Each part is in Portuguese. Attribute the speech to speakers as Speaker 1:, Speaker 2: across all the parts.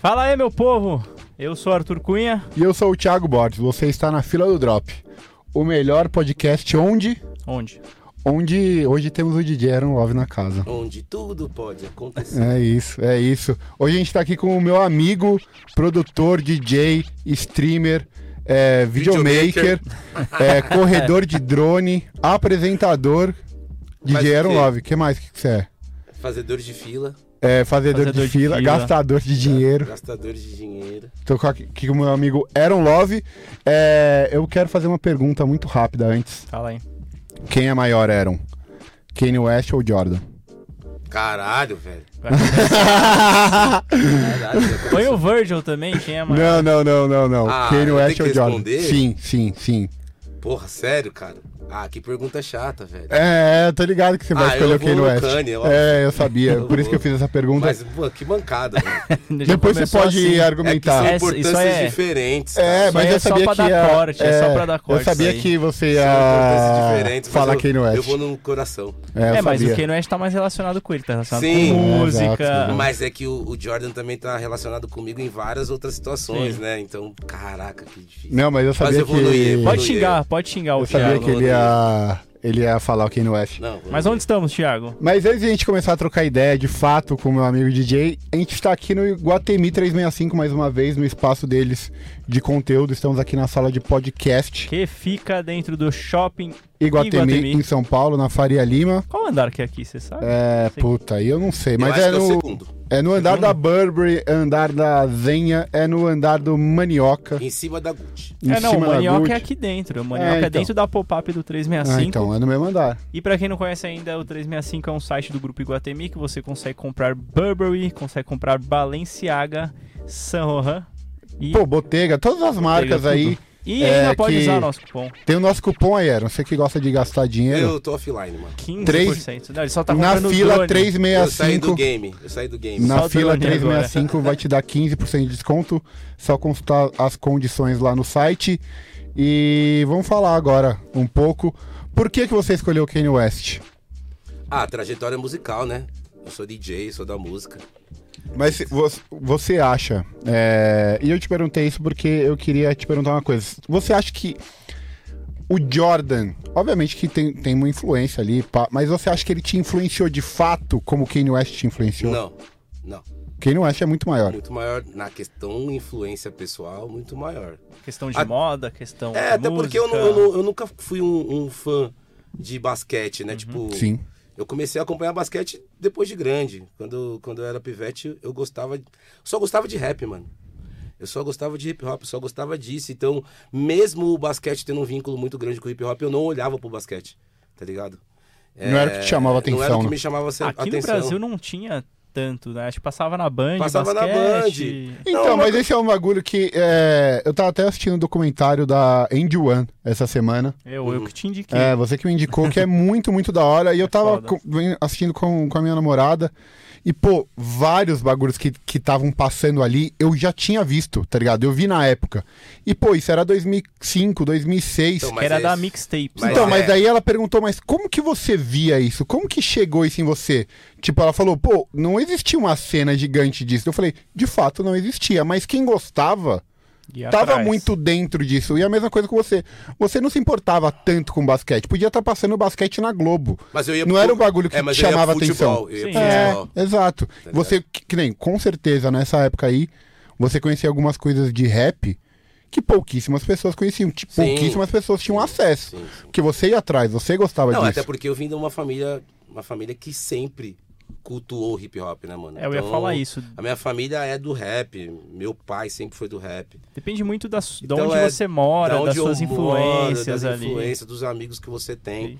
Speaker 1: Fala aí, meu povo! Eu sou Arthur Cunha.
Speaker 2: E eu sou o Thiago Borges, você está na fila do Drop, o melhor podcast onde,
Speaker 1: Onde?
Speaker 2: onde hoje temos o DJ Aaron Love na casa.
Speaker 3: Onde tudo pode acontecer.
Speaker 2: É isso, é isso. Hoje a gente tá aqui com o meu amigo, produtor, DJ, streamer, é, videomaker, é, corredor de drone, apresentador,
Speaker 3: Faz o
Speaker 2: DJ Aaron
Speaker 3: quê?
Speaker 2: Love. O que mais que você é?
Speaker 3: Fazedor de fila,
Speaker 2: É, fazedor,
Speaker 1: Fazedor
Speaker 2: de,
Speaker 1: de
Speaker 2: fila,
Speaker 1: fila. É.
Speaker 2: gastador de dinheiro.
Speaker 3: gastador de dinheiro.
Speaker 2: Tô com- aqui com o meu amigo Aaron Love. É, eu quero fazer uma pergunta muito rápida antes.
Speaker 1: Fala aí.
Speaker 2: Quem é maior, Aaron? Kanye West ou Jordan?
Speaker 3: Caralho, velho.
Speaker 1: Põe
Speaker 3: Caralho,
Speaker 1: o Virgil também, quem é mais?
Speaker 2: Não, não, não, não, não.
Speaker 3: Ah,
Speaker 2: Kanye
Speaker 3: eu
Speaker 2: West ou
Speaker 3: tenho que
Speaker 2: Jordan?
Speaker 3: responder?
Speaker 2: Sim, sim, sim.
Speaker 3: Porra, sério, cara? Ah, que pergunta chata, velho.
Speaker 2: É, é, tô ligado que você vai
Speaker 3: Ah,
Speaker 2: escolher
Speaker 3: eu
Speaker 2: o Kanye
Speaker 3: vou no
Speaker 2: West.
Speaker 3: Kanye, eu
Speaker 2: é, eu sabia.
Speaker 3: Eu
Speaker 2: por isso que eu
Speaker 3: vou.
Speaker 2: fiz essa pergunta.
Speaker 3: Mas, pô, que mancada, velho.
Speaker 1: Já
Speaker 2: Depois você
Speaker 1: começou
Speaker 2: pode
Speaker 1: assim.
Speaker 3: É que são
Speaker 2: argumentar.
Speaker 1: É, isso
Speaker 3: importâncias
Speaker 1: é-
Speaker 3: diferentes.
Speaker 2: É,
Speaker 3: cara.
Speaker 1: Isso
Speaker 2: mas
Speaker 1: aí
Speaker 2: eu
Speaker 1: é só
Speaker 2: sabia
Speaker 1: pra
Speaker 2: que
Speaker 1: dar
Speaker 2: ia,
Speaker 1: corte, é só pra dar corte
Speaker 2: Eu sabia
Speaker 1: isso aí.
Speaker 2: que você
Speaker 3: São importâncias
Speaker 2: ia
Speaker 3: diferentes. mas
Speaker 2: ah, falar
Speaker 3: eu,
Speaker 2: Kanye
Speaker 3: Eu
Speaker 2: West.
Speaker 3: vou no coração.
Speaker 2: É, eu
Speaker 1: É, mas
Speaker 2: sabia.
Speaker 1: o Kanye West tá mais relacionado com ele, tá relacionado
Speaker 3: Sim.
Speaker 1: com
Speaker 2: É,
Speaker 1: música.
Speaker 2: exato.
Speaker 3: Mas é que o, o Jordan também tá relacionado comigo em várias outras situações,
Speaker 1: Sim.
Speaker 3: né? Então, caraca, que difícil.
Speaker 2: Não, mas eu sabia
Speaker 3: eu
Speaker 2: que...
Speaker 3: vou no Ye, vou
Speaker 1: Pode
Speaker 3: no Ye.
Speaker 1: xingar, pode xingar o
Speaker 2: Eu sabia
Speaker 1: Thiago.
Speaker 2: que ele ia... Ele ia falar o Kanye West.
Speaker 3: Não, vou
Speaker 1: Mas
Speaker 3: no
Speaker 1: onde estamos, Thiago?
Speaker 2: Mas antes de a gente começar a trocar ideia de fato com o meu amigo DJ, a gente está aqui no Guatemi 365 mais uma vez, no espaço deles de conteúdo. Estamos aqui na sala de podcast
Speaker 1: Que fica dentro do shopping.
Speaker 2: Iguatemi,
Speaker 1: Iguatemi.
Speaker 2: em São Paulo, na Faria Lima.
Speaker 1: Qual andar que é aqui, você sabe?
Speaker 2: É,
Speaker 1: Sei.
Speaker 2: puta, aí eu não sei,
Speaker 3: Eu
Speaker 2: mas
Speaker 3: acho
Speaker 2: é
Speaker 3: que é o
Speaker 2: no,
Speaker 3: segundo.
Speaker 2: é no andar
Speaker 1: Segundo?
Speaker 2: da Burberry, andar da Zenha, é no andar do Manioca.
Speaker 3: Em cima da Gucci.
Speaker 2: Em
Speaker 1: é, não, o
Speaker 2: cima da
Speaker 1: Manioca
Speaker 2: Gucci.
Speaker 1: é aqui assim, dentro. O Manioca é,
Speaker 2: então.
Speaker 1: dentro da pop-up do 365.
Speaker 2: Ah, então, é no mesmo andar.
Speaker 1: E pra quem não conhece ainda, o 365 é um site do grupo Iguatemi que você consegue comprar Burberry, consegue comprar Balenciaga, San Rohan e,
Speaker 2: Pô, Botega, todas as marcas
Speaker 1: tudo.
Speaker 2: aí.
Speaker 1: e
Speaker 2: é
Speaker 1: ainda pode
Speaker 2: que-
Speaker 1: usar nosso cupom.
Speaker 2: Tem o nosso cupom aí, Aaron. Você que gosta de gastar dinheiro.
Speaker 3: Eu tô offline, mano.
Speaker 1: 15%.
Speaker 2: Três-
Speaker 1: Não, ele só tá
Speaker 2: na
Speaker 1: comprando
Speaker 2: fila
Speaker 1: drone.
Speaker 3: Eu saí do
Speaker 2: 365.
Speaker 3: game. Eu saí do game.
Speaker 2: É Na
Speaker 1: Só o
Speaker 2: fila
Speaker 1: drone agora.
Speaker 2: 365 vai te dar 15% de desconto. Só consultar as condições lá no site. E vamos falar agora um pouco. Por que, que você escolheu o Kanye West?
Speaker 3: Ah, trajetória musical, né? Eu sou DJ, sou da música.
Speaker 2: Mas se vo- você acha. é, E eu te perguntei isso porque eu queria te perguntar uma coisa. Você acha que o Jordan, obviamente que tem, tem uma influência ali, pá, mas você acha que ele te influenciou de fato como o Kanye West te influenciou?
Speaker 3: Não, não.
Speaker 2: Kanye West é muito maior.
Speaker 3: Muito maior na questão influência pessoal, muito maior.
Speaker 1: Questão de
Speaker 3: A-
Speaker 1: moda, questão
Speaker 3: É, até
Speaker 1: música.
Speaker 3: porque eu, nu- eu nu- eu nunca fui um, um fã de basquete, né? Tipo,
Speaker 2: Sim.
Speaker 3: eu comecei a acompanhar basquete depois de grande. Quando, quando eu era pivete, eu gostava. Só gostava de rap, mano. Eu só gostava de hip hop, só gostava disso. Então, mesmo o basquete tendo um vínculo muito grande com o hip hop, eu não olhava pro basquete, tá ligado?
Speaker 2: Não era o que te chamava
Speaker 3: É, Não era
Speaker 2: atenção,
Speaker 3: o que
Speaker 2: né?
Speaker 3: me chamava se-
Speaker 1: Aqui
Speaker 3: atenção.
Speaker 1: no Brasil não tinha tanto, né? A gente passava na Band,
Speaker 3: Passava na
Speaker 1: basquete.
Speaker 3: Band.
Speaker 2: Então,
Speaker 3: Não,
Speaker 2: mas esse é um bagulho que. é, eu tava até assistindo um documentário da Andy One essa semana.
Speaker 1: Eu,
Speaker 3: Uhum.
Speaker 1: eu que te indiquei.
Speaker 2: É, você que me indicou que é muito, muito da hora. E eu tava
Speaker 1: Foda.
Speaker 2: co- vem- assistindo com, com a minha namorada. E, pô, vários bagulhos que estavam passando ali eu já tinha visto, tá ligado? Eu vi na época. E, pô, isso era 2005, 2006.
Speaker 3: Então,
Speaker 1: que era
Speaker 3: mas é-
Speaker 1: da né? mixtapes.
Speaker 3: mas
Speaker 2: então,
Speaker 3: é-
Speaker 2: mas daí ela perguntou, mas como que você via isso? Como que chegou isso em você? Tipo, ela falou, pô, não existia uma cena gigante disso. Eu falei, de fato não existia, mas quem gostava
Speaker 1: Ia
Speaker 2: tava
Speaker 1: atrás.
Speaker 2: muito dentro disso. E a mesma coisa com você. Você não se importava tanto com basquete. Podia estar passando basquete na Globo.
Speaker 3: Mas eu ia
Speaker 2: Não
Speaker 3: pro-
Speaker 2: era um bagulho que
Speaker 3: É,
Speaker 2: te
Speaker 3: mas eu ia
Speaker 2: chamava
Speaker 3: pro futebol,
Speaker 2: atenção.
Speaker 3: eu ia
Speaker 1: Sim.
Speaker 3: pro
Speaker 2: É,
Speaker 3: futebol.
Speaker 2: exato.
Speaker 3: ligado?
Speaker 2: Você, que que nem, com certeza, nessa época aí, você conhecia algumas coisas de rap que pouquíssimas pessoas conheciam. Tipo,
Speaker 3: Sim.
Speaker 2: pouquíssimas pessoas tinham acesso.
Speaker 3: Sim, sim.
Speaker 2: Porque você ia atrás, você gostava
Speaker 3: Não,
Speaker 2: disso.
Speaker 3: até porque eu vim de uma família, uma família que sempre cultuou o hip hop, né, mano?
Speaker 1: É, eu ia
Speaker 3: Então,
Speaker 1: falar isso.
Speaker 3: A minha família é do rap, meu pai sempre foi do rap.
Speaker 1: Depende muito da, su- de
Speaker 3: Então,
Speaker 1: onde
Speaker 3: é
Speaker 1: você mora,
Speaker 3: Da onde
Speaker 1: das
Speaker 3: eu
Speaker 1: suas
Speaker 3: moro,
Speaker 1: influências
Speaker 3: das
Speaker 1: ali.
Speaker 3: influências, dos amigos que você tem.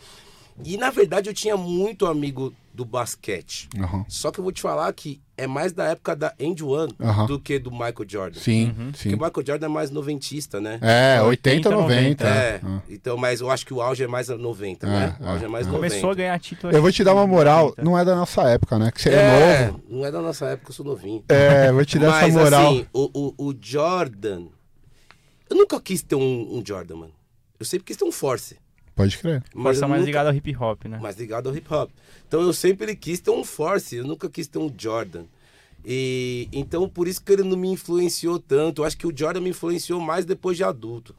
Speaker 3: E na verdade eu tinha muito amigo do basquete.
Speaker 2: Aham.
Speaker 3: Só que eu vou te falar que é mais da época da End One
Speaker 2: Aham.
Speaker 3: do que do Michael Jordan.
Speaker 2: Sim, sim.
Speaker 3: Porque o Michael Jordan é mais noventista, né?
Speaker 2: É, 80,
Speaker 1: 80,
Speaker 2: 90.
Speaker 3: É,
Speaker 2: Ah.
Speaker 3: então, mas eu acho que o auge é mais a 90,
Speaker 2: É,
Speaker 3: né? O
Speaker 2: é,
Speaker 3: auge é mais 90.
Speaker 1: Começou a ganhar título.
Speaker 2: Eu
Speaker 1: acho
Speaker 2: vou
Speaker 1: que
Speaker 2: te dar uma
Speaker 1: em
Speaker 2: moral,
Speaker 1: 90.
Speaker 2: não é da nossa época, né? Que você é,
Speaker 3: é,
Speaker 2: novo.
Speaker 3: não é da nossa época, eu sou novinho.
Speaker 2: É, vou te dar
Speaker 3: Mas
Speaker 2: essa moral.
Speaker 3: assim, o, o, o Jordan. Eu nunca quis ter um, um Jordan, mano. Eu sempre quis ter um Force.
Speaker 2: Pode crer.
Speaker 3: Mas
Speaker 1: Força
Speaker 3: eu
Speaker 1: mais
Speaker 3: nunca-
Speaker 1: ligada ao hip hop, né?
Speaker 3: mais ligado ao hip hop. Então eu sempre quis ter um Force, eu nunca quis ter um Jordan. E então por isso que ele não me influenciou tanto. Eu acho que o Jordan me influenciou mais depois de adulto.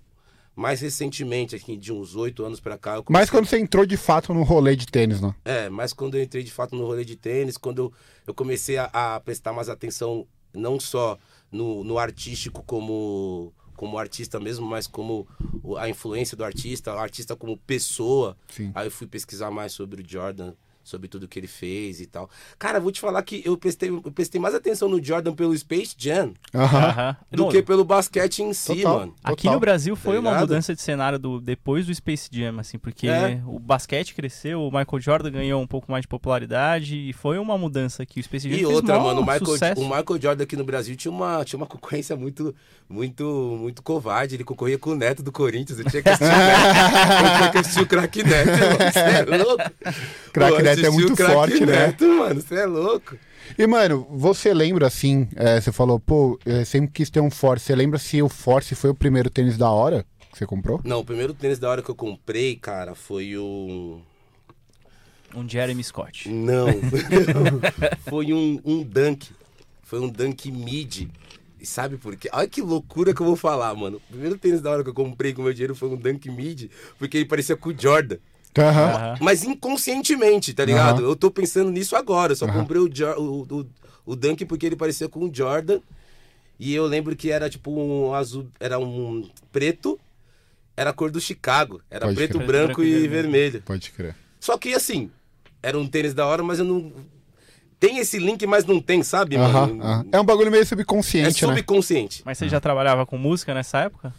Speaker 3: Mais recentemente, aqui de uns oito anos pra cá. eu
Speaker 2: Mas quando você entrou de fato no rolê de tênis, né?
Speaker 3: é, mas quando eu entrei de fato no rolê de tênis, quando eu, eu comecei a, a prestar mais atenção não só no, no artístico como como artista mesmo, mas como o- a influência do artista, o artista como pessoa.
Speaker 2: Sim.
Speaker 3: Aí eu fui pesquisar mais sobre o Jordan, sobre tudo que ele fez e tal. Cara, vou te falar que eu prestei, eu prestei mais atenção no Jordan pelo Space Jam
Speaker 2: Aham.
Speaker 1: Aham.
Speaker 3: do
Speaker 1: Não,
Speaker 3: que pelo basquete em si,
Speaker 2: Total.
Speaker 3: mano.
Speaker 1: Aqui
Speaker 2: Total.
Speaker 1: no Brasil foi
Speaker 3: Tá
Speaker 1: uma
Speaker 3: ligado?
Speaker 1: mudança de cenário do, depois do Space Jam, assim, porque
Speaker 3: É.
Speaker 1: o basquete cresceu, o Michael Jordan ganhou um pouco mais de popularidade e foi uma mudança aqui. O Space Jam
Speaker 3: E
Speaker 1: fez
Speaker 3: outra,
Speaker 1: maior
Speaker 3: mano, o Michael,
Speaker 1: sucesso.
Speaker 3: o Michael Jordan aqui no Brasil tinha uma, tinha uma concorrência muito, muito, muito covarde. Ele concorria com o Neto do Corinthians. Eu tinha que assistir, o Neto. eu tinha que assistir o craque Neto, mano. Você é louco?
Speaker 2: Craque
Speaker 3: Pô,
Speaker 2: Neto é
Speaker 3: assistir o
Speaker 2: muito
Speaker 3: Craque
Speaker 2: forte, né?
Speaker 3: Neto, mano. Você é louco.
Speaker 2: E, mano, você lembra assim, é, você falou, pô, eu sempre quis ter um Force. Você lembra se o Force foi o primeiro tênis da hora que você comprou?
Speaker 3: Não, o primeiro tênis da hora que eu comprei, cara, foi o...
Speaker 1: Um Jeremy Scott.
Speaker 3: Não. Foi um, um dunk. Foi um dunk mid. E sabe por quê? Olha que loucura que eu vou falar, mano. O primeiro tênis da hora que eu comprei com meu dinheiro foi um dunk mid, porque ele parecia com o Jordan.
Speaker 2: Aham.
Speaker 1: Aham.
Speaker 3: Mas inconscientemente, tá ligado?
Speaker 2: Ah. Aham.
Speaker 3: Eu tô pensando nisso agora. Eu só
Speaker 2: Aham.
Speaker 3: comprei o, Jor- o, o, o Dunk porque ele parecia com o Jordan. E eu lembro que era tipo um azul. Era um preto. Era a cor do Chicago. Era
Speaker 2: Pode
Speaker 3: preto,
Speaker 2: crer.
Speaker 3: branco, e vermelho.
Speaker 2: Pode crer.
Speaker 3: Só que assim, era um tênis da hora, mas eu não. Tem esse link, mas não tem, sabe,
Speaker 2: Aham,
Speaker 3: mano?
Speaker 2: aham. É um bagulho meio
Speaker 3: É
Speaker 2: subconsciente, né?
Speaker 3: subconsciente.
Speaker 1: Mas você já trabalhava com música nessa época?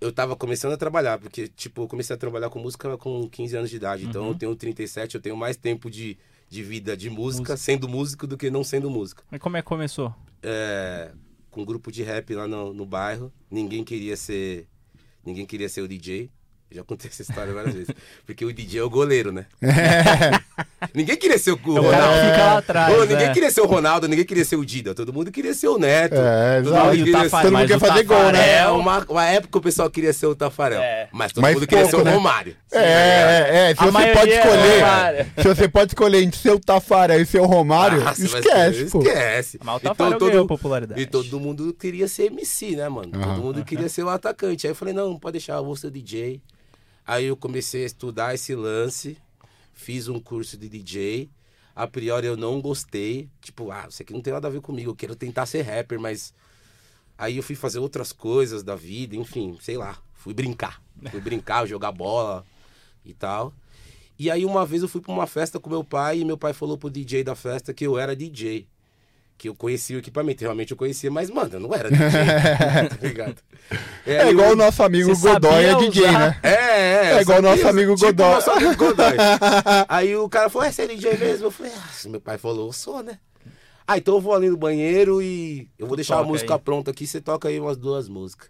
Speaker 3: Eu tava começando a trabalhar, porque, tipo, eu comecei a trabalhar com música com 15 anos de idade. Então
Speaker 1: Uhum.
Speaker 3: eu tenho 37, eu tenho mais tempo de, de vida de música, sendo músico do que não sendo músico.
Speaker 1: Mas como é que começou?
Speaker 3: É, com um grupo de rap lá no, no bairro, ninguém queria ser. Ninguém queria ser o DJ. Eu Já contei essa história várias vezes. Porque o DJ é o goleiro, né? ninguém queria
Speaker 1: É
Speaker 3: ser o
Speaker 1: O cara
Speaker 3: Ronaldo.
Speaker 1: que fica lá atrás.
Speaker 3: Ô, ninguém
Speaker 1: é.
Speaker 3: queria ser o Ronaldo, ninguém queria ser o Dida, todo mundo queria ser o Neto.
Speaker 2: É,
Speaker 3: todo
Speaker 2: exato.
Speaker 3: mundo
Speaker 1: E o
Speaker 3: queria ser-
Speaker 1: Tafarel,
Speaker 2: Todo mundo
Speaker 1: mas
Speaker 2: quer
Speaker 1: o
Speaker 2: fazer gol, né?
Speaker 1: Tafarel-
Speaker 3: É, uma, uma época o pessoal queria ser o Tafarel,
Speaker 1: É.
Speaker 3: mas todo
Speaker 2: Mas
Speaker 3: mundo queria
Speaker 2: pouco,
Speaker 3: ser o
Speaker 2: né?
Speaker 3: Romário.
Speaker 2: É, é, é. Se
Speaker 1: A
Speaker 2: você
Speaker 1: maioria
Speaker 2: pode
Speaker 1: é
Speaker 2: escolher.
Speaker 1: Romário.
Speaker 2: se você pode escolher entre seu Tafarel e seu Romário,
Speaker 3: Nossa, mas-
Speaker 2: esquece, pô.
Speaker 3: Esquece.
Speaker 1: Mas o Tafarel ganhou popularidade.
Speaker 3: E todo mundo queria ser MC, né, mano?
Speaker 2: Aham.
Speaker 3: Todo mundo queria ser o atacante. Aí eu falei, não, pode deixar, eu vou ser DJ. Aí eu comecei a estudar esse lance, fiz um curso de DJ. A priori eu não gostei. Tipo, ah, isso aqui não tem nada a ver comigo, eu quero tentar ser rapper, mas. Aí eu fui fazer outras coisas da vida, enfim, sei lá. Fui brincar. Fui brincar, jogar bola e tal. E aí uma vez eu fui pra uma festa com meu pai e meu pai falou pro DJ da festa que eu era DJ. Que eu conhecia o equipamento, realmente eu conhecia, mas, mano, eu não era DJ. tá ligado? E
Speaker 2: É
Speaker 3: aí
Speaker 2: igual
Speaker 3: eu-
Speaker 2: o nosso amigo
Speaker 1: Você
Speaker 2: Godoy é
Speaker 1: sabia
Speaker 2: DJ,
Speaker 1: usar?
Speaker 2: né?
Speaker 3: é, é.
Speaker 2: É
Speaker 3: eu
Speaker 2: igual nosso amigo
Speaker 3: tipo
Speaker 2: Godoy.
Speaker 3: nosso amigo Godoy.
Speaker 2: né?
Speaker 3: Aí o cara falou, é, você é DJ mesmo? Eu falei, ah, meu pai falou, eu sou, né? Ah, então eu vou ali no banheiro e eu vou deixar a
Speaker 1: toca
Speaker 3: música
Speaker 1: aí.
Speaker 3: pronta aqui, você toca aí umas duas músicas.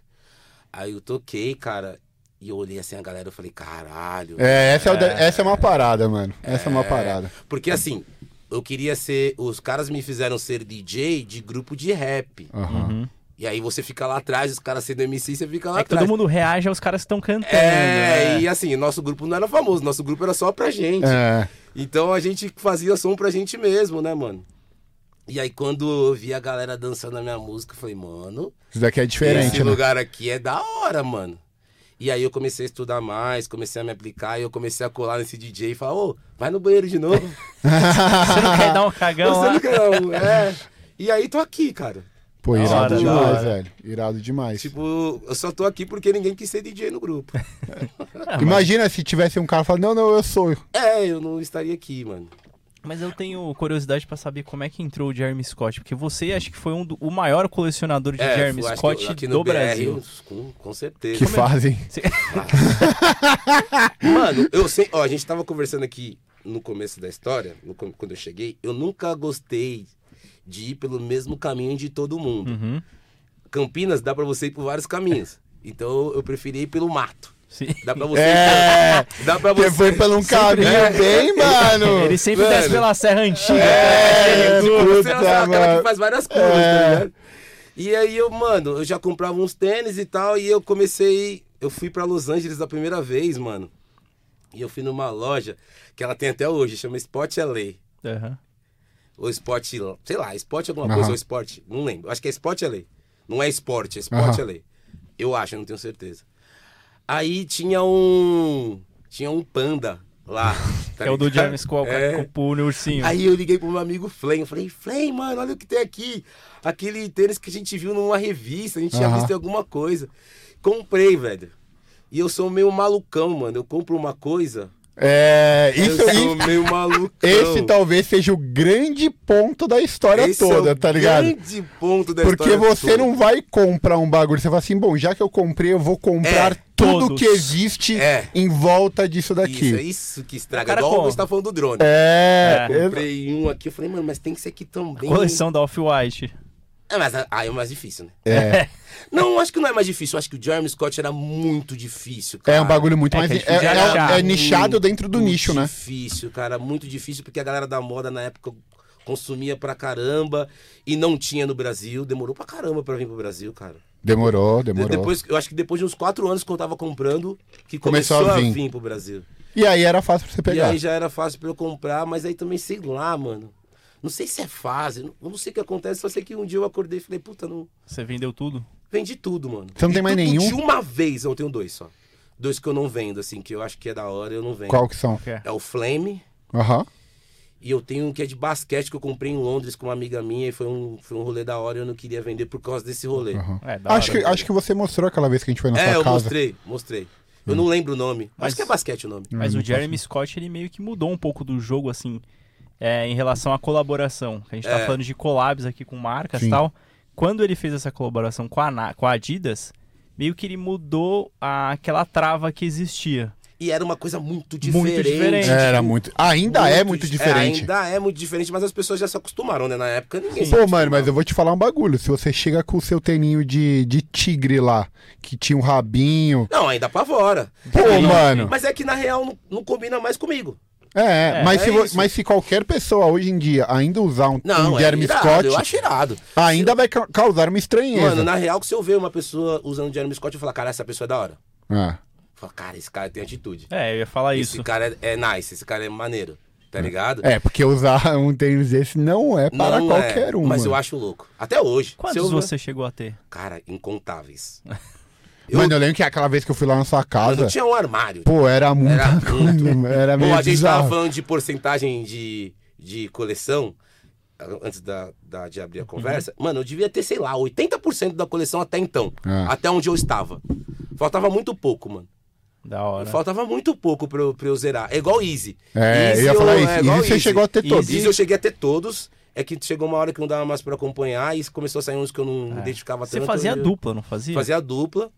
Speaker 3: Aí eu toquei, cara, e eu olhei assim a galera, eu falei, caralho.
Speaker 2: É, essa é, o da- essa é uma parada, mano. Essa é uma parada.
Speaker 3: Porque assim, eu queria ser, os caras me fizeram ser DJ de grupo de rap.
Speaker 2: Aham.
Speaker 1: Uhum.
Speaker 3: E aí você fica lá atrás, os caras sendo MC, você fica lá
Speaker 1: É que
Speaker 3: atrás.
Speaker 1: todo mundo reage aos caras que estão cantando.
Speaker 3: É,
Speaker 1: né?
Speaker 3: e assim, nosso grupo não era famoso, nosso grupo era só pra gente.
Speaker 2: É.
Speaker 3: Então a gente fazia som pra gente mesmo, né, mano? E aí quando eu vi a galera dançando a minha música, eu falei, mano,
Speaker 2: Isso daqui é diferente,
Speaker 3: esse
Speaker 2: né?
Speaker 3: lugar aqui é da hora, mano. E aí eu comecei a estudar mais, comecei a me aplicar, e eu comecei a colar nesse DJ e falar, ô, vai no banheiro de novo.
Speaker 1: Você não quer dar um cagão
Speaker 3: Você
Speaker 1: lá?
Speaker 3: não quer, não, é. E aí tô aqui, cara.
Speaker 2: Pô,
Speaker 1: Da
Speaker 2: irado
Speaker 1: hora, da
Speaker 2: demais,
Speaker 1: hora.
Speaker 2: velho. Irado demais.
Speaker 3: Tipo, eu só tô aqui porque ninguém quis ser DJ no grupo.
Speaker 1: Ah, mas-
Speaker 2: Imagina se tivesse um cara falando, não, não, eu sou.
Speaker 3: É, eu não estaria aqui, mano.
Speaker 1: Mas eu tenho curiosidade pra saber como é que entrou o Jeremy Scott, porque você acho que foi um do- o maior colecionador de
Speaker 3: é,
Speaker 1: Jeremy
Speaker 3: acho que
Speaker 1: Scott
Speaker 3: aqui no
Speaker 1: do
Speaker 3: BR,
Speaker 1: Brasil.
Speaker 3: Com, com certeza.
Speaker 2: Que fazem.
Speaker 1: Você-
Speaker 3: Mano, eu sei. Ó, a gente tava conversando aqui no começo da história, no com- quando eu cheguei, eu nunca gostei de ir pelo mesmo caminho de todo mundo.
Speaker 2: Hum.
Speaker 1: Uhum.
Speaker 3: Campinas dá pra você ir por vários caminhos. Então eu preferi ir pelo mato.
Speaker 1: Sim.
Speaker 3: Dá pra você.
Speaker 2: É.
Speaker 3: Dá pra
Speaker 2: Você
Speaker 3: você.
Speaker 2: foi pelo um caminho
Speaker 3: É.
Speaker 2: bem, mano.
Speaker 1: Ele sempre
Speaker 3: velho.
Speaker 1: desce pela Serra Antiga.
Speaker 2: É,
Speaker 3: você é
Speaker 2: puta,
Speaker 3: aquela
Speaker 2: mano.
Speaker 3: que faz várias coisas,
Speaker 2: É.
Speaker 3: tá ligado? E aí eu, mano, eu já comprava uns tênis e tal, e eu comecei. Eu fui pra Los Angeles a primeira vez, mano. E eu fui numa loja que ela tem até hoje, chama Spot LA.
Speaker 1: Aham.
Speaker 3: ou esporte, sei lá, esporte alguma
Speaker 2: Aham.
Speaker 3: coisa, ou esporte, não lembro. Acho que é esporte LA. Não é esporte, é esporte
Speaker 2: Aham.
Speaker 3: LA. Eu acho, eu não tenho certeza. Aí tinha um. Tinha um panda lá. tá
Speaker 1: Que é o do
Speaker 3: ligado?
Speaker 1: James com,
Speaker 3: É.
Speaker 1: com, com o ursinho.
Speaker 3: Aí eu liguei pro meu amigo Flame, eu falei, Flame, mano, olha o que tem aqui. Aquele tênis que a gente viu numa revista, a gente tinha
Speaker 2: Aham.
Speaker 3: visto em alguma coisa. Comprei, velho. E eu sou meio malucão, mano. Eu compro uma coisa.
Speaker 2: É, isso
Speaker 3: eu
Speaker 2: aí.
Speaker 3: sou meio malucão.
Speaker 2: Esse talvez seja o grande ponto da história
Speaker 3: Esse é
Speaker 2: toda,
Speaker 3: o
Speaker 2: tá ligado?
Speaker 3: grande ponto da
Speaker 2: Porque
Speaker 3: história
Speaker 2: você
Speaker 3: toda.
Speaker 2: não vai comprar um bagulho, você fala assim, bom, já que eu comprei, eu vou comprar
Speaker 3: É,
Speaker 2: tudo
Speaker 1: todos.
Speaker 2: que existe
Speaker 3: É.
Speaker 2: em volta disso daqui.
Speaker 3: Isso, é isso que estraga.
Speaker 1: O cara
Speaker 3: Igual
Speaker 1: compra.
Speaker 3: você tá falando do drone.
Speaker 2: É,
Speaker 1: É.
Speaker 2: eu-
Speaker 3: Comprei um aqui, eu falei, mano, mas tem que ser aqui também.
Speaker 1: Coleção da Off-White.
Speaker 3: É, mas aí é mais difícil, né?
Speaker 2: é,
Speaker 3: Não, acho que não é mais difícil. Eu acho que o Jeremy Scott era muito difícil,
Speaker 2: é,
Speaker 3: cara.
Speaker 2: um bagulho muito
Speaker 1: É
Speaker 2: mais.
Speaker 1: que é
Speaker 2: É,
Speaker 1: difícil
Speaker 2: é-
Speaker 1: de achar.
Speaker 2: é nichado dentro do
Speaker 3: Muito
Speaker 2: nicho, né?
Speaker 3: Difícil, cara, muito difícil, porque a galera da moda na época consumia pra caramba e não tinha no Brasil. Demorou pra caramba pra vir pro Brasil, cara.
Speaker 2: Demorou,
Speaker 3: De-
Speaker 2: demorou.
Speaker 3: Depois, eu acho que depois de uns quatro anos que eu tava comprando, que
Speaker 2: Começou
Speaker 3: começou,
Speaker 2: a
Speaker 3: a,
Speaker 2: vir.
Speaker 3: vir. pro Brasil.
Speaker 2: E aí era fácil pra você
Speaker 3: E
Speaker 2: pegar.
Speaker 3: aí já era fácil pra eu comprar, mas aí também sei lá, mano. Não sei se é fase, não- eu não sei o que acontece, só sei que um dia eu acordei e falei, puta, não.
Speaker 1: Você vendeu tudo?
Speaker 3: Vendi tudo, mano.
Speaker 2: Você não tem
Speaker 3: E
Speaker 2: mais
Speaker 3: tudo
Speaker 2: nenhum?
Speaker 3: De uma vez, eu tenho dois só. Dois que eu não vendo, assim, que eu acho que é da hora, eu não vendo.
Speaker 2: Qual que são?
Speaker 1: Que é.
Speaker 3: É o Flame
Speaker 2: Aham.
Speaker 3: e eu tenho um que é de basquete que eu comprei em Londres com uma amiga minha e foi um, foi um rolê da hora e eu não queria vender por causa desse rolê.
Speaker 2: aham.
Speaker 1: É, da
Speaker 2: Acho
Speaker 1: hora.
Speaker 2: que, acho que você mostrou aquela vez que a gente foi na
Speaker 3: É,
Speaker 2: sua
Speaker 3: eu
Speaker 2: casa.
Speaker 3: mostrei, mostrei. Eu não lembro o nome.
Speaker 1: Mas-
Speaker 3: Acho que é basquete o nome.
Speaker 1: Mas
Speaker 2: Hum,
Speaker 1: o Jeremy Scott, ele meio que mudou um pouco do jogo, assim, é, em relação à colaboração. que A gente tá
Speaker 3: É.
Speaker 1: falando de collabs aqui com marcas
Speaker 2: Sim.
Speaker 1: e tal. Quando ele fez essa colaboração com a, Na- com a Adidas, meio que ele mudou a- aquela trava que existia.
Speaker 3: E era uma coisa muito diferente.
Speaker 1: Muito diferente.
Speaker 2: Era muito. Ainda é muito
Speaker 3: di-
Speaker 2: diferente.
Speaker 3: ainda é muito diferente, mas as pessoas já se acostumaram, né? Na época ninguém. se
Speaker 2: Pô,
Speaker 3: acostumava.
Speaker 2: mano, mas eu vou te falar um bagulho. Se você chega com o seu teninho de, de tigre lá, que tinha um rabinho.
Speaker 3: Não, ainda apavora.
Speaker 2: Pô, mano.
Speaker 3: Mas é que na real não, não combina mais comigo.
Speaker 2: É,
Speaker 1: É,
Speaker 2: mas,
Speaker 3: é
Speaker 2: se vo-
Speaker 3: isso.
Speaker 2: mas se qualquer pessoa hoje em dia ainda usar um,
Speaker 3: Não,
Speaker 2: um
Speaker 3: é
Speaker 2: Jeremy
Speaker 3: irado, eu
Speaker 2: Scott,
Speaker 3: acho irado.
Speaker 2: ainda vai ca- causar uma estranheza.
Speaker 3: Mano, na real, que se eu ver uma pessoa usando Jeremy Scott, eu falo, cara, essa pessoa é da hora.
Speaker 2: É.
Speaker 3: Eu falo, cara, esse cara tem atitude.
Speaker 1: É, eu ia falar
Speaker 3: Esse
Speaker 1: isso.
Speaker 3: cara é, é nice, esse cara é maneiro, tá ligado?
Speaker 2: É, porque usar um tênis desse não é para
Speaker 3: Não é,
Speaker 2: qualquer um.
Speaker 3: Mas
Speaker 2: mano.
Speaker 3: eu acho louco. Até hoje. se eu
Speaker 1: Quantos
Speaker 3: ver-
Speaker 1: você chegou a ter?
Speaker 3: Cara, incontáveis. eu-
Speaker 2: Mano, eu lembro que aquela vez que eu fui lá na sua
Speaker 3: Eu não
Speaker 2: casa,
Speaker 3: tinha um armário.
Speaker 2: pô, era muito.
Speaker 3: Era muito.
Speaker 1: É
Speaker 2: Era
Speaker 3: Bom,
Speaker 2: meio
Speaker 3: a gente tava
Speaker 2: bizarro.
Speaker 3: falando de porcentagem de, de coleção, antes da, da- de abrir a conversa.
Speaker 1: Uhum.
Speaker 3: Mano, eu devia ter, sei lá, 80% da coleção até então.
Speaker 2: Ah.
Speaker 3: Até onde eu estava. Faltava muito pouco, mano.
Speaker 1: Da hora.
Speaker 3: Faltava muito pouco pra eu, pra eu zerar. É igual Easy.
Speaker 2: É, eu ia falar isso. E você chegou a ter
Speaker 1: Easy.
Speaker 2: todos.
Speaker 3: Easy eu cheguei a ter todos. É que chegou uma hora que não dava mais pra acompanhar e começou a sair uns que eu não
Speaker 1: É.
Speaker 3: me identificava
Speaker 1: Você
Speaker 3: tanto.
Speaker 1: fazia
Speaker 3: eu
Speaker 1: dupla, não fazia?
Speaker 3: Fazia a dupla.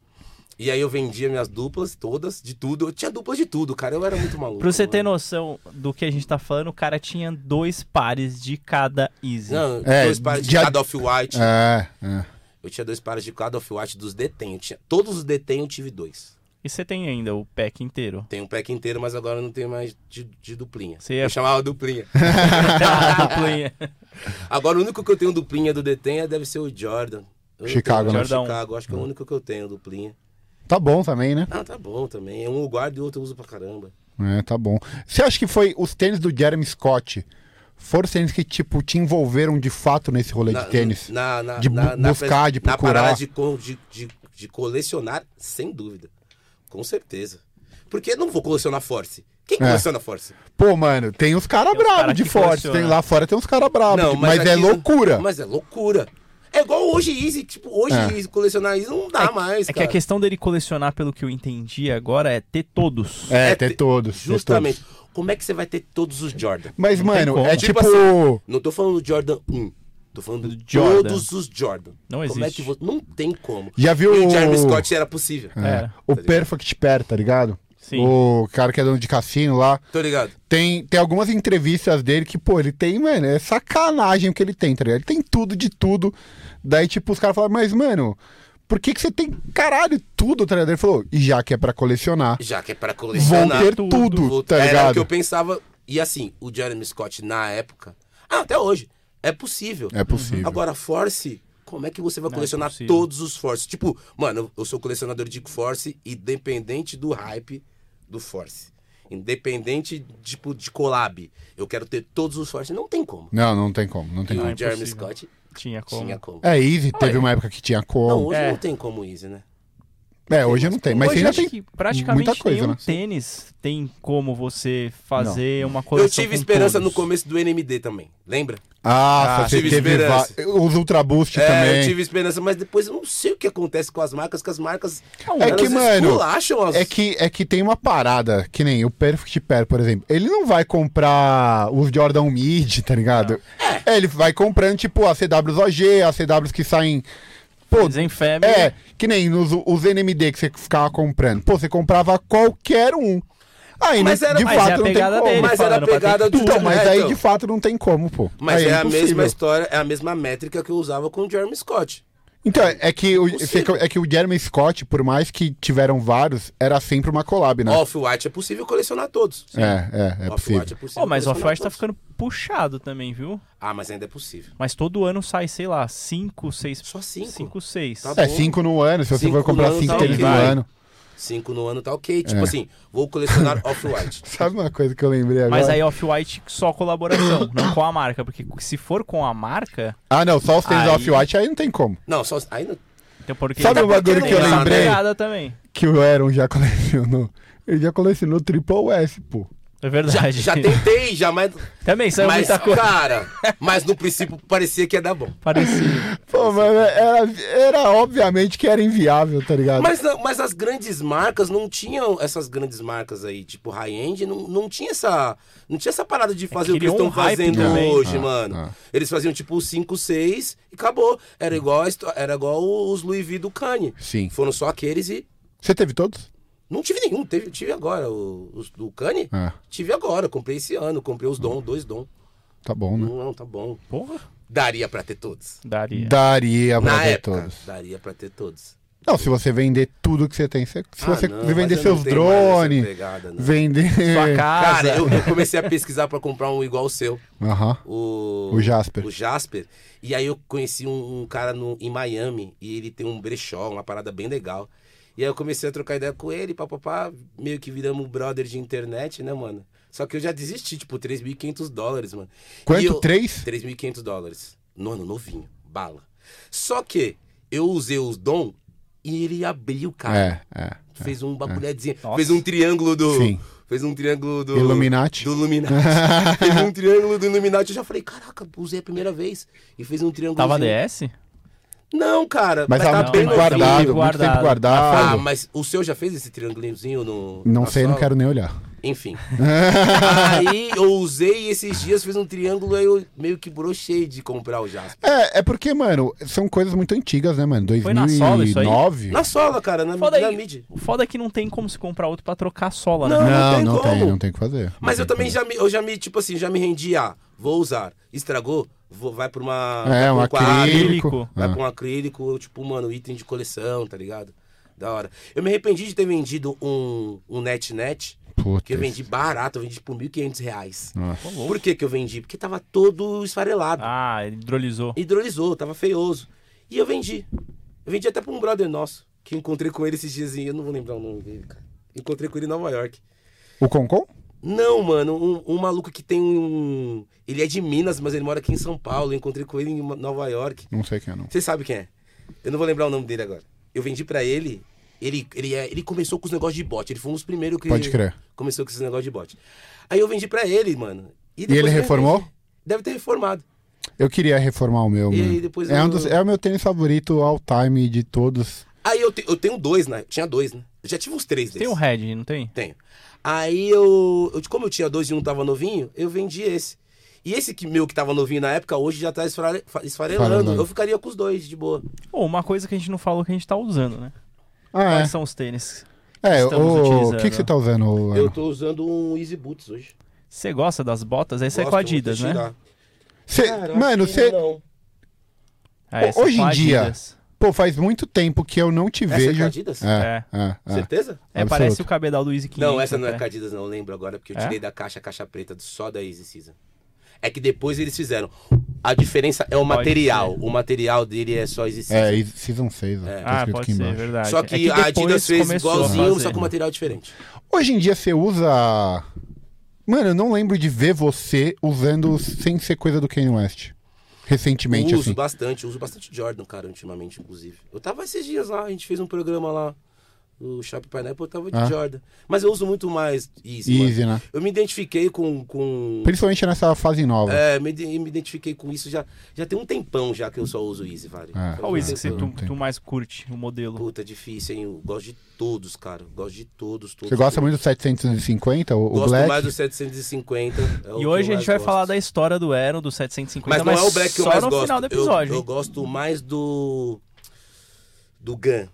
Speaker 3: E aí eu vendia minhas duplas todas, de tudo. Eu tinha duplas de tudo, cara. Eu era muito maluco.
Speaker 1: Pra você ter
Speaker 3: mano.
Speaker 1: noção do que a gente tá falando, o cara tinha dois pares de cada Easy.
Speaker 3: Não,
Speaker 2: É,
Speaker 3: dois pares de
Speaker 2: já-
Speaker 3: cada off-white.
Speaker 2: É, é.
Speaker 3: Eu tinha dois pares de cada off-white dos detenhos. Tinha... Todos os detenhos eu tive dois.
Speaker 1: E você tem ainda o pack inteiro.
Speaker 3: Tem um pack inteiro, mas agora eu não tenho mais de, de duplinha.
Speaker 1: Você é-
Speaker 3: Eu chamava duplinha.
Speaker 1: Duplinha.
Speaker 3: Agora, o único que eu tenho duplinha do Detenha é, deve ser o Jordan. Eu não
Speaker 2: Chicago,
Speaker 3: tenho
Speaker 1: né?
Speaker 3: o
Speaker 1: Jordan.
Speaker 3: Chicago, acho que é o único que eu tenho duplinha.
Speaker 2: Tá bom também, né?
Speaker 3: Ah, tá bom também. Um eu guardo e o outro eu uso pra caramba.
Speaker 2: É, tá bom. Você acha que foi os tênis do Jeremy Scott? Foram os tênis que, tipo, te envolveram de fato nesse rolê de tênis?
Speaker 3: Na, na,
Speaker 2: De
Speaker 3: na,
Speaker 2: bu-
Speaker 3: na-
Speaker 2: buscar, de
Speaker 3: na
Speaker 2: procurar.
Speaker 3: parada de, co- de, de, de colecionar, sem dúvida. Com certeza. Porque eu não vou colecionar Force. Quem
Speaker 2: É.
Speaker 3: coleciona Force?
Speaker 2: Pô, mano, tem uns caras
Speaker 1: Tem uns
Speaker 2: bravos
Speaker 1: cara
Speaker 2: de
Speaker 1: que né?
Speaker 2: forte.
Speaker 1: coleciona.
Speaker 2: Tem lá fora tem uns caras bravos.
Speaker 3: Não,
Speaker 2: que- Mas, é
Speaker 3: aqui-
Speaker 2: loucura.
Speaker 3: Mas é loucura. É igual hoje Easy. Tipo, hoje
Speaker 2: É.
Speaker 3: Easy, colecionar Easy não dá mais,
Speaker 1: É que
Speaker 3: cara.
Speaker 1: a questão dele colecionar, pelo que eu entendi agora, é ter todos.
Speaker 2: É,
Speaker 3: é
Speaker 2: tem
Speaker 3: te-
Speaker 2: todos. tem
Speaker 3: Justamente.
Speaker 2: todos.
Speaker 3: Como é que você vai ter todos os Jordan?
Speaker 2: Mas,
Speaker 1: Não tem
Speaker 2: mano,
Speaker 1: como.
Speaker 2: é tipo.
Speaker 3: Tipo Não tô falando do Jordan 1. Tô falando de
Speaker 1: Do Jordan.
Speaker 3: todos os Jordan.
Speaker 1: Não
Speaker 3: Como
Speaker 1: existe.
Speaker 3: é que você... Não tem como.
Speaker 2: Já viu
Speaker 3: E o Jeremy
Speaker 2: o-
Speaker 3: Scott era possível.
Speaker 1: É.
Speaker 2: O Perfect Pair, tá ligado?
Speaker 1: Sim.
Speaker 2: O cara que é dono de cassino lá.
Speaker 3: Tô ligado?
Speaker 2: Tem, tem algumas entrevistas dele que, pô, ele tem, mano, é sacanagem o que ele tem, tá ligado? Ele tem tudo de tudo. Daí, tipo, os caras falam, mas, mano, por que, que você tem, caralho, tudo, tá ligado? Ele falou, e já que é pra colecionar,
Speaker 3: Já que é pra
Speaker 2: vão
Speaker 3: colecionar.
Speaker 2: ter
Speaker 1: tudo,
Speaker 2: tudo,
Speaker 3: vou-
Speaker 2: tá
Speaker 3: Era o que eu
Speaker 2: ligado?
Speaker 3: pensava. E assim, o Jeremy Scott na época... Ah, até hoje. É possível.
Speaker 2: É possível.
Speaker 3: Agora, Force... Como é que você vai
Speaker 1: Não, é
Speaker 3: colecionar
Speaker 1: possível.
Speaker 3: todos os Force? Tipo, mano, eu- eu sou colecionador de Force e dependente do hype do Force. Independente tipo, de collab. Eu quero ter todos os fortes. Não tem como.
Speaker 2: Não, não tem como, não tem
Speaker 3: E
Speaker 1: Não
Speaker 2: como.
Speaker 1: é
Speaker 3: o Jeremy
Speaker 1: possível.
Speaker 3: Scott
Speaker 1: Tinha como.
Speaker 3: tinha como.
Speaker 2: É, Easy teve uma época que tinha
Speaker 3: Não,
Speaker 2: como.
Speaker 3: hoje
Speaker 1: É.
Speaker 3: não tem como Easy, né?
Speaker 2: é, hoje não tem, mas
Speaker 1: Hoje
Speaker 2: ainda
Speaker 1: acho
Speaker 2: tem.
Speaker 1: que praticamente
Speaker 2: muita coisa,
Speaker 1: nenhum
Speaker 2: né?
Speaker 1: tênis tem como você fazer uma coleção
Speaker 3: Eu tive
Speaker 1: com
Speaker 3: esperança
Speaker 1: todos.
Speaker 3: no começo do NMD também, lembra?
Speaker 2: Ah,
Speaker 3: Ah,
Speaker 2: você
Speaker 3: tive
Speaker 2: teve va-
Speaker 3: esperança.
Speaker 2: os Ultra Boost
Speaker 3: É,
Speaker 2: também.
Speaker 3: eu tive esperança, mas depois eu não sei o que acontece com as marcas, que as marcas.
Speaker 2: É
Speaker 3: elas
Speaker 2: que, mano,
Speaker 3: esculacham as...
Speaker 2: É que, é que tem uma parada, que nem o Perfect Pair, por exemplo. Ele não vai comprar os Jordan Mid, tá ligado?
Speaker 3: É.
Speaker 2: Ele vai comprando, tipo, a CWs OG, as CWs que saem. Pô,
Speaker 1: Design Family.
Speaker 2: é, que nem os, os NMD que você ficava comprando. Pô, você comprava qualquer um. Aí,
Speaker 3: Mas
Speaker 2: não-
Speaker 3: era-
Speaker 2: de
Speaker 3: mas
Speaker 1: é a
Speaker 2: fato, não tem
Speaker 1: pegada
Speaker 2: como.
Speaker 1: dele,
Speaker 3: Mas
Speaker 1: falando
Speaker 3: era a
Speaker 1: pra ter
Speaker 3: pegada do.
Speaker 2: Então, mas
Speaker 3: é,
Speaker 2: aí,
Speaker 3: então.
Speaker 2: de fato, não tem como, pô.
Speaker 3: Mas
Speaker 2: Aí
Speaker 3: é, a
Speaker 2: impossível.
Speaker 3: mesma história, é a mesma métrica que eu usava com o Jeremy Scott.
Speaker 2: Então, é que, o,
Speaker 3: Impossível.
Speaker 2: é que o Jeremy Scott, por mais que tiveram vários, era sempre uma collab, né?
Speaker 3: Off-White é possível colecionar todos.
Speaker 2: É, é, é possível.
Speaker 3: Off-White é possível.
Speaker 1: Pô, mas o
Speaker 3: colecionar
Speaker 1: Off-White tá
Speaker 3: todos.
Speaker 1: ficando puxado também, viu?
Speaker 3: Ah, mas ainda é possível.
Speaker 1: Mas todo ano sai, sei lá, 5, 6.
Speaker 3: Só cinco.
Speaker 1: 5, 6.
Speaker 3: Tá
Speaker 2: É,
Speaker 3: bom.
Speaker 2: cinco no ano. Se você
Speaker 3: Cinco
Speaker 2: for comprar
Speaker 3: no ano,
Speaker 2: cinco
Speaker 1: tá
Speaker 2: tênis
Speaker 1: ok.
Speaker 2: no
Speaker 1: Vai.
Speaker 2: ano.
Speaker 3: Cinco no ano tá
Speaker 2: É.
Speaker 3: ok. Tipo assim, vou colecionar Off-White.
Speaker 2: Sabe uma coisa que eu lembrei agora?
Speaker 1: Mas aí Off-White só colaboração, não com a marca. Porque se for com a marca,
Speaker 2: Ah, não. Só os tênis
Speaker 1: Aí-
Speaker 2: off-white aí não tem como.
Speaker 3: Não, só. Ainda.
Speaker 1: então porque...
Speaker 2: Sabe o
Speaker 1: Tá
Speaker 2: bagulho
Speaker 1: porque
Speaker 2: que eu
Speaker 1: tem essa
Speaker 2: lembrei?
Speaker 1: pegada também.
Speaker 2: Que o Aaron já colecionou. Ele já colecionou triple S, pô.
Speaker 1: É
Speaker 3: Já,
Speaker 1: verdade.
Speaker 3: já tentei, já, mas.
Speaker 1: Também saiu
Speaker 3: mas,
Speaker 1: é muita coisa
Speaker 3: cara, mas no princípio parecia que ia dar bom.
Speaker 1: parecida.
Speaker 2: Pô, mas era, era obviamente que era inviável, tá ligado?
Speaker 3: Mas, não- mas as grandes marcas não tinham essas grandes marcas aí, tipo high-end, não, não tinha essa. Não tinha essa parada de fazer o que
Speaker 1: criou
Speaker 3: estão
Speaker 1: um hype
Speaker 3: fazendo
Speaker 1: também.
Speaker 3: hoje,
Speaker 2: Ah,
Speaker 3: mano.
Speaker 2: ah.
Speaker 3: Eles faziam tipo 5, 6 e acabou. Era igual, a histó- era igual os Louis V do Kanye.
Speaker 2: Sim.
Speaker 3: Foram só aqueles e.
Speaker 2: Você teve todos?
Speaker 3: Não tive nenhum, teve, tive agora. o- Os do Kanye?
Speaker 2: Ah, Hum.
Speaker 3: Tive agora, comprei esse ano, comprei os Dom, dois Dom.
Speaker 2: tá bom, né?
Speaker 3: Não, não, tá bom.
Speaker 1: Porra,
Speaker 3: Daria pra ter todos.
Speaker 1: daria.
Speaker 2: Daria pra
Speaker 3: Na
Speaker 2: ver
Speaker 3: época,
Speaker 2: todos.
Speaker 3: daria pra ter todos.
Speaker 2: Não, se você vender tudo que você tem. Se, se
Speaker 3: Ah,
Speaker 2: você
Speaker 3: não, mas
Speaker 2: vender
Speaker 3: eu não
Speaker 2: seus
Speaker 3: tenho mais essa
Speaker 2: drones,
Speaker 3: pegada, não.
Speaker 2: vender...
Speaker 1: Sua casa.
Speaker 3: é, Cara, eu, eu comecei a pesquisar pra comprar um igual o seu.
Speaker 2: Aham.
Speaker 3: O,
Speaker 2: O Jasper.
Speaker 3: o Jasper. E aí eu conheci um, um cara no, em Miami e ele tem um brechó, uma parada bem legal. E aí eu comecei a trocar ideia com ele, papapá, meio que viramos brother de internet, né, mano? Só que eu já desisti, tipo, 3.500 dólares, mano. E
Speaker 2: Quanto?
Speaker 3: eu-
Speaker 2: Três?
Speaker 3: 3.500 dólares. Nono, novinho, bala. Só que eu usei os dom e ele abriu, cara.
Speaker 2: É, é.
Speaker 3: Fez um bagulhadinho.
Speaker 1: Nossa.
Speaker 3: Fez um triângulo do.
Speaker 2: Sim.
Speaker 3: Fez um triângulo do.
Speaker 2: Illuminati.
Speaker 3: Do Illuminati. fez um triângulo do Illuminati. Eu já falei, caraca, usei a primeira vez. E fez um triângulo.
Speaker 1: Tava DS?
Speaker 3: Não, cara.
Speaker 2: Mas, há
Speaker 3: tá
Speaker 1: não,
Speaker 2: muito
Speaker 3: bem
Speaker 1: mas
Speaker 2: tempo
Speaker 3: novinho.
Speaker 2: guardado, muito
Speaker 1: guardado.
Speaker 2: tempo guardado.
Speaker 3: Ah, mas o seu já fez esse triângulozinho no.
Speaker 2: Não
Speaker 3: na
Speaker 2: sei, não
Speaker 3: sola?
Speaker 2: quero nem olhar.
Speaker 3: Enfim. aí eu usei esses dias, fez um triângulo, aí eu meio que brochei de comprar o Jasper.
Speaker 2: É, é porque, mano, são coisas muito antigas, né, mano?
Speaker 1: Foi na sola isso aí?
Speaker 2: 2009?
Speaker 3: Na sola, cara, na,
Speaker 1: Foda
Speaker 3: na mid.
Speaker 1: aí. O foda é que não tem como se comprar outro pra trocar a sola, né?
Speaker 3: Não,
Speaker 2: Não,
Speaker 3: tem
Speaker 2: não tem,
Speaker 3: como.
Speaker 2: não tem o que fazer.
Speaker 3: Mas
Speaker 2: Não
Speaker 3: eu
Speaker 2: tem
Speaker 3: também
Speaker 2: o que
Speaker 3: já me, eu já me, tipo assim, já me rendi a, vou usar, estragou, vou, vai pra uma...
Speaker 2: fazer. É, um
Speaker 3: vai pra quadro,
Speaker 2: acrílico.
Speaker 3: Vai
Speaker 2: Ah.
Speaker 3: pra um acrílico, tipo, mano, item de coleção, tá ligado? Da hora. Eu me arrependi de ter vendido um, um net-net,
Speaker 2: Puta.
Speaker 3: que eu vendi barato, eu vendi tipo, por 1.500 reais.
Speaker 2: Nossa.
Speaker 3: Por que que eu vendi? Porque tava todo esfarelado,
Speaker 1: Ah, ele hidrolisou.
Speaker 3: hidrolisou, tava feioso. E eu vendi. Eu vendi até pra um brother nosso, que eu encontrei com ele esses dias, e eu não vou lembrar o nome dele, cara. Encontrei com ele em Nova York.
Speaker 2: O Concon?
Speaker 3: Não, mano, um, um maluco que tem um. Ele é de Minas, mas ele mora aqui em São Paulo. Eu encontrei com ele em Ma- Nova York.
Speaker 2: Não sei quem é, não.
Speaker 3: Você sabe quem é? Eu não vou lembrar o nome dele agora. Eu vendi pra ele. Ele, ele, é- ele começou com os negócios de bot. Ele foi um dos primeiros que.
Speaker 2: Pode crer.
Speaker 3: Começou com esses negócios de bot. Aí eu vendi pra ele, mano.
Speaker 2: E ele
Speaker 3: depois eu
Speaker 2: reformou?
Speaker 3: arrependi. Deve ter reformado.
Speaker 2: Eu queria reformar o meu,
Speaker 3: E
Speaker 2: mano.
Speaker 3: aí depois
Speaker 2: é,
Speaker 3: eu-
Speaker 2: um dos- é o meu tênis favorito all time de todos.
Speaker 3: Aí eu, te- eu tenho dois, né? Eu tinha dois, né? Eu já tive uns três desses.
Speaker 1: Tem um o Red, não tem?
Speaker 3: Tenho. Aí eu, eu- Como eu tinha dois e um tava novinho, eu vendi esse. E esse que meu que tava novinho na época, hoje já tá esfare- fa- esfarelando.
Speaker 2: Esfarelando.
Speaker 3: Eu ficaria com os dois, de boa.
Speaker 1: Ou uma coisa que a gente não falou que a gente tá usando, né?
Speaker 3: É.
Speaker 2: Ah,
Speaker 1: Quais são os tênis?
Speaker 2: é. É,
Speaker 1: estamos
Speaker 2: o... o
Speaker 1: utilizando?
Speaker 2: que, que você tá usando,
Speaker 3: Eu
Speaker 2: Ana?
Speaker 3: tô usando um Easy Boots hoje.
Speaker 1: Você gosta das botas? Essa é com
Speaker 3: Gosto, vou
Speaker 1: a
Speaker 3: até
Speaker 1: Adidas, né?
Speaker 3: tirar.
Speaker 2: Cê-
Speaker 3: Cara, eu
Speaker 2: Mano,
Speaker 3: acho que
Speaker 2: você.
Speaker 3: não.
Speaker 1: Ah, essa é
Speaker 2: Hoje
Speaker 1: com a
Speaker 2: em dia,
Speaker 1: Adidas.
Speaker 2: Pô, faz muito tempo que eu não te
Speaker 3: Essa é
Speaker 2: vejo.
Speaker 3: com a Adidas?
Speaker 2: É, é, é.
Speaker 3: Certeza?
Speaker 1: É,
Speaker 2: absoluto.
Speaker 1: parece o cabedal do Easy 500.
Speaker 3: Não, essa não é
Speaker 1: até.
Speaker 3: com a Adidas, não. Eu lembro agora, porque eu
Speaker 1: né? É?
Speaker 3: tirei da caixa a caixa preta do- só da Easy Season. É que depois eles fizeram. A diferença é o
Speaker 1: Pode
Speaker 3: material.
Speaker 1: ser.
Speaker 3: O material dele é só existir.
Speaker 2: É, e Season 6, ó.
Speaker 3: É.
Speaker 2: Tá
Speaker 1: Ah,
Speaker 2: escrito
Speaker 1: pode
Speaker 2: aqui
Speaker 1: ser,
Speaker 2: embaixo.
Speaker 1: verdade.
Speaker 3: Só
Speaker 1: É
Speaker 3: que, a Adidas
Speaker 1: depois
Speaker 3: fez
Speaker 1: começou a
Speaker 3: igualzinho, só
Speaker 1: fazer.
Speaker 3: com material diferente.
Speaker 2: Hoje em dia você usa. Mano, eu não lembro de ver você usando sem ser coisa do Kanye West. Recentemente,
Speaker 3: uso
Speaker 2: assim.
Speaker 3: bastante, uso bastante Jordan, cara, ultimamente, inclusive. Eu tava esses dias lá, a gente fez um programa lá no Shop Pineapple, eu tava de
Speaker 2: Ah.
Speaker 3: Jordan. Mas eu uso muito mais Easy. mano.
Speaker 2: Easy, né?
Speaker 3: Eu me identifiquei com. com...
Speaker 2: Principalmente nessa fase nova.
Speaker 3: É, me, ide- me identifiquei com isso já, já tem um tempão já que eu só uso Easy, vale. Então,
Speaker 2: É.
Speaker 1: Qual o Easy que você, tu,
Speaker 2: Entendi.
Speaker 1: tu mais curte, o modelo?
Speaker 3: Puta, difícil, hein? Eu gosto de todos, cara. Eu Gosto de todos, todos.
Speaker 2: Você gosta
Speaker 3: todos.
Speaker 2: muito do 750, o, o
Speaker 3: Gosto
Speaker 2: Black?
Speaker 3: mais do 750. é o que
Speaker 1: E
Speaker 3: eu
Speaker 1: hoje a
Speaker 3: mais
Speaker 1: gente vai
Speaker 3: gosto.
Speaker 1: falar da história do Aero, do 750,
Speaker 3: Mas
Speaker 1: mas,
Speaker 3: não é o Black que eu
Speaker 1: só
Speaker 3: mais
Speaker 1: no
Speaker 3: gosto.
Speaker 1: final do
Speaker 3: Eu-
Speaker 1: episódio.
Speaker 3: Eu,
Speaker 1: Eu,
Speaker 3: gosto mais do. Do Gun.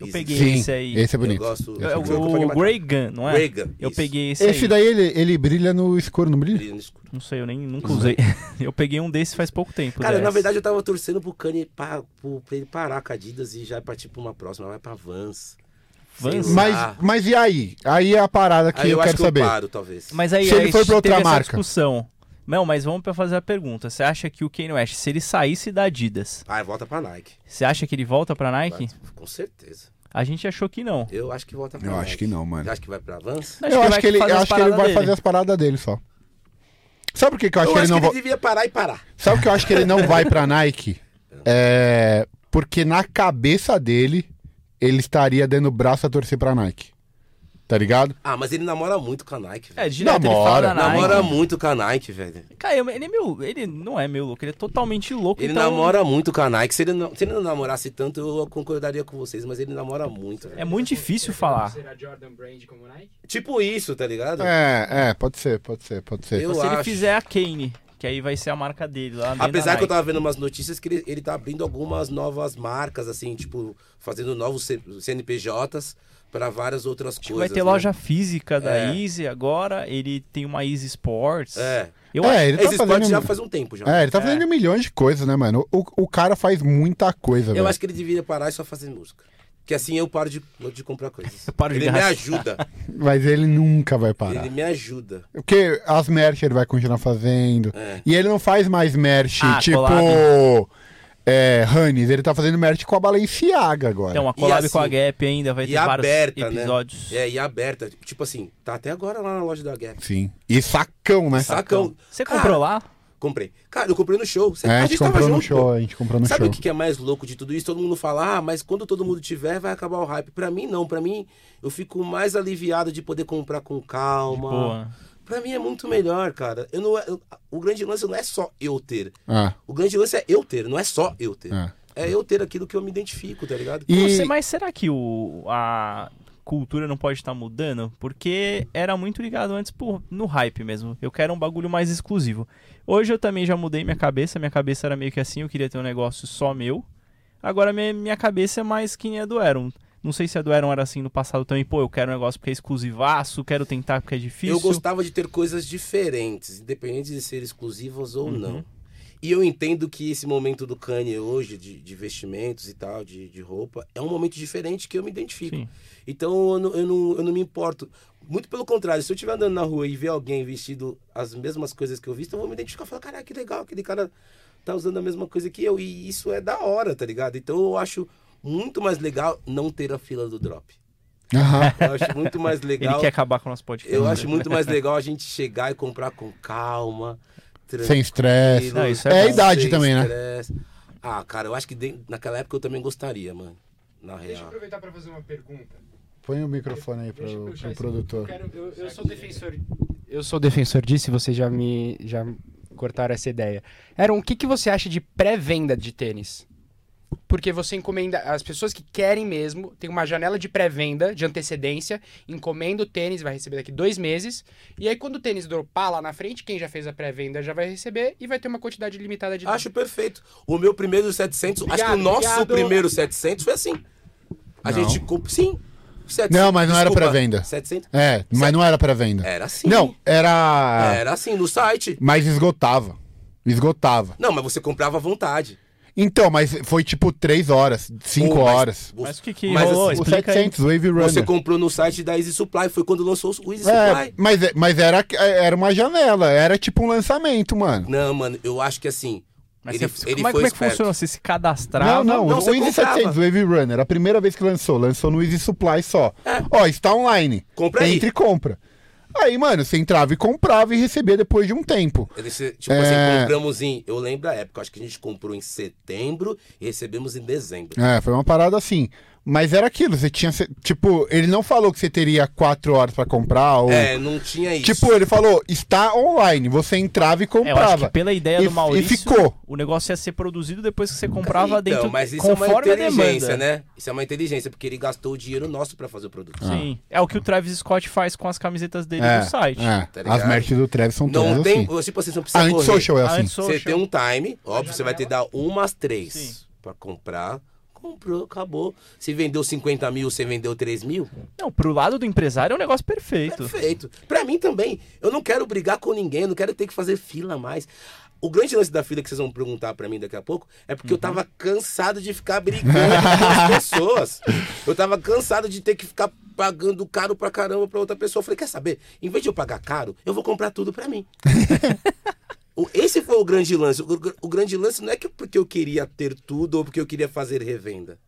Speaker 3: Easy.
Speaker 1: peguei
Speaker 2: Sim,
Speaker 1: esse aí.
Speaker 2: é bonito.
Speaker 3: Eu gosto.
Speaker 2: Esse é
Speaker 1: É
Speaker 3: Esse eu tô
Speaker 1: o,
Speaker 3: falando
Speaker 1: o
Speaker 3: mais-
Speaker 1: Grey Gun, não é?
Speaker 3: Grey Gun,
Speaker 1: Eu
Speaker 3: isso.
Speaker 1: peguei esse,
Speaker 2: Esse
Speaker 1: aí.
Speaker 2: daí ele, ele brilha no escuro, não brilha?
Speaker 3: Brilho no escuro.
Speaker 1: Não sei, eu nem nunca usei. eu peguei um desse faz pouco tempo.
Speaker 3: Cara, na
Speaker 1: desse.
Speaker 3: verdade eu tava torcendo pro Kanye pra, pro- pra ele parar com a Adidas e já partir pra uma próxima, vai pra Vans.
Speaker 1: Vans?
Speaker 3: Sei
Speaker 2: Mas,
Speaker 3: lá.
Speaker 2: mas e aí? Aí é a parada que
Speaker 3: Aí
Speaker 2: eu
Speaker 3: acho
Speaker 2: quero
Speaker 3: que
Speaker 2: saber.
Speaker 3: eu paro, talvez.
Speaker 1: Mas aí,
Speaker 2: Se ele
Speaker 1: aí
Speaker 2: for pra outra
Speaker 1: teve
Speaker 2: marca.
Speaker 1: essa discussão. Não, mas vamos pra fazer a pergunta. Você acha que o Kanye West, se ele saísse da Adidas,
Speaker 3: Ah, volta pra Nike.
Speaker 1: você acha que ele volta pra Nike?
Speaker 3: Vai, Com certeza.
Speaker 1: A gente achou que não.
Speaker 3: Eu acho que volta pra
Speaker 2: Eu
Speaker 3: Nike.
Speaker 2: acho que não, mano.
Speaker 3: Você acha que vai pra Vans?
Speaker 2: eu acho que ele,
Speaker 1: fazer
Speaker 2: eu
Speaker 1: as
Speaker 2: acho que ele
Speaker 1: paradas
Speaker 2: vai
Speaker 1: dele.
Speaker 2: fazer as paradas dele só. Sabe por que, que eu acho
Speaker 3: eu
Speaker 2: que ele
Speaker 3: acho
Speaker 2: não
Speaker 3: que
Speaker 2: vai.
Speaker 3: ele devia parar e parar.
Speaker 2: Sabe por que eu acho que ele não vai pra Nike? É. Porque na cabeça dele, ele estaria dando o braço a torcer pra Nike. Tá ligado?
Speaker 3: Ah, mas ele namora muito com a Nike, velho.
Speaker 1: É, direto
Speaker 2: Namora.
Speaker 1: ele fala da Nike.
Speaker 3: Namora muito com a Nike, velho.
Speaker 1: Cara, eu- ele é meu. Ele não é meu louco, ele é totalmente louco.
Speaker 3: Ele
Speaker 1: então
Speaker 3: namora muito com a Nike. Se ele, não, se ele não namorasse tanto, eu concordaria com vocês, mas ele namora muito. velho.
Speaker 1: É muito difícil falar.
Speaker 4: Será Jordan Brand como Nike?
Speaker 1: É.
Speaker 3: Tipo isso, tá ligado?
Speaker 2: É, é, pode ser, pode ser, pode ser.
Speaker 3: Eu
Speaker 1: se ele
Speaker 3: acho.
Speaker 1: fizer a Kane, que aí vai ser a marca dele lá dentro
Speaker 3: Apesar
Speaker 1: da
Speaker 3: que eu
Speaker 1: Nike.
Speaker 3: tava vendo umas notícias que ele, ele tá abrindo algumas novas marcas, assim, tipo, fazendo novos C- CNPJs para várias outras coisas.
Speaker 1: Vai ter
Speaker 3: né?
Speaker 1: loja física da
Speaker 3: É.
Speaker 1: Easy agora, ele tem uma Easy Sports.
Speaker 3: É.
Speaker 1: Eu
Speaker 2: é,
Speaker 1: acho
Speaker 2: ele tá
Speaker 3: Esse esporte
Speaker 2: fazendo.
Speaker 3: já faz um tempo já.
Speaker 2: É, ele tá
Speaker 1: É.
Speaker 2: fazendo milhões de coisas, né, mano? O, o cara faz muita coisa,
Speaker 3: Eu
Speaker 2: velho.
Speaker 3: acho que ele devia parar e só fazer música. Que assim eu paro de, de comprar coisas.
Speaker 1: Eu paro de
Speaker 3: ele me
Speaker 1: gastar.
Speaker 3: ajuda.
Speaker 2: Mas ele nunca vai parar.
Speaker 3: ele me ajuda.
Speaker 2: Porque as merch ele vai continuar fazendo.
Speaker 3: É.
Speaker 2: E ele não faz mais merch,
Speaker 1: Ah,
Speaker 2: tipo. É, Hannes, ele tá fazendo merch com a Balenciaga agora.
Speaker 1: Tem uma collab
Speaker 3: assim,
Speaker 1: com a Gap ainda, vai
Speaker 3: E
Speaker 1: ter vários
Speaker 3: aberta,
Speaker 1: episódios.
Speaker 3: né? É, e aberta. Tipo assim, tá até agora lá na loja da Gap.
Speaker 2: Sim. E sacão, né?
Speaker 3: Sacão.
Speaker 1: Você comprou
Speaker 3: Ah,
Speaker 1: lá?
Speaker 3: Comprei. Cara, eu comprei no show. Cê-
Speaker 2: É, a gente
Speaker 3: tava
Speaker 2: comprou no
Speaker 3: junto.
Speaker 2: show, a gente comprou no
Speaker 3: Sabe
Speaker 2: show.
Speaker 3: o que que é mais louco de tudo isso? Todo mundo fala, ah, mas quando todo mundo tiver, vai acabar o hype. Pra mim, não. Pra mim, eu fico mais aliviado de poder comprar com calma.
Speaker 1: Boa.
Speaker 3: Pra mim é muito melhor, cara. Eu não, é, eu- o grande lance não é só eu ter.
Speaker 2: Ah,
Speaker 3: O grande lance é eu ter, não é só eu ter.
Speaker 2: ah.
Speaker 3: É, eu ter aquilo que eu me identifico, tá ligado?
Speaker 2: E-
Speaker 1: Você- mas será que o, a cultura não pode estar mudando? Porque era muito ligado antes por- no hype mesmo. Eu quero um bagulho mais exclusivo. Hoje eu também já mudei minha cabeça. Minha cabeça era meio que assim, eu queria ter um negócio só meu. Agora minha, minha cabeça é mais que nem a do Eron. Não sei se a do Eron era assim no passado também. Pô, eu quero um negócio porque é exclusivaço, quero tentar porque é difícil.
Speaker 3: Eu gostava de ter coisas diferentes, independente de ser exclusivas ou
Speaker 1: Uhum.
Speaker 3: não. E eu entendo que esse momento do Kanye hoje, de, de vestimentos e tal, de, de roupa, é um momento diferente que eu me identifico.
Speaker 1: Sim.
Speaker 3: Então eu não, eu, não, eu não me importo. Muito pelo contrário, se eu estiver andando na rua e ver alguém vestido as mesmas coisas que eu visto, eu vou me identificar e falar, caraca, que legal, aquele cara tá usando a mesma coisa que eu. E isso é da hora, tá ligado? Então eu acho muito mais legal não ter a fila do drop.
Speaker 2: Aham.
Speaker 3: Eu acho muito mais legal.
Speaker 1: Ele quer acabar com o nosso podcast.
Speaker 3: Eu acho muito mais legal a gente chegar e comprar com calma,
Speaker 2: Sem estresse.
Speaker 1: Não, isso é
Speaker 2: É a
Speaker 1: bom.
Speaker 2: idade
Speaker 3: sem
Speaker 2: também, né?
Speaker 3: estresse. Ah, cara, eu acho que de- naquela época eu também gostaria, mano. Na
Speaker 4: Deixa eu
Speaker 3: real.
Speaker 4: aproveitar para fazer uma pergunta.
Speaker 2: Põe o microfone aí pro,
Speaker 4: Deixa eu
Speaker 2: pro
Speaker 4: puxar esse- Eu,
Speaker 2: produtor.
Speaker 4: quero- eu- eu sou defensor. Eu sou defensor disso e vocês já me já cortaram essa ideia. Eram, o que, que você acha de pré-venda de tênis? Porque você encomenda. As pessoas que querem mesmo, tem uma janela de pré-venda, de antecedência, encomenda o tênis, vai receber daqui dois meses. E aí, quando o tênis dropar lá na frente, quem já fez a pré-venda já vai receber e vai ter uma quantidade limitada de
Speaker 3: Acho perfeito. O meu primeiro 700, acho que o
Speaker 4: Obrigado,
Speaker 3: nosso
Speaker 4: obrigado.
Speaker 3: primeiro 700 foi assim. A
Speaker 2: Não.
Speaker 3: gente compra. Sim. 700,
Speaker 2: Não, mas não era
Speaker 3: desculpa,
Speaker 2: pré-venda.
Speaker 3: 700?
Speaker 2: É, mas não era pra venda.
Speaker 3: Era assim.
Speaker 2: Não, era. Ah.
Speaker 3: Era assim, no site.
Speaker 2: Mas esgotava. Esgotava.
Speaker 3: Não, mas você comprava à vontade.
Speaker 2: Então, mas foi tipo 3 horas, 5
Speaker 3: Ou, mas-
Speaker 2: horas.
Speaker 1: Mas o que que
Speaker 3: Mas,
Speaker 1: rolou? é
Speaker 3: assim,
Speaker 2: O
Speaker 1: Explica aí.
Speaker 2: 700, Wave Runner.
Speaker 3: Você comprou no site da Easy Supply, foi quando lançou o Easy
Speaker 2: É,
Speaker 3: Supply.
Speaker 2: mas, é- mas era, era uma janela, era tipo um lançamento, mano.
Speaker 3: Não, mano, eu acho que assim.
Speaker 1: Mas
Speaker 3: ele,
Speaker 1: você-
Speaker 3: ele
Speaker 1: como, é-
Speaker 3: foi
Speaker 1: como é que
Speaker 3: esperto.
Speaker 1: funciona? Você se cadastrava?
Speaker 2: Não, não,
Speaker 3: não,
Speaker 2: o
Speaker 3: você
Speaker 2: Easy
Speaker 3: comprava.
Speaker 2: 700 Wave Runner, a primeira vez que lançou, lançou no Easy Supply só.
Speaker 3: É.
Speaker 2: Ó, está online.
Speaker 3: Compra aí.
Speaker 2: Entre e compra. Aí, mano, você entrava e comprava e recebia depois de um tempo.
Speaker 3: Ele se- tipo
Speaker 2: É.
Speaker 3: assim, compramos em. Eu lembro a época, acho que a gente comprou em setembro e recebemos em dezembro.
Speaker 2: É, foi uma parada assim. Mas era aquilo, você tinha. você- Tipo, ele não falou que você teria quatro horas pra comprar. Ou...
Speaker 3: É, não tinha isso.
Speaker 2: Tipo, ele falou, está online. Você entrava
Speaker 1: É,
Speaker 2: e
Speaker 1: eu acho
Speaker 2: comprava.
Speaker 1: que pela ideia
Speaker 2: E-
Speaker 1: do Maurício,
Speaker 2: e ficou.
Speaker 1: o negócio ia ser produzido depois que você comprava
Speaker 3: Então,
Speaker 1: dentro,
Speaker 3: mas isso
Speaker 1: conforme
Speaker 3: é
Speaker 1: a
Speaker 3: uma inteligência,
Speaker 1: demanda.
Speaker 3: né? Isso é uma inteligência, porque ele gastou o dinheiro nosso pra fazer o produto.
Speaker 2: Ah,
Speaker 1: Sim. É o que o Travis Scott faz com as camisetas dele
Speaker 2: É,
Speaker 1: no site.
Speaker 2: é.
Speaker 3: tá ligado?
Speaker 2: As merch do Travis são todas
Speaker 3: Não tem.
Speaker 2: assim.
Speaker 3: Tipo assim, você não precisa.
Speaker 2: A
Speaker 3: correr.
Speaker 2: Antisocial é
Speaker 1: A
Speaker 2: assim.
Speaker 1: Antisocial-
Speaker 3: Você tem um time, óbvio, você vai ter que dar umas
Speaker 1: Sim.
Speaker 3: três pra comprar. Comprou, acabou. Se vendeu 50 mil, você vendeu 3 mil,
Speaker 1: Não, pro lado do empresário é um negócio perfeito.
Speaker 3: perfeito. Pra mim também. Eu não quero brigar com ninguém, não quero ter que fazer fila mais. O grande lance da fila que vocês vão perguntar pra mim daqui a pouco é porque eu tava cansado de ficar brigando com as pessoas. Eu tava cansado de ter que ficar pagando caro pra caramba pra outra pessoa. Eu falei, quer saber? Em vez de eu pagar caro, eu vou comprar tudo pra mim. O- Esse foi o grande lance. O, gr- o grande lance não é que porque eu queria ter tudo ou porque eu queria fazer revenda.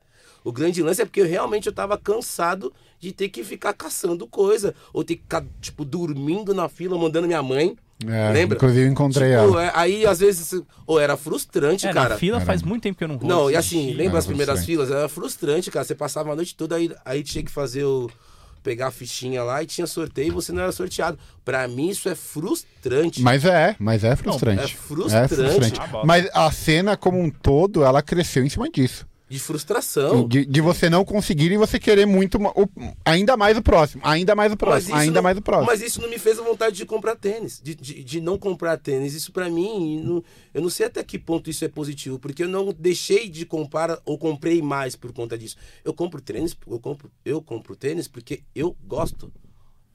Speaker 3: O grande lance é porque eu realmente eu estava cansado de ter que ficar caçando coisa. Ou ter que ficar, tipo, dormindo na fila, mandando minha mãe.
Speaker 2: É,
Speaker 3: Lembra?
Speaker 2: Inclusive, eu encontrei
Speaker 3: Tipo,
Speaker 2: ela.
Speaker 3: é, aí, às vezes, ou era frustrante,
Speaker 1: É, na
Speaker 3: cara.
Speaker 1: fila faz muito tempo que eu não vou.
Speaker 3: Não, e assim, lembra
Speaker 2: Era
Speaker 3: as primeiras
Speaker 2: frustrante.
Speaker 3: filas? Era frustrante, cara. Você passava a noite toda, aí, aí tinha que fazer o. pegar a fichinha lá e tinha sorteio e você não era sorteado. Pra mim, isso é frustrante.
Speaker 2: Mas é, mas é frustrante.
Speaker 3: é frustrante.
Speaker 1: Ah, bota.
Speaker 2: mas a cena como um todo, ela cresceu em cima disso.
Speaker 3: De frustração.
Speaker 2: De, de você não conseguir e você querer muito ma- o- ainda mais o próximo, ainda mais o
Speaker 3: Mas
Speaker 2: próximo,
Speaker 3: isso
Speaker 2: ainda
Speaker 3: não-
Speaker 2: mais o próximo.
Speaker 3: Mas isso não me fez a vontade de comprar tênis, de, de, de não comprar tênis. Isso pra mim, não- eu não sei até que ponto isso é positivo, porque eu não deixei de comprar ou comprei mais por conta disso. Eu compro tênis, eu compro, eu compro tênis porque eu gosto.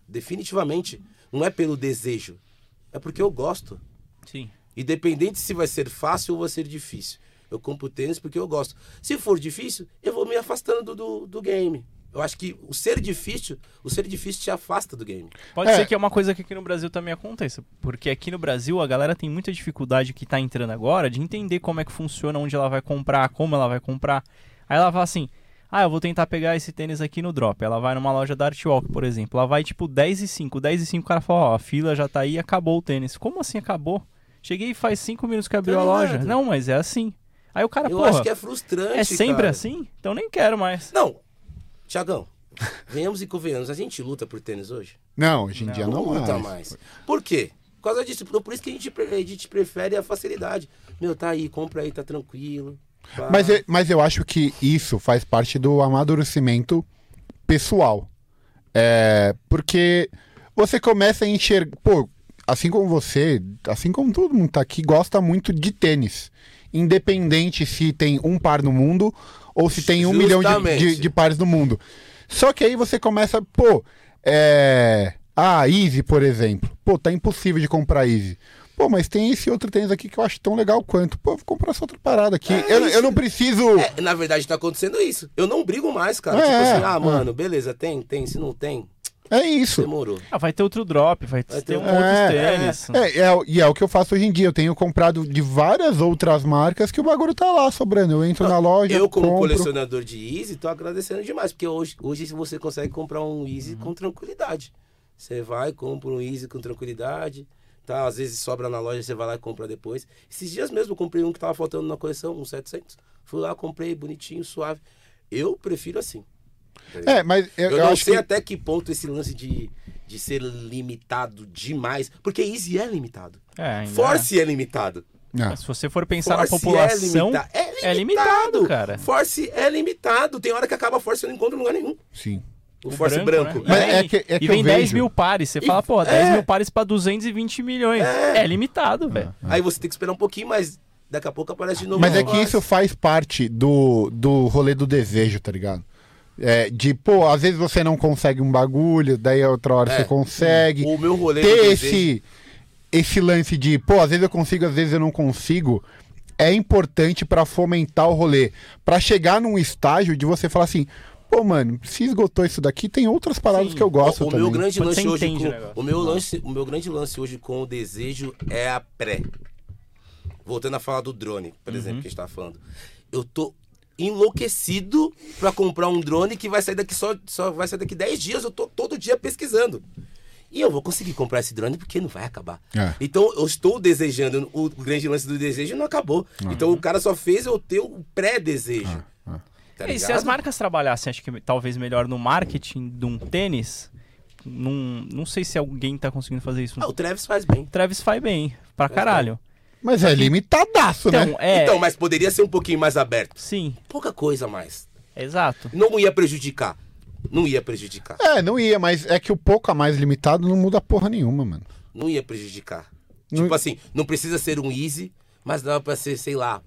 Speaker 3: Definitivamente. Não é pelo desejo, é porque eu gosto.
Speaker 1: Sim.
Speaker 3: Independente se vai ser fácil ou vai ser difícil. Eu compro tênis porque eu gosto. Se for difícil, eu vou me afastando do, do, do game. Eu acho que o ser difícil, o ser difícil te afasta do game.
Speaker 1: Pode
Speaker 2: É.
Speaker 1: ser que é uma coisa que aqui no Brasil também aconteça. Porque aqui no Brasil a galera tem muita dificuldade que tá entrando agora de entender como é que funciona, onde ela vai comprar, como ela vai comprar. Aí ela fala assim: ah, eu vou tentar pegar esse tênis aqui no drop. Ela vai numa loja da Artwalk, por exemplo. Ela vai tipo 10 e 5. 10 e 5 o cara fala: ó, a fila já tá aí, acabou o tênis. Como assim acabou? Cheguei faz 5 minutos que abriu
Speaker 3: Tá
Speaker 1: a loja.
Speaker 3: ligado?
Speaker 1: Não, mas é assim. Aí o cara,
Speaker 3: eu
Speaker 1: porra,
Speaker 3: acho que é frustrante.
Speaker 1: é sempre
Speaker 3: cara.
Speaker 1: assim? Então nem quero mais.
Speaker 3: Não, Tiagão, venhamos e convenhamos. A gente luta por tênis hoje?
Speaker 2: Não, hoje em dia não é mais.
Speaker 3: luta tá mais. Por quê? Por causa disso. Por por isso que a gente, pre- a gente prefere a facilidade. Meu, tá aí, compra aí, tá tranquilo. pá.
Speaker 2: Mas, eu- mas eu acho que isso faz parte do amadurecimento pessoal. É, porque você começa a enxergar. Pô, assim como você, assim como todo mundo tá aqui, gosta muito de tênis. Independente se tem um par no mundo ou se tem um milhão de- de,
Speaker 3: Justamente.
Speaker 2: de pares no mundo. Só que aí você começa, pô, é. Ah, Easy, por exemplo. Pô, tá impossível de comprar Easy. Pô, mas tem esse outro tênis aqui que eu acho tão legal quanto. Pô, vou comprar essa outra parada aqui. eu, eu não preciso.
Speaker 3: É, na verdade, tá acontecendo isso. Eu não brigo mais, cara.
Speaker 2: É,
Speaker 3: tipo assim,
Speaker 2: é.
Speaker 3: ah, mano, beleza, tem, tem. Se não tem,
Speaker 2: É isso.
Speaker 3: demorou.
Speaker 1: Ah, vai ter outro drop, vai ter,
Speaker 3: Vai ter
Speaker 1: um
Speaker 3: um-
Speaker 1: outro
Speaker 2: É,
Speaker 1: tênis.
Speaker 2: É, é o- e é o que eu faço hoje em dia. Eu tenho comprado de várias outras marcas que o bagulho tá lá sobrando. Eu entro na loja.
Speaker 3: Ah, Eu, como
Speaker 2: compro.
Speaker 3: colecionador de Easy, tô agradecendo demais, porque hoje, hoje você consegue comprar um Easy
Speaker 2: Uhum.
Speaker 3: com tranquilidade. Você vai, compra um Easy com tranquilidade, tá? Às vezes sobra na loja, você vai lá e compra depois. Esses dias mesmo eu comprei um que tava faltando na coleção, um 700. Fui lá, comprei, bonitinho, suave. Eu prefiro assim.
Speaker 2: É, mas eu,
Speaker 3: Eu,
Speaker 2: eu
Speaker 3: não
Speaker 2: acho
Speaker 3: sei
Speaker 2: que.
Speaker 3: até que ponto esse lance de, de ser limitado demais, porque Easy é limitado.
Speaker 1: É, ainda-
Speaker 3: Force é limitado.
Speaker 2: Não.
Speaker 1: Mas Se você for pensar na
Speaker 3: Force
Speaker 1: população,
Speaker 3: limita-
Speaker 1: é limitado, cara.
Speaker 3: Force é limitado. Tem hora que acaba a Force eu não encontro em lugar nenhum.
Speaker 2: Sim.
Speaker 3: O, Force branco. é.
Speaker 1: né?
Speaker 2: Mas
Speaker 1: E
Speaker 2: é
Speaker 1: vem-
Speaker 2: que- é que
Speaker 1: e vem
Speaker 2: eu
Speaker 1: 10
Speaker 2: vejo.
Speaker 1: mil pares. Você fala, pô, 10 mil pares pra 220 milhões. É,
Speaker 2: Ah.
Speaker 1: limitado, velho.
Speaker 3: Aí você tem que esperar um pouquinho, mas daqui a pouco aparece de novo. um
Speaker 2: Mas
Speaker 3: o
Speaker 2: é que
Speaker 3: Force.
Speaker 2: isso faz parte do, do rolê do desejo, tá ligado? É, de, pô, às vezes você não consegue um bagulho, daí a outra hora você consegue.
Speaker 3: É, O meu rolê.
Speaker 2: ter
Speaker 3: do
Speaker 2: esse,
Speaker 3: desejo-
Speaker 2: esse lance de, pô, às vezes eu consigo, às vezes eu não consigo, é importante pra fomentar o rolê. Pra chegar num estágio de você falar assim, pô, mano, se esgotou isso daqui, tem outras paradas
Speaker 1: Sim.
Speaker 2: que eu gosto
Speaker 3: o, o
Speaker 2: também.
Speaker 3: meu grande
Speaker 1: Quando
Speaker 3: lance
Speaker 1: você
Speaker 3: hoje
Speaker 1: entende
Speaker 3: com,
Speaker 1: o negócio.
Speaker 3: o meu lance o meu grande lance hoje com o desejo é a pré voltando a falar do drone por
Speaker 1: Uhum.
Speaker 3: exemplo que a gente tá falando eu tô enlouquecido pra comprar um drone que vai sair daqui só só vai sair daqui 10 dias eu tô todo dia pesquisando e eu vou conseguir comprar esse drone porque não vai acabar.
Speaker 2: É.
Speaker 3: Então eu estou desejando, o grande lance do desejo não acabou. Então o cara só fez eu ter o pré-desejo. Tá
Speaker 1: É, e se as
Speaker 3: ligado?
Speaker 1: marcas trabalhassem, acho que talvez melhor no marketing de um tênis, num, não sei se alguém tá conseguindo fazer isso.
Speaker 3: Ah, o Travis faz bem.
Speaker 1: Travis faz bem, pra caralho.
Speaker 2: Mas é limitadaço, né?
Speaker 1: Então, é.
Speaker 3: Então, mas poderia ser um pouquinho mais aberto.
Speaker 1: Sim,
Speaker 3: Pouca coisa a mais.
Speaker 1: exato.
Speaker 3: Não ia prejudicar. Não ia prejudicar.
Speaker 2: É, não ia, mas é que o pouco a mais limitado não muda porra nenhuma, mano.
Speaker 3: Não ia prejudicar.
Speaker 2: Não-
Speaker 3: Tipo assim, não precisa ser um easy, mas dava pra ser, sei lá.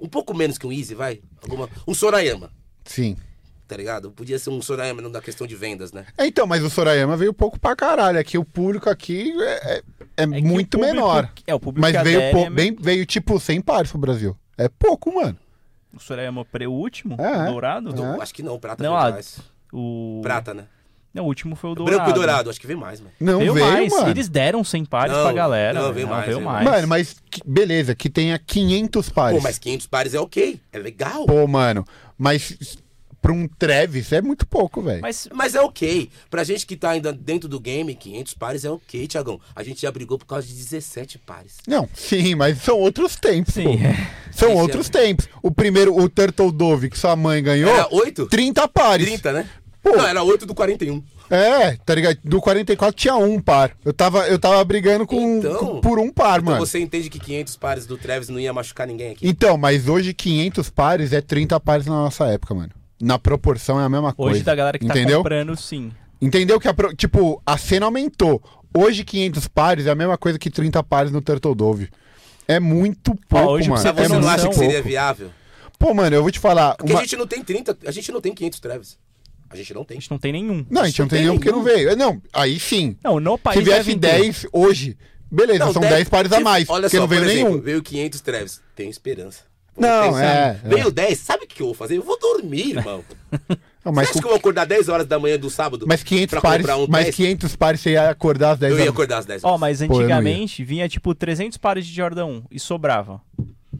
Speaker 3: Um pouco menos que um easy, vai. Alguma... Um Sorayama,
Speaker 2: Sim.
Speaker 3: tá ligado? Podia ser um Sorayama na questão de vendas, né?
Speaker 2: É, Então, mas o Sorayama veio pouco pra caralho. Aqui o público aqui é, é- é
Speaker 1: É que
Speaker 2: muito
Speaker 1: o público-
Speaker 2: menor.
Speaker 1: É, o público
Speaker 2: Mas
Speaker 1: que
Speaker 2: veio,
Speaker 1: adere
Speaker 2: pou-
Speaker 1: é
Speaker 2: bem, veio tipo 100 pares pro Brasil. É pouco, mano.
Speaker 1: O Sorayama Pre, o último,
Speaker 2: É, é.
Speaker 1: o dourado?
Speaker 3: Então,
Speaker 2: É.
Speaker 3: Acho que não, prata
Speaker 1: Não,
Speaker 3: veio
Speaker 1: ah,
Speaker 3: mais.
Speaker 1: O...
Speaker 3: Prata, né?
Speaker 1: Não, o último foi o dourado.
Speaker 3: Branco e dourado, acho que veio mais, mano.
Speaker 2: Não veio,
Speaker 1: Veio, mais,
Speaker 2: mano.
Speaker 1: eles deram 100 pares
Speaker 3: Não,
Speaker 1: pra galera.
Speaker 3: não,
Speaker 1: né?
Speaker 3: veio mais,
Speaker 1: veio
Speaker 3: veio
Speaker 1: mais.
Speaker 2: Mano, mas que- beleza, que tenha 500 pares.
Speaker 3: Pô, mas 500 pares é ok. É legal.
Speaker 2: Pô, mano, mas pra um Travis é muito pouco, velho.
Speaker 1: Mas
Speaker 3: Mas é ok. Pra gente que tá ainda dentro do game, 500 pares é ok, Tiagão. A gente já brigou por causa de 17 pares.
Speaker 2: Não, sim, mas são outros tempos,
Speaker 1: Sim,
Speaker 2: pô.
Speaker 1: é.
Speaker 2: São
Speaker 3: Esse
Speaker 2: outros tempos. O primeiro, o Turtle Dove, que sua mãe ganhou,
Speaker 3: Era 8?
Speaker 2: 30 pares.
Speaker 3: 30, né?
Speaker 2: Pô.
Speaker 3: Não, era 8 do 41.
Speaker 2: É, tá ligado? Do 44 tinha um par. Eu tava, eu tava brigando com,
Speaker 3: Então-
Speaker 2: com- por um par,
Speaker 3: Então
Speaker 2: mano.
Speaker 3: você entende que 500 pares do Travis não ia machucar ninguém aqui?
Speaker 2: Então, mas hoje 500 pares é 30 pares na nossa época, mano. Na proporção é a mesma coisa.
Speaker 1: hoje da galera que tá
Speaker 2: entendeu?
Speaker 1: comprando, sim.
Speaker 2: Entendeu que a pro- tipo, a cena aumentou. Hoje 500 pares é a mesma coisa que 30 pares no Turtle Dove. É muito pouco,
Speaker 1: Ah, hoje, pra
Speaker 2: mano.
Speaker 1: você um ver,
Speaker 2: É
Speaker 3: Você
Speaker 1: não
Speaker 2: muito
Speaker 3: não acha que
Speaker 2: pouco.
Speaker 3: seria viável?
Speaker 2: Pô, mano, eu vou te falar.
Speaker 3: Porque
Speaker 2: uma-
Speaker 3: a gente não tem 30, a gente não tem 500 Travis. A gente não
Speaker 1: A
Speaker 3: tem.
Speaker 1: gente não tem nenhum.
Speaker 2: Não, a gente não tem nenhum porque não veio. Não, aí sim.
Speaker 1: Não, no país é
Speaker 2: Se viesse
Speaker 1: devem ter.
Speaker 2: 10 hoje, beleza, são 10, pares a mais.
Speaker 3: Olha
Speaker 2: porque
Speaker 3: só,
Speaker 2: não veio
Speaker 3: por exemplo,
Speaker 2: nenhum.
Speaker 3: veio 500 Travis. Tenho esperança.
Speaker 2: Não,
Speaker 3: Tenho-
Speaker 2: é,
Speaker 3: Veio 10, sabe o que eu vou fazer? Eu vou dormir, irmão.
Speaker 2: Não, mas
Speaker 3: Você acha
Speaker 2: com-
Speaker 3: que eu vou acordar 10 horas da manhã do sábado?
Speaker 2: Mas 500
Speaker 3: pra
Speaker 2: pares,
Speaker 3: comprar um
Speaker 2: mas
Speaker 3: 10?
Speaker 2: 500 pares você ia acordar às 10
Speaker 3: Eu
Speaker 2: horas.
Speaker 3: ia acordar às 10
Speaker 1: Ó,
Speaker 3: horas.
Speaker 1: mas
Speaker 2: Pô, eu não ia.
Speaker 1: antigamente vinha tipo 300 pares de Jordan 1 e sobrava.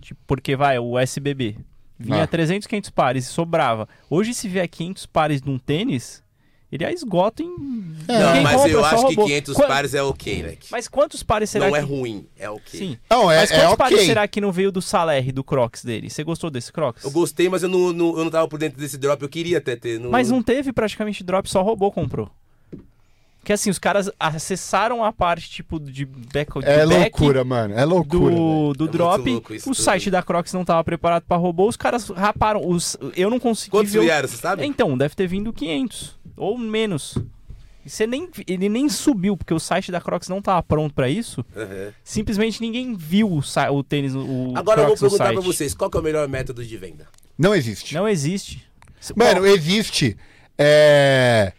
Speaker 1: Tipo, porque vai, o SBB. Vinha
Speaker 2: Ah.
Speaker 1: 300, 500 pares e sobrava. Hoje se vier 500 pares num tênis, ele é esgota em...
Speaker 2: É.
Speaker 3: Não,
Speaker 1: Ninguém
Speaker 3: mas
Speaker 1: compra,
Speaker 3: eu
Speaker 1: só
Speaker 3: acho
Speaker 1: robô.
Speaker 3: que 500
Speaker 1: Quan-
Speaker 3: pares é ok, velho.
Speaker 1: Mas quantos pares será
Speaker 3: Não
Speaker 1: que...
Speaker 3: é ruim, é ok.
Speaker 1: Sim.
Speaker 2: Não, é,
Speaker 1: mas
Speaker 2: é
Speaker 1: quantos pares
Speaker 2: ok.
Speaker 1: será que não veio do Saler, do Crocs dele? Você gostou desse Crocs?
Speaker 3: Eu gostei, mas eu não, não- eu não tava por dentro desse drop. Eu queria até ter. Não,
Speaker 1: Mas não teve praticamente drop, só robô comprou. Que assim, os caras acessaram a parte tipo de back de
Speaker 2: É
Speaker 1: back
Speaker 2: loucura, mano. É loucura.
Speaker 1: do,
Speaker 2: velho.
Speaker 1: do
Speaker 3: muito
Speaker 1: drop.
Speaker 3: louco isso
Speaker 1: o
Speaker 3: tudo.
Speaker 1: site da Crocs não tava preparado pra robô, os caras raparam. Os, eu não consegui
Speaker 3: Quantos
Speaker 1: ver. o-
Speaker 3: vieram, você sabe?
Speaker 1: Então, deve ter vindo 500 ou menos. E Você nem, ele nem subiu, porque o site da Crocs não tava pronto pra isso.
Speaker 3: Aham.
Speaker 2: Uhum.
Speaker 1: Simplesmente ninguém viu o, sa- o tênis, o
Speaker 3: Agora eu vou
Speaker 1: Crocs no
Speaker 3: perguntar pra
Speaker 1: site.
Speaker 3: vocês: qual que é o melhor método de venda?
Speaker 2: Não existe.
Speaker 1: Não existe. Se-
Speaker 2: Mano, existe. É.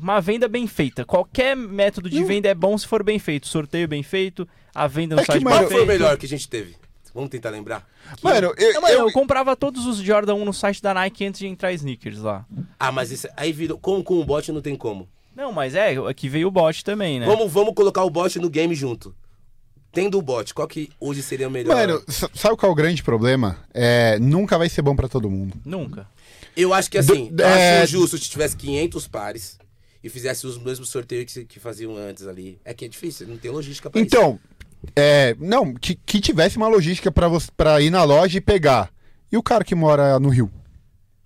Speaker 1: Uma venda bem feita. Qualquer método de venda é bom se for bem feito. Sorteio bem feito, a venda no
Speaker 2: É que,
Speaker 1: site
Speaker 2: mano,
Speaker 1: bem
Speaker 3: Qual foi o
Speaker 1: feita.
Speaker 3: melhor que a gente teve? Vamos tentar lembrar?
Speaker 2: Mano, eu.
Speaker 1: Não, mano, eu,
Speaker 2: eu-
Speaker 1: comprava todos os Jordan 1 no site da Nike antes de entrar sneakers lá.
Speaker 3: Ah, mas esse, aí virou. Com, com o bot não tem como.
Speaker 1: Não, mas é, aqui veio o bot também,
Speaker 2: É.
Speaker 1: né?
Speaker 3: Vamos, vamos colocar o bot no game junto. Tendo o bot, qual que hoje seria o melhor?
Speaker 2: Mano, s- sabe qual é o grande problema? É, nunca vai ser bom pra todo mundo.
Speaker 1: Nunca.
Speaker 3: eu acho que assim,
Speaker 2: do-
Speaker 3: eu
Speaker 2: é-
Speaker 3: acho justo se tivesse 500 pares e fizesse os mesmos sorteios que, se- que faziam antes ali. É que é difícil, não tem logística pra isso.
Speaker 2: Então, é, não, que, que tivesse uma logística pra, você, pra ir na loja e pegar. E o cara que mora no Rio?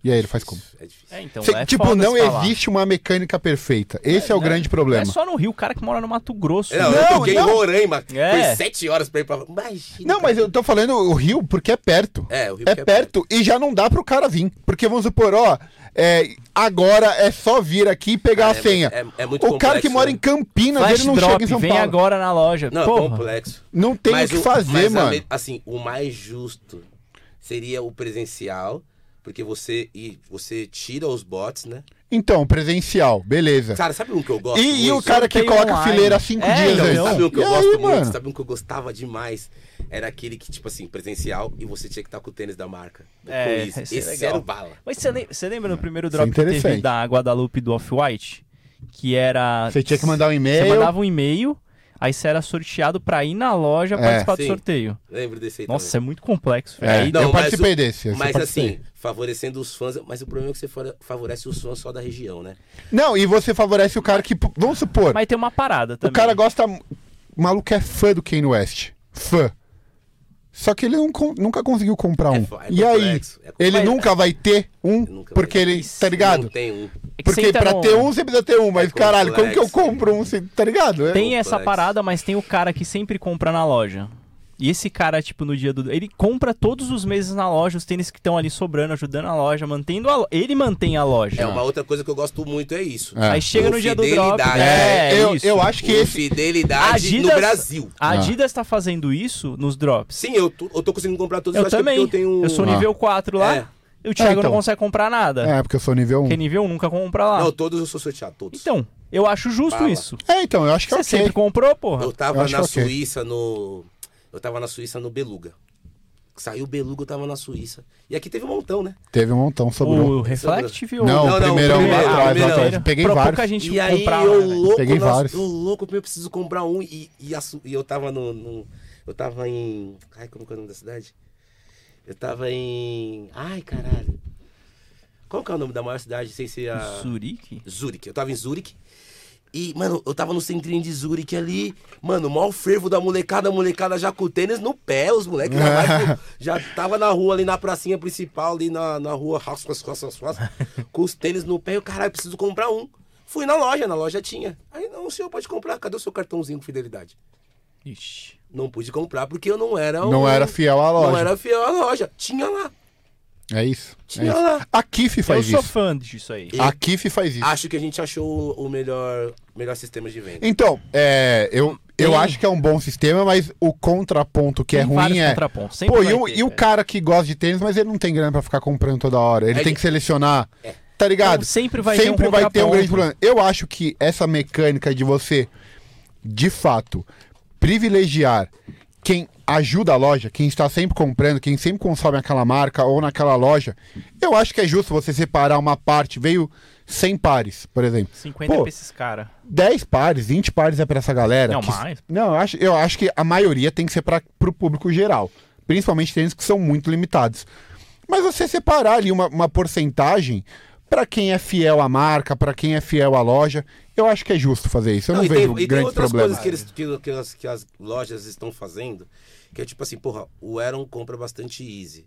Speaker 2: E aí ele faz como?
Speaker 3: É difícil.
Speaker 1: É, então,
Speaker 2: Cê-
Speaker 1: é
Speaker 2: tipo,
Speaker 1: foda
Speaker 2: não
Speaker 1: se falar.
Speaker 2: existe uma mecânica perfeita. Esse é, o
Speaker 1: né?
Speaker 2: grande problema.
Speaker 1: É só no Rio, o cara que mora no Mato Grosso.
Speaker 3: É, Não,
Speaker 1: né?
Speaker 3: eu
Speaker 2: Não,
Speaker 3: toquei
Speaker 2: não.
Speaker 3: em Roraima.
Speaker 1: É.
Speaker 3: Foi sete horas pra ir pra. Imagina.
Speaker 2: Não, mas eu tô falando o Rio porque é perto.
Speaker 3: É, o Rio
Speaker 2: É
Speaker 3: que
Speaker 2: perto e já não dá pro cara vir. Porque vamos supor, ó, é, agora é só vir aqui e pegar
Speaker 3: Ah,
Speaker 2: a
Speaker 3: é,
Speaker 2: senha.
Speaker 3: mas é- é muito
Speaker 2: o cara
Speaker 3: complexo,
Speaker 2: que mora
Speaker 3: né?
Speaker 2: em Campinas,
Speaker 1: Flash
Speaker 2: ele não
Speaker 1: drop,
Speaker 2: chega em São
Speaker 1: vem
Speaker 2: Paulo.
Speaker 1: agora na loja.
Speaker 3: Não, é
Speaker 1: Porra.
Speaker 3: complexo.
Speaker 2: Não tem o que fazer,
Speaker 3: mas a
Speaker 2: mano.
Speaker 3: me- assim, o mais justo seria o presencial, porque você e você tira os bots, né?
Speaker 2: Então, presencial, beleza.
Speaker 3: Cara, sabe um que eu gosto muito?
Speaker 2: É. E, e o cara que
Speaker 1: tem
Speaker 2: coloca
Speaker 1: online.
Speaker 2: fileira cinco
Speaker 1: É,
Speaker 2: dias
Speaker 1: então,
Speaker 2: antes.
Speaker 3: Sabe um que
Speaker 2: E
Speaker 3: eu gosto
Speaker 2: aí,
Speaker 3: muito?
Speaker 2: mano?
Speaker 3: Sabe um que eu gostava demais? Era aquele que, tipo assim, presencial e você tinha que estar com o tênis da marca. do
Speaker 1: É,
Speaker 3: Coisa.
Speaker 1: esse
Speaker 3: esse
Speaker 1: é legal.
Speaker 3: era o bala.
Speaker 1: Mas você lem- você lembra no primeiro
Speaker 2: Isso é
Speaker 1: drop que teve
Speaker 2: interessante.
Speaker 1: da Guadalupe do Off-White? Que era.
Speaker 2: Você tinha que mandar um
Speaker 1: Você
Speaker 2: e-mail.
Speaker 1: mandava um e-mail, aí você era sorteado pra ir na loja
Speaker 2: É.
Speaker 1: participar do
Speaker 3: Sim.
Speaker 1: sorteio.
Speaker 3: Lembro desse aí
Speaker 1: Nossa,
Speaker 3: também.
Speaker 1: é muito complexo.
Speaker 2: É,
Speaker 1: velho.
Speaker 3: Não,
Speaker 2: eu
Speaker 3: mas
Speaker 2: participei
Speaker 3: o-
Speaker 2: desse. eu
Speaker 3: Mas
Speaker 2: participei.
Speaker 3: assim, favorecendo os fãs. Mas o problema é que você fora- favorece os fãs só da região, né?
Speaker 2: Não, e você favorece o cara que. Vamos supor,
Speaker 1: Mas tem uma parada
Speaker 2: o
Speaker 1: também.
Speaker 2: cara gosta. O maluco é fã do Kanye West. Fã. Só que ele não con- nunca conseguiu comprar um.
Speaker 3: É fo- é
Speaker 2: e aí?
Speaker 3: complexo, é complexo.
Speaker 2: Ele
Speaker 1: Mas-
Speaker 2: nunca vai ter um,
Speaker 3: Nunca vai
Speaker 2: porque
Speaker 3: ter.
Speaker 2: ele. Tá ligado?
Speaker 3: Não tem um.
Speaker 1: É que você
Speaker 2: Porque
Speaker 1: entra
Speaker 2: pra
Speaker 1: num-
Speaker 2: ter um, você precisa ter um. Mas,
Speaker 3: É
Speaker 2: caralho, como que eu
Speaker 3: complexo.
Speaker 2: compro um? Você- Tá ligado? É-
Speaker 1: Tem
Speaker 3: Opa,
Speaker 1: essa
Speaker 3: Alex.
Speaker 1: parada, mas tem o cara que sempre compra na loja. E esse cara, tipo, no dia do. Ele compra todos os meses na loja os tênis que estão ali sobrando, ajudando a loja, mantendo a lo... Ele mantém a loja.
Speaker 3: É uma outra coisa que eu gosto muito, é isso.
Speaker 2: É.
Speaker 1: Aí chega no dia do drop.
Speaker 3: Fidelidade.
Speaker 1: É,
Speaker 2: eu,
Speaker 1: isso.
Speaker 2: eu acho que Ah. esse.
Speaker 3: Fidelidade
Speaker 1: Adidas-
Speaker 3: no Brasil.
Speaker 1: A Adidas tá fazendo isso nos drops.
Speaker 3: Sim, eu tô, eu tô conseguindo comprar todos
Speaker 1: Eu
Speaker 3: acho que é porque
Speaker 1: também. Eu,
Speaker 3: Eu tenho.
Speaker 1: sou
Speaker 2: Ah.
Speaker 1: nível 4 lá.
Speaker 3: É.
Speaker 1: E o Thiago
Speaker 2: É, então.
Speaker 1: não consegue comprar nada.
Speaker 2: É, porque eu sou nível
Speaker 3: Hum.
Speaker 2: 1.
Speaker 1: Porque nível 1 nunca compra lá.
Speaker 3: Não, todos eu sou sorteado, todos.
Speaker 1: Então, eu acho justo
Speaker 3: Fala.
Speaker 1: isso.
Speaker 2: É, então, eu acho que é
Speaker 1: Você
Speaker 2: ok.
Speaker 1: sempre comprou, porra.
Speaker 3: Eu
Speaker 2: Eu
Speaker 3: tava
Speaker 2: acho
Speaker 3: na
Speaker 2: ok.
Speaker 3: Suíça no. Eu tava na Suíça no Beluga. Saiu o Beluga, eu tava na Suíça. E aqui teve um montão, né?
Speaker 2: Teve um montão, sobrou.
Speaker 1: O Reflective ou...
Speaker 2: Não,
Speaker 3: Não,
Speaker 2: o
Speaker 3: não,
Speaker 2: primeirão
Speaker 3: o
Speaker 2: lá atrás.
Speaker 3: primeiro, o
Speaker 2: lá atrás.
Speaker 3: primeiro.
Speaker 2: Eu Peguei
Speaker 1: Pra
Speaker 2: vários.
Speaker 1: pouca gente
Speaker 3: E aí
Speaker 1: comprava,
Speaker 3: eu
Speaker 1: né, velho?
Speaker 3: louco,
Speaker 2: Peguei
Speaker 3: nossa,
Speaker 2: vários.
Speaker 3: eu louco, eu preciso comprar um. E, e, a Su- e eu tava no, no- Eu tava em. Ai, como que é o nome da cidade? Eu tava em. Ai, caralho. Qual que é o nome da maior cidade sem ser
Speaker 1: Ah.
Speaker 3: a.
Speaker 1: Zurique?
Speaker 3: Zurique. Eu tava em Zurique. E, mano, eu tava no centrinho de Zurique ali. Mano, o maior fervo da molecada, a molecada já com o tênis no pé, os moleques já, vai pro- já tava na rua ali, na pracinha principal, ali na, na rua, House, House, House, House, House, com os tênis no pé. Eu, caralho, preciso comprar um. Fui na loja, na loja tinha. Aí, não, o senhor pode comprar, cadê o seu cartãozinho com fidelidade?
Speaker 1: Ixi.
Speaker 3: Não pude comprar porque eu não era
Speaker 2: Não
Speaker 3: um-
Speaker 2: era fiel à
Speaker 3: Não
Speaker 2: loja.
Speaker 3: era fiel à loja. Tinha lá,
Speaker 2: É isso. É
Speaker 3: tinha
Speaker 2: isso.
Speaker 3: lá.
Speaker 2: A Kif
Speaker 1: Eu
Speaker 2: faz
Speaker 1: sou
Speaker 2: isso.
Speaker 1: fã disso aí.
Speaker 2: A Kif faz isso.
Speaker 3: Acho que a gente achou o melhor, melhor sistema de venda.
Speaker 2: Então, é, eu, eu
Speaker 1: Tem-
Speaker 2: acho que é um bom sistema, mas o contraponto que é
Speaker 1: Tem vários
Speaker 2: ruim é.
Speaker 1: contrapontos, sempre
Speaker 2: Pô, e
Speaker 1: vai
Speaker 2: o,
Speaker 1: ter, né? é.
Speaker 2: e o
Speaker 1: velho.
Speaker 2: cara que gosta de tênis, mas ele não tem grana pra ficar comprando toda hora. Ele
Speaker 3: É
Speaker 2: tem
Speaker 3: de-
Speaker 2: que selecionar. Tá ligado?
Speaker 1: Então, sempre vai
Speaker 2: Sempre
Speaker 1: ter um
Speaker 2: vai ter um
Speaker 1: contraponto.
Speaker 2: grande problema. Eu acho que essa mecânica de você, de fato, privilegiar quem ajuda a loja, quem está sempre comprando, quem sempre consome aquela marca ou naquela loja, eu acho que é justo você separar uma parte. Veio 100 pares, por exemplo.
Speaker 1: 50
Speaker 2: Pô,
Speaker 1: pra esses caras.
Speaker 2: 10 pares, 20 pares é pra essa galera.
Speaker 1: Não,
Speaker 2: que-
Speaker 1: mais.
Speaker 2: Não, eu acho, eu acho que a maioria tem que ser para pro público geral. Principalmente tênis que são muito limitados. Mas você separar ali uma, uma porcentagem pra quem é fiel à marca, pra quem é fiel à loja, eu acho que é justo fazer isso. Eu não,
Speaker 3: e
Speaker 2: vejo
Speaker 3: tem, e tem
Speaker 2: grandes
Speaker 3: outras
Speaker 2: problemas.
Speaker 3: coisas que, eles, que, que as, que as lojas estão fazendo, que é tipo assim, porra, o Aaron compra bastante Easy,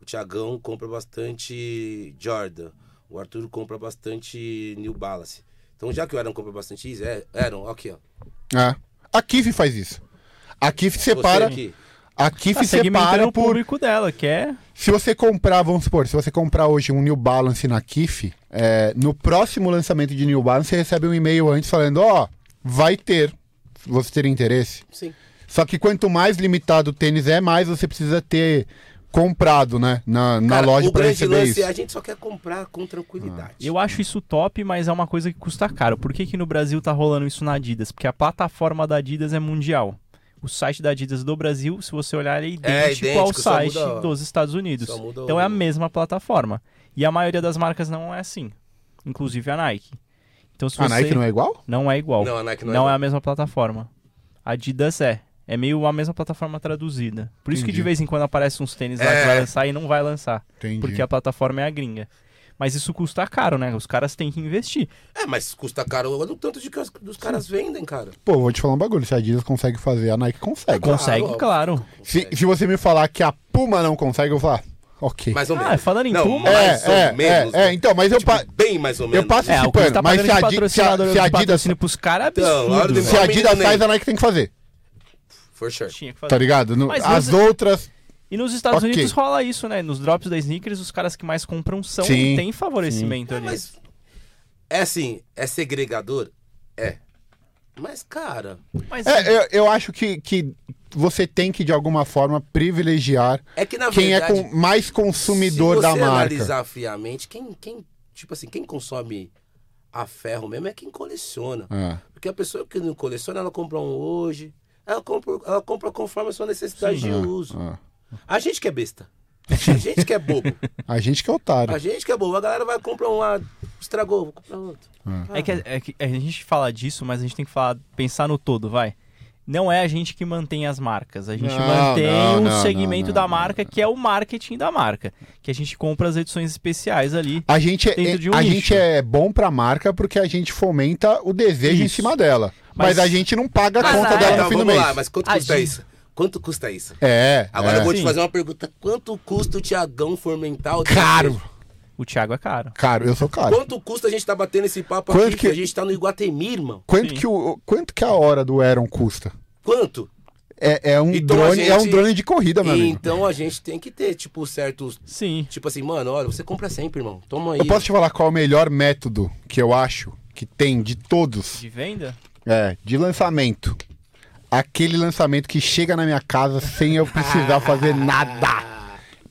Speaker 3: o Thiagão compra bastante Jordan, o Arthur compra bastante New Balance. Então já que o Aaron compra bastante Easy, é, Aaron, aqui ó,
Speaker 2: É. A Kif faz isso. A Kif separa.
Speaker 3: você aqui.
Speaker 2: A Kif
Speaker 1: Tá segmentando
Speaker 2: separa
Speaker 1: o
Speaker 2: por.
Speaker 1: público dela, que é...
Speaker 2: Se você comprar, vamos supor, se você comprar hoje um New Balance na Kif, é, no próximo lançamento de New Balance, você recebe um e-mail antes falando, ó, vai ter, se você ter interesse.
Speaker 3: Sim.
Speaker 2: Só que quanto mais limitado o tênis é, mais você precisa ter comprado, né, na, na
Speaker 3: Cara,
Speaker 2: loja
Speaker 3: o
Speaker 2: pra
Speaker 3: grande
Speaker 2: receber
Speaker 3: lance
Speaker 2: isso. Ah.
Speaker 3: é a gente só quer comprar com tranquilidade.
Speaker 1: Eu acho isso top, mas é uma coisa que custa caro. Por que, que no Brasil tá rolando isso na Adidas? Porque a plataforma da Adidas é mundial. O site da Adidas do Brasil, se você olhar, ele é idêntico,
Speaker 3: É
Speaker 1: ao
Speaker 3: idêntico, só
Speaker 1: site
Speaker 3: muda-
Speaker 1: dos Estados Unidos.
Speaker 3: só muda
Speaker 1: Então
Speaker 3: o-
Speaker 1: é a mesma plataforma. E a maioria das marcas não é assim. Inclusive a Nike. Então se você...
Speaker 2: A Nike não é igual?
Speaker 1: Não é igual.
Speaker 3: Não, a Nike não,
Speaker 1: não é
Speaker 3: é.
Speaker 1: a mesma plataforma. A Adidas é. É meio a mesma plataforma traduzida. Por isso que de
Speaker 2: Entendi.
Speaker 1: vez em quando aparece uns tênis lá que
Speaker 3: É.
Speaker 1: vai lançar e não vai lançar.
Speaker 2: Entendi.
Speaker 1: Porque a plataforma é a gringa. Mas isso custa caro, né? Os caras têm que investir.
Speaker 3: É, mas custa caro. Olha o tanto de que as- dos caras vendem, cara.
Speaker 2: Pô, vou te falar um bagulho, se a Adidas consegue fazer, a Nike consegue.
Speaker 3: Claro,
Speaker 1: Consegue,
Speaker 3: ó.
Speaker 1: claro.
Speaker 2: Se,
Speaker 3: É,
Speaker 2: se você me falar que a Puma não consegue, eu vou falar, ok.
Speaker 3: Mais ou
Speaker 1: Ah,
Speaker 3: menos.
Speaker 1: falando em
Speaker 3: não,
Speaker 1: Puma-
Speaker 3: mais
Speaker 2: é,
Speaker 3: ou
Speaker 2: é,
Speaker 3: menos.
Speaker 2: é, é,
Speaker 3: né?
Speaker 2: então, mas eu...
Speaker 3: Tipo,
Speaker 2: pa-
Speaker 3: bem mais ou menos.
Speaker 2: passo-
Speaker 1: É, o que
Speaker 2: Mano,
Speaker 1: está
Speaker 2: mas
Speaker 1: pagando
Speaker 2: se a
Speaker 1: de
Speaker 2: Adi-
Speaker 1: patrocinador,
Speaker 2: se a- se a
Speaker 1: de
Speaker 2: Adidas-
Speaker 1: patrocínio pros caras é
Speaker 3: Então, a hora
Speaker 1: absurdo,
Speaker 3: de-
Speaker 1: velho.
Speaker 2: Se a Adidas
Speaker 3: Menino
Speaker 2: faz,
Speaker 3: Ney.
Speaker 2: a Nike tem que fazer,
Speaker 3: For sure.
Speaker 1: Tinha que
Speaker 2: tá
Speaker 1: fazer.
Speaker 2: ligado? No-
Speaker 1: Mas
Speaker 2: as
Speaker 1: você-
Speaker 2: outras...
Speaker 1: E nos Estados
Speaker 2: Ok.
Speaker 1: Unidos rola isso, né? Nos drops da sneakers, os caras que mais compram são
Speaker 2: Sim,
Speaker 1: e tem favorecimento
Speaker 3: É,
Speaker 1: ali.
Speaker 3: mas é assim, é segregador? É. Mas, cara,
Speaker 1: Mas-
Speaker 2: É, eu, eu acho que, que você tem que, de alguma forma, privilegiar
Speaker 3: é que na
Speaker 2: quem é
Speaker 3: verdade.
Speaker 2: com- mais consumidor
Speaker 3: se
Speaker 2: da
Speaker 3: você
Speaker 2: marca.
Speaker 3: analisar friamente, quem, quem Tipo assim, quem consome a ferro mesmo é quem coleciona.
Speaker 2: É.
Speaker 3: Porque a pessoa que não coleciona, ela compra um hoje. Ela compra, ela compra conforme a sua necessidade de uso.
Speaker 2: é.
Speaker 3: A gente que é besta. A gente que é bobo.
Speaker 2: A gente que é otário.
Speaker 3: A gente que é bobo. A galera vai comprar um lá, estragou, vou comprar outro.
Speaker 2: Ah.
Speaker 1: É que, é que a gente fala disso, mas a gente tem que falar, pensar no todo, vai. Não é a gente que mantém as marcas, a gente
Speaker 2: Não,
Speaker 1: mantém
Speaker 2: não,
Speaker 1: o
Speaker 2: não,
Speaker 1: segmento
Speaker 2: não,
Speaker 1: da
Speaker 2: não,
Speaker 1: marca, que é o marketing da marca. Que a gente compra as edições especiais ali.
Speaker 2: A gente, é,
Speaker 1: Dentro de um
Speaker 2: a
Speaker 1: nicho.
Speaker 2: gente é bom pra marca porque a gente fomenta o desejo em
Speaker 1: Isso.
Speaker 2: cima dela.
Speaker 1: Mas-
Speaker 2: Mas, a gente não paga a
Speaker 1: Mas
Speaker 2: conta
Speaker 1: aí- Tá,
Speaker 2: dela no
Speaker 3: Então,
Speaker 2: fim do
Speaker 3: vamos
Speaker 2: mês.
Speaker 3: lá, mas quanto
Speaker 1: A
Speaker 3: custa
Speaker 1: gente-
Speaker 3: isso? Quanto custa isso?
Speaker 2: É.
Speaker 3: Agora
Speaker 2: é.
Speaker 3: eu vou te
Speaker 1: Sim.
Speaker 3: fazer uma pergunta. Quanto custa o Tiagão Formental?
Speaker 2: Caro.
Speaker 1: O Thiago é caro.
Speaker 2: Caro, eu sou caro.
Speaker 3: Quanto custa a gente tá batendo esse papo
Speaker 2: Quanto
Speaker 3: aqui?
Speaker 2: que-
Speaker 3: Que... A gente tá no Iguatemi, irmão.
Speaker 2: Quanto
Speaker 1: Sim.
Speaker 2: que, o, quanto que a hora do Aeron custa?
Speaker 3: Quanto?
Speaker 2: É, é um
Speaker 3: Então a
Speaker 2: drone, é um
Speaker 3: gente-
Speaker 2: drone de corrida, meu amigo.
Speaker 3: então a gente tem que ter, tipo, certos.
Speaker 1: Sim.
Speaker 3: Tipo assim, mano, olha, você compra sempre, irmão. Toma aí.
Speaker 2: Eu posso te falar qual é o melhor método que eu acho que tem de todos?
Speaker 1: De venda?
Speaker 2: É, de lançamento. Aquele lançamento que chega na minha casa sem eu precisar fazer nada.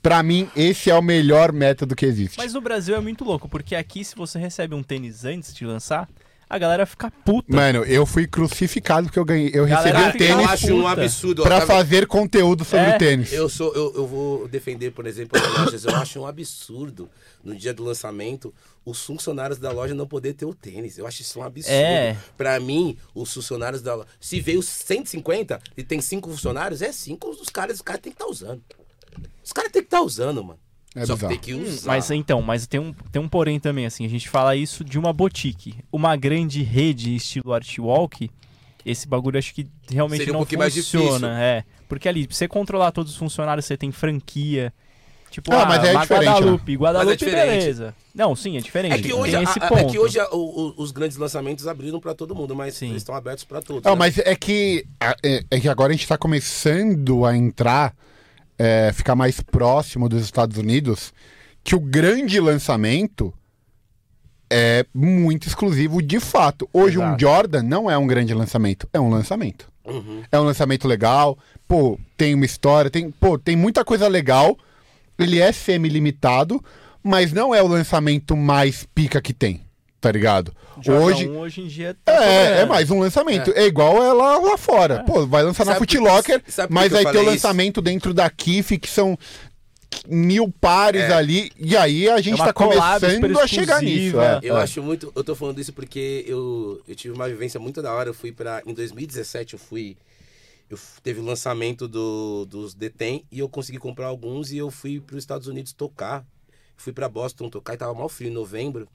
Speaker 2: Pra mim, esse é o melhor método que existe.
Speaker 1: Mas no Brasil é muito louco, porque aqui se você recebe um tênis antes de lançar, a galera fica puta.
Speaker 2: Mano, eu fui crucificado porque eu ganhei. Eu
Speaker 1: Galera,
Speaker 2: recebi
Speaker 3: Cara,
Speaker 2: um
Speaker 1: fica
Speaker 3: eu
Speaker 2: tênis
Speaker 3: acho um
Speaker 1: puta.
Speaker 3: absurdo. ó,
Speaker 2: pra
Speaker 3: tá vendo?
Speaker 2: fazer conteúdo sobre
Speaker 1: É.
Speaker 2: o tênis.
Speaker 3: Eu sou, eu, eu vou defender, por exemplo, as lojas. Eu acho um absurdo no dia do lançamento os funcionários da loja não poder ter o tênis. Eu acho isso um absurdo.
Speaker 1: É.
Speaker 3: Pra mim, os funcionários da loja. Se veio 150 e tem cinco funcionários, é cinco os caras, os caras têm que estar usando. Os caras têm que estar usando, mano.
Speaker 2: É
Speaker 3: Só
Speaker 2: bizarro.
Speaker 3: que tem que usar.
Speaker 1: Mas então, mas tem um, tem um porém também, assim, a gente fala isso de uma boutique. Uma grande rede estilo Artwalk, esse bagulho acho que realmente
Speaker 3: Seria um
Speaker 1: não
Speaker 3: pouquinho mais
Speaker 1: funciona. é. Porque ali, pra você controlar todos os funcionários, você tem franquia. Tipo,
Speaker 2: Ah,
Speaker 1: ah,
Speaker 2: mas é
Speaker 1: uma
Speaker 2: diferente,
Speaker 1: Guadalupe, Guadalupe,
Speaker 3: né? diferente.
Speaker 1: beleza. Não, sim, é diferente.
Speaker 3: É que hoje,
Speaker 1: tem
Speaker 3: a-
Speaker 1: esse
Speaker 3: a-
Speaker 1: ponto.
Speaker 3: é que hoje a- o- o- os grandes lançamentos abriram pra todo mundo, mas
Speaker 1: Sim.
Speaker 3: eles estão abertos pra todos.
Speaker 2: Não,
Speaker 3: né?
Speaker 2: mas é que, é, é que agora a gente tá começando a entrar, é, ficar mais próximo dos Estados Unidos, que o grande lançamento é muito exclusivo de fato. Hoje um
Speaker 1: Exato.
Speaker 2: Jordan não é um grande lançamento, é um lançamento.
Speaker 3: Uhum.
Speaker 2: É um lançamento legal, pô, tem uma história, tem, pô, tem muita coisa legal. Ele é semi-limitado, mas não é o lançamento mais pica que tem, tá ligado?
Speaker 1: Jordan
Speaker 2: hoje,
Speaker 1: 1 hoje em dia tá
Speaker 2: é, é
Speaker 1: sobrando.
Speaker 2: mais um lançamento. É, igual ela lá fora. Pô, vai lançar na
Speaker 3: É. Sabe por-
Speaker 2: Foot Locker,
Speaker 3: sabe por
Speaker 2: mas
Speaker 3: que eu
Speaker 2: aí tem o
Speaker 3: falei
Speaker 2: lançamento dentro da Kif, que são mil pares
Speaker 3: É.
Speaker 2: ali. E aí a gente
Speaker 1: É uma
Speaker 2: tá
Speaker 1: collab
Speaker 2: começando
Speaker 1: super
Speaker 2: a chegar nisso.
Speaker 1: exclusiva.
Speaker 2: é.
Speaker 3: Eu
Speaker 2: É.
Speaker 3: acho muito. Eu tô falando isso porque eu, eu tive uma vivência muito da hora. Eu fui pra. Em 2017 eu fui. Eu f- teve o lançamento do, dos Detém e eu consegui comprar alguns e eu fui para os Estados Unidos tocar. Fui pra Boston tocar e tava mal frio em novembro.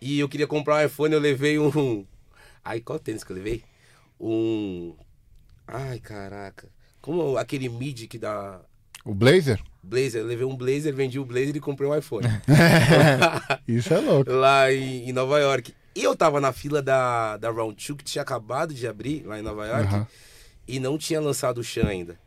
Speaker 3: E eu queria comprar um iPhone, eu levei um. Ai, qual tênis que eu levei? Um. Ai, caraca. Como aquele mid que dá.
Speaker 2: O Blazer?
Speaker 3: Blazer, eu levei um blazer, vendi o blazer e comprei um iPhone.
Speaker 2: Isso é louco.
Speaker 3: lá em, em Nova York. E eu tava na fila da, da Round 2, que tinha acabado de abrir lá em Nova York,
Speaker 2: Aham.
Speaker 3: e não tinha lançado o Chan ainda.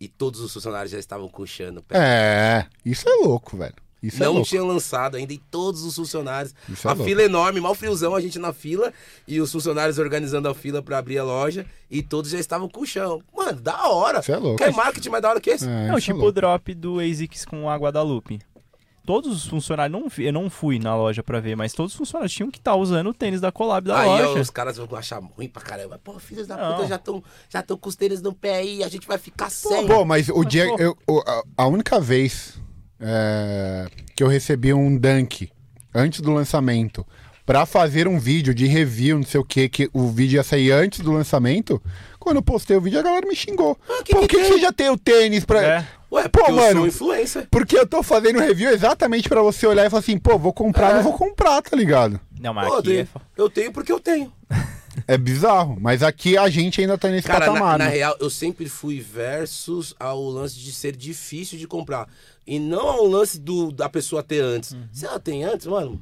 Speaker 3: E todos os funcionários já estavam com o Chan no pé.
Speaker 2: É, isso é louco, velho. Isso é
Speaker 3: não
Speaker 2: louco.
Speaker 3: tinha lançado ainda, e todos os funcionários.
Speaker 2: Isso é
Speaker 3: a
Speaker 2: louco.
Speaker 3: fila enorme, mal friozão, a gente na fila, e os funcionários organizando a fila pra abrir a loja, e todos já estavam com o Chan. Mano, da hora.
Speaker 2: Isso é louco.
Speaker 3: Quer marketing mais da hora que esse?
Speaker 2: É,
Speaker 1: É o
Speaker 2: isso é
Speaker 1: tipo o
Speaker 2: louco.
Speaker 1: drop do ASICS com a Guadalupe. Todos os funcionários, não, vi- eu não fui na loja pra ver, mas todos os funcionários tinham que estar usando o tênis da collab da
Speaker 3: aí ó,
Speaker 1: loja.
Speaker 3: os caras vão achar ruim pra caramba. Pô, filhos da
Speaker 1: Não.
Speaker 3: puta já estão já tão com os tênis no pé aí, a gente vai ficar sem.
Speaker 2: Pô, mas o dia.
Speaker 1: pô.
Speaker 2: eu- o- a- a única vez é, que eu recebi um dunk antes do lançamento pra fazer um vídeo de review, não sei o que, que o vídeo ia sair antes do lançamento, quando eu postei o vídeo, a galera me xingou.
Speaker 3: Ah, que
Speaker 2: Por que,
Speaker 3: que é?
Speaker 2: que
Speaker 3: tem?
Speaker 2: você já tem o tênis pra.
Speaker 1: É.
Speaker 3: Ué,
Speaker 2: Pô,
Speaker 3: porque eu
Speaker 2: mano.
Speaker 3: sou um influencer.
Speaker 2: Porque eu tô fazendo um review exatamente pra você olhar e falar assim, pô, vou
Speaker 3: É.
Speaker 2: comprar, não vou comprar, tá ligado?
Speaker 1: Não, mas aqui
Speaker 3: Pô,
Speaker 1: é
Speaker 3: Adriano,
Speaker 1: fa-
Speaker 3: eu tenho porque eu tenho.
Speaker 2: É bizarro, mas aqui a gente ainda tá nesse
Speaker 3: Cara, na,
Speaker 2: patamar,
Speaker 3: na
Speaker 2: né?
Speaker 3: real, eu sempre fui versus ao lance de ser difícil de comprar. E não ao lance do, da pessoa ter antes. Se ela tem antes, mano,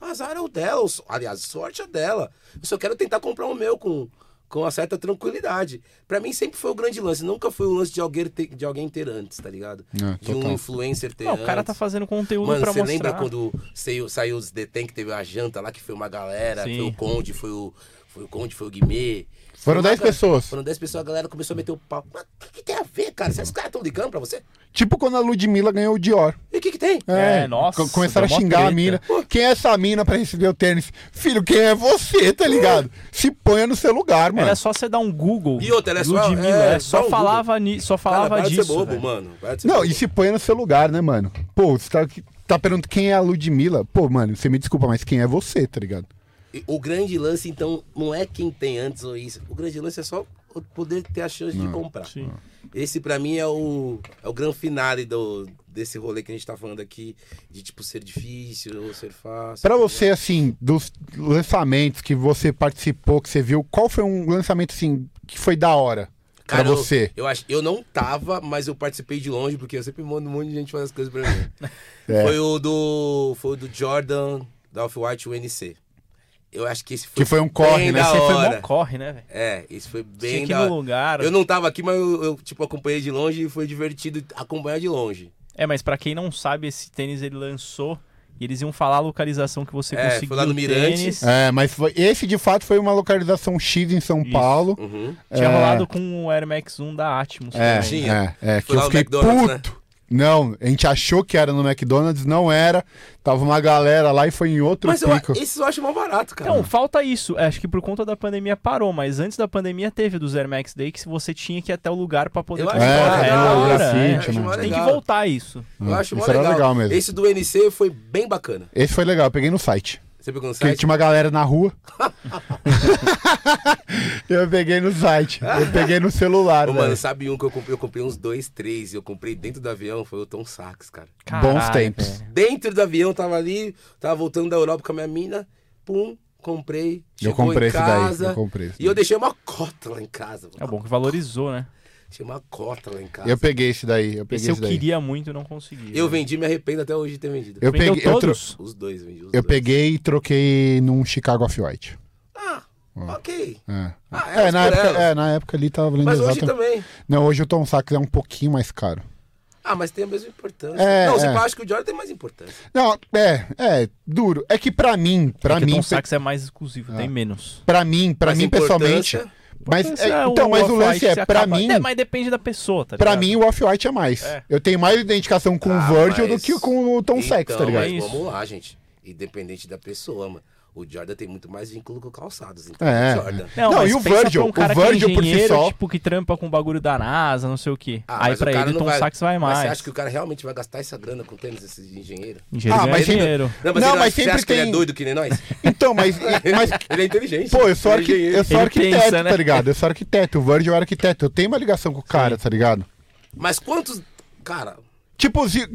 Speaker 3: o azar é o dela. o so- Aliás, sorte é dela. Eu só quero tentar comprar o meu com, com uma certa tranquilidade. Pra mim sempre foi o grande lance. Nunca foi o lance de alguém ter, de alguém ter antes, tá ligado?
Speaker 2: É,
Speaker 3: de um
Speaker 2: total.
Speaker 3: influencer ter
Speaker 1: Não,
Speaker 3: antes.
Speaker 1: o cara tá fazendo conteúdo
Speaker 3: Mano,
Speaker 1: pra
Speaker 3: você
Speaker 1: mostrar.
Speaker 3: lembra quando saiu, saiu os Detém que teve a janta lá, que foi uma galera,
Speaker 1: Sim.
Speaker 3: foi o Conde, foi o, foi o Conde, foi o Guimê.
Speaker 2: Foram
Speaker 3: Foi uma
Speaker 2: 10
Speaker 3: ga-
Speaker 2: pessoas.
Speaker 3: Foram 10 pessoas, a galera começou a meter o pau. Mas o que, que tem a ver, cara? Vocês caras estão ligando pra você?
Speaker 2: Tipo quando a Ludmilla ganhou o Dior.
Speaker 3: E o que, que tem?
Speaker 1: É, nossa,
Speaker 2: co- Começaram a
Speaker 1: deu mó
Speaker 2: xingar a
Speaker 1: treta.
Speaker 2: mina. Quem é essa mina pra receber o tênis? Filho, quem é você, tá ligado? Se ponha no seu lugar, mano.
Speaker 1: Era só você dar um Google.
Speaker 3: E outra, era só-
Speaker 1: Ludmilla,
Speaker 3: é,
Speaker 1: é, só,
Speaker 3: só um
Speaker 1: falava ni, só falava
Speaker 3: para
Speaker 1: disso.
Speaker 3: de ser bobo,
Speaker 1: velho.
Speaker 3: mano. Para de ser
Speaker 2: Não,
Speaker 3: bobo.
Speaker 2: e se ponha no seu lugar, né, mano? Pô, você tá, tá perguntando quem é a Ludmilla. Pô, mano, você me desculpa, mas quem é você, tá ligado?
Speaker 3: E O grande lance, então, não é quem tem antes ou isso. O grande lance é só o poder ter a chance de comprar.
Speaker 1: Sim.
Speaker 3: Esse, pra mim, é o, é o grande finale do, desse rolê que a gente tá falando aqui. De, tipo, ser difícil ou ser fácil.
Speaker 2: Pra você, assim, dos lançamentos que você participou, que você viu, qual foi um lançamento, assim, que foi da hora pra
Speaker 3: Cara, eu-
Speaker 2: você?
Speaker 3: Eu, acho, eu não tava, mas eu participei de longe, porque eu sempre mando um monte de gente fazer as coisas pra mim.
Speaker 2: É.
Speaker 3: Foi o do. Foi o do Jordan, da Off-White UNC. Eu acho que esse foi.
Speaker 2: Que foi um corre,
Speaker 3: bem
Speaker 2: né?
Speaker 3: da
Speaker 2: Você
Speaker 1: Você foi
Speaker 3: hora.
Speaker 1: mó corre, né, velho?
Speaker 3: É, isso foi
Speaker 1: Tinha
Speaker 3: bem
Speaker 1: que ir
Speaker 3: da
Speaker 1: no lugar.
Speaker 3: Eu não tava aqui, mas eu, eu, tipo, acompanhei de longe e foi divertido acompanhar de longe.
Speaker 1: É, mas pra quem não sabe, esse tênis ele lançou e eles iam falar a localização que você
Speaker 3: É,
Speaker 1: conseguiu.
Speaker 3: foi lá no
Speaker 1: o
Speaker 3: Mirante.
Speaker 1: tênis.
Speaker 2: É, mas foi- esse, de fato, foi uma localização X em São
Speaker 1: Isso.
Speaker 2: Paulo.
Speaker 3: Uhum.
Speaker 1: Tinha
Speaker 2: É.
Speaker 1: rolado com o Air Max 1 da Atmos. né?
Speaker 2: É,
Speaker 1: também.
Speaker 3: Tinha.
Speaker 2: é, é, que
Speaker 3: Foi
Speaker 2: eu
Speaker 3: lá no
Speaker 2: fiquei
Speaker 3: McDonald's, né?
Speaker 2: puto. Não, a gente achou que era no McDonald's, não era. Tava uma galera lá e foi em outro
Speaker 3: Mas eu,
Speaker 2: pico.
Speaker 3: esse eu acho mal barato, cara.
Speaker 1: Então, falta isso. Acho que por conta da pandemia parou, mas antes da pandemia teve dos Air Max Day que se você tinha que ir até o lugar pra poder
Speaker 3: Eu acho
Speaker 1: comprar.
Speaker 2: É,
Speaker 3: mó
Speaker 2: fazer
Speaker 1: da
Speaker 2: um
Speaker 3: legal,
Speaker 1: hora,
Speaker 2: grafite,
Speaker 1: é.
Speaker 3: acho
Speaker 2: mano.
Speaker 1: Tem que
Speaker 3: mó assim, tipo, legal.
Speaker 1: voltar a isso.
Speaker 3: Eu acho mó
Speaker 2: Isso era
Speaker 3: legal.
Speaker 2: legal mesmo.
Speaker 3: Esse do NC foi bem bacana.
Speaker 2: Esse foi legal, eu peguei no site.
Speaker 3: Você pegou no
Speaker 2: Porque
Speaker 3: site?
Speaker 2: tinha uma galera na rua. eu peguei no site. Eu peguei no celular, né?
Speaker 3: Ô, mano,
Speaker 2: velho.
Speaker 3: sabe um que eu comprei? Eu comprei uns dois, três. E eu comprei dentro do avião, foi o Tom Sachs, cara.
Speaker 2: Bons tempos.
Speaker 1: velho.
Speaker 3: Dentro do avião, tava ali, tava voltando da Europa com a minha mina. Pum, comprei.
Speaker 2: Eu
Speaker 3: Chegou
Speaker 2: comprei
Speaker 3: em
Speaker 2: esse daí.
Speaker 3: casa.
Speaker 2: Eu comprei esse
Speaker 3: E
Speaker 2: daí. Tá
Speaker 3: eu deixei uma cota lá em casa.
Speaker 1: É bom que valorizou, né?
Speaker 3: Deixei uma cota lá em casa.
Speaker 2: Eu peguei esse daí. Eu peguei
Speaker 1: Esse eu
Speaker 2: esse daí.
Speaker 1: queria muito e não consegui. velho.
Speaker 3: Eu vendi, me arrependo até hoje de ter vendido.
Speaker 2: Eu
Speaker 1: Vendeu
Speaker 2: peguei, eu, tro-
Speaker 1: todos?
Speaker 3: Os dois vendi. Os
Speaker 2: eu
Speaker 3: dois.
Speaker 2: peguei e troquei num Chicago Off-White.
Speaker 3: Ah, ok.
Speaker 2: É.
Speaker 3: Ah,
Speaker 2: É,
Speaker 3: elas
Speaker 2: na
Speaker 3: por
Speaker 2: época,
Speaker 3: elas.
Speaker 2: é, na época ali tava valendo
Speaker 3: Mas hoje tá
Speaker 2: exatamente.
Speaker 3: também.
Speaker 2: Não, hoje o Tom Sachs é um pouquinho mais caro.
Speaker 3: Ah, mas tem a mesma importância.
Speaker 2: É,
Speaker 3: não,
Speaker 2: é.
Speaker 3: você acha que o Jordan tem mais importância.
Speaker 2: Não, é, é, duro. É que pra mim, pra
Speaker 1: é que
Speaker 2: mim,
Speaker 1: Tom Sax é mais exclusivo, tem menos.
Speaker 2: pra mim, pra
Speaker 3: Mas
Speaker 2: mim pessoalmente.
Speaker 3: importância-
Speaker 2: Mas,
Speaker 1: Mas,
Speaker 2: é,
Speaker 1: é,
Speaker 2: então, mas o lance
Speaker 1: Off-White
Speaker 2: é,
Speaker 1: se
Speaker 2: pra
Speaker 1: acaba-
Speaker 2: mim,
Speaker 1: É, mas depende da pessoa, tá
Speaker 2: pra
Speaker 1: ligado?
Speaker 2: mim o Off-White é mais.
Speaker 1: É.
Speaker 2: Eu tenho mais identificação com
Speaker 3: Ah,
Speaker 2: o Virgil
Speaker 3: mas-
Speaker 2: do que com o Tom Sachs, tá
Speaker 3: Então,
Speaker 2: ligado?
Speaker 1: é
Speaker 3: Mas
Speaker 1: isso.
Speaker 3: vamos lá, gente. Independente da pessoa, mano. O Jordan tem muito mais vínculo com calçados. Então,
Speaker 2: É.
Speaker 3: Jordan.
Speaker 1: Não,
Speaker 2: Não,
Speaker 1: mas
Speaker 2: e o
Speaker 1: pensa
Speaker 2: Virgil?
Speaker 1: pra um
Speaker 2: O
Speaker 1: cara
Speaker 2: Virgil
Speaker 1: que é
Speaker 2: por si
Speaker 1: engenheiro,
Speaker 2: só.
Speaker 1: tipo, que trampa com o bagulho da NASA, não sei o quê.
Speaker 3: Ah,
Speaker 1: Aí
Speaker 3: mas o
Speaker 1: pra
Speaker 3: cara
Speaker 1: ele,
Speaker 3: não
Speaker 1: Tom
Speaker 3: vai-
Speaker 1: Sax vai
Speaker 3: Mas
Speaker 1: mais.
Speaker 3: você acha que o cara realmente vai gastar essa grana com tênis, esse engenheiro?
Speaker 1: Engenheiro
Speaker 2: Ah,
Speaker 1: ganha
Speaker 2: mas sempre-
Speaker 1: dinheiro.
Speaker 2: Não,
Speaker 3: Não,
Speaker 2: mas
Speaker 3: você você
Speaker 2: sempre
Speaker 3: acha que ele
Speaker 2: tem-
Speaker 3: é doido que nem nós?
Speaker 2: Então, mas, mas
Speaker 3: ele é inteligente.
Speaker 2: pô, eu sou,
Speaker 3: Ele é
Speaker 2: arqui- eu sou
Speaker 1: Ele
Speaker 2: arquiteto,
Speaker 1: pensa, né?
Speaker 2: tá ligado? Eu sou arquiteto, o Virgil é arquiteto. Eu tenho uma ligação com o cara, tá ligado?
Speaker 3: Mas quantos... Cara,
Speaker 2: Tipo, se-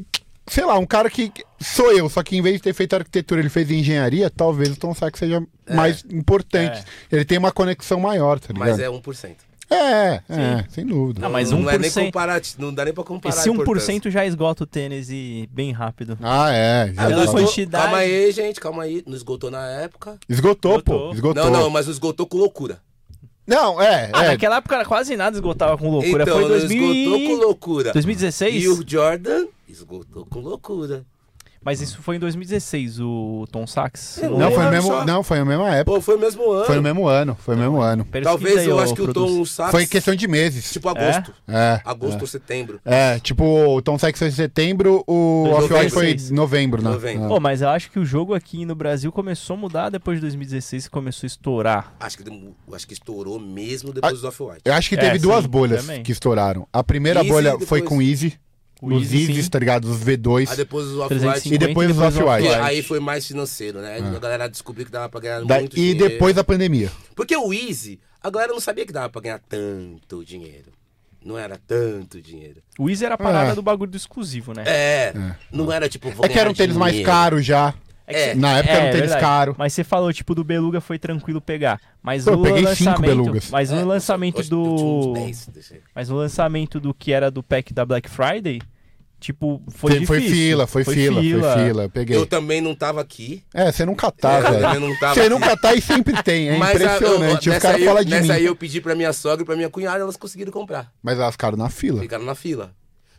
Speaker 2: sei lá, um cara que sou eu, só que em vez de ter feito arquitetura, ele fez engenharia, talvez o Tom Sachs seja mais importante. Ele tem uma conexão maior, tá
Speaker 3: mas
Speaker 2: ligado?
Speaker 3: é 1%.
Speaker 2: É, é, sem dúvida.
Speaker 1: Não, mas
Speaker 3: não, não é nem
Speaker 1: 1%.
Speaker 3: comparati- não dá nem pra comparar
Speaker 1: Esse
Speaker 3: a importância.
Speaker 1: 1% já esgota o tênis e bem rápido.
Speaker 2: Ah, é. já
Speaker 1: Ah, Pela
Speaker 3: Não
Speaker 2: tá.
Speaker 1: foi-
Speaker 3: esgotou-
Speaker 1: quantidade.
Speaker 3: Calma aí, gente, calma aí. Não esgotou na época.
Speaker 2: Esgotou,
Speaker 1: Esgotou.
Speaker 2: pô. Esgotou.
Speaker 3: Não, não, mas não esgotou com loucura.
Speaker 2: Não, é,
Speaker 1: Ah,
Speaker 2: é.
Speaker 1: naquela época quase nada esgotava com loucura.
Speaker 3: então,
Speaker 1: Foi
Speaker 3: não esgotou com
Speaker 1: 2000...
Speaker 3: loucura.
Speaker 2: É
Speaker 1: 2016?
Speaker 3: E o Jordan esgotou com loucura.
Speaker 1: Mas isso foi em 2016, o Tom Sax.
Speaker 2: Não,
Speaker 3: Não,
Speaker 2: foi
Speaker 3: Lembra
Speaker 2: o mesmo,
Speaker 3: só?
Speaker 2: não, foi a mesma época.
Speaker 3: Pô, foi o mesmo ano.
Speaker 2: Foi o mesmo ano, foi o mesmo ano.
Speaker 3: Talvez eu acho que o Tom Sachs...
Speaker 2: Foi questão de meses.
Speaker 3: Tipo agosto.
Speaker 2: É.
Speaker 3: Agosto ou setembro.
Speaker 2: É, é, tipo, o Tom Sachs foi em setembro, o Off-White foi em
Speaker 1: 2016.
Speaker 2: novembro, né?
Speaker 3: Novembro.
Speaker 2: É.
Speaker 1: Pô, mas eu acho que o jogo aqui no Brasil começou a mudar depois de 2016 que começou a estourar.
Speaker 3: Acho que, demo- acho que estourou mesmo
Speaker 2: Ah,
Speaker 3: depois do Off-White.
Speaker 2: Eu acho que
Speaker 1: É,
Speaker 2: teve duas
Speaker 1: sim,
Speaker 2: bolhas
Speaker 1: também.
Speaker 2: que estouraram. A primeira
Speaker 3: Easy,
Speaker 2: bolha
Speaker 3: depois-
Speaker 2: foi com o Easy,
Speaker 1: O
Speaker 2: os
Speaker 1: Easy,
Speaker 2: Easy,
Speaker 1: sim.
Speaker 2: tá ligado? Os V2.
Speaker 3: Aí depois do Off-White...
Speaker 1: 350
Speaker 2: E depois os
Speaker 1: o
Speaker 2: Off-White.
Speaker 3: E
Speaker 1: Off-White.
Speaker 3: aí foi mais financeiro, né? Aí A galera descobriu que dava pra ganhar
Speaker 2: Da-
Speaker 3: muito
Speaker 2: e
Speaker 3: dinheiro.
Speaker 2: depois da pandemia.
Speaker 3: Porque o Easy, a galera não sabia que dava pra ganhar tanto dinheiro. Não era tanto dinheiro.
Speaker 1: O Easy era a parada
Speaker 3: Ah.
Speaker 2: É.
Speaker 1: do bagulho do exclusivo, né?
Speaker 3: É, não era tipo. vou
Speaker 2: É que era um
Speaker 3: ganhar
Speaker 2: tênis mais
Speaker 3: dinheiro.
Speaker 2: caro já.
Speaker 3: É.
Speaker 2: Na época
Speaker 1: É,
Speaker 2: era um tênis
Speaker 1: verdade.
Speaker 2: caro.
Speaker 1: Mas você falou, tipo, do Beluga foi tranquilo pegar. Mas
Speaker 2: Pô, eu
Speaker 1: no
Speaker 2: peguei cinco
Speaker 1: lançamento,
Speaker 2: Belugas.
Speaker 1: Mas no
Speaker 3: É,
Speaker 1: lançamento
Speaker 3: hoje um eu tinha uns
Speaker 1: do.
Speaker 3: 10 desse-
Speaker 1: Mas no lançamento do que era do pack da Black Friday, tipo, foi
Speaker 2: Foi, foi
Speaker 1: difícil.
Speaker 2: fila, foi, fila, foi fila. Eu peguei.
Speaker 3: Eu também não tava aqui.
Speaker 2: É, você nunca tá,
Speaker 3: eu
Speaker 2: velho.
Speaker 3: também não tava
Speaker 2: Você
Speaker 3: aqui.
Speaker 2: nunca tá e sempre tem. É
Speaker 3: Mas a- eu-
Speaker 2: impressionante. Os
Speaker 3: nessa
Speaker 2: caras
Speaker 3: aí-
Speaker 2: falam de mim.
Speaker 3: Nessa aí eu pedi pra minha sogra e pra minha cunhada, elas conseguiram comprar.
Speaker 2: Mas elas ficaram na fila.
Speaker 3: Ficaram na fila.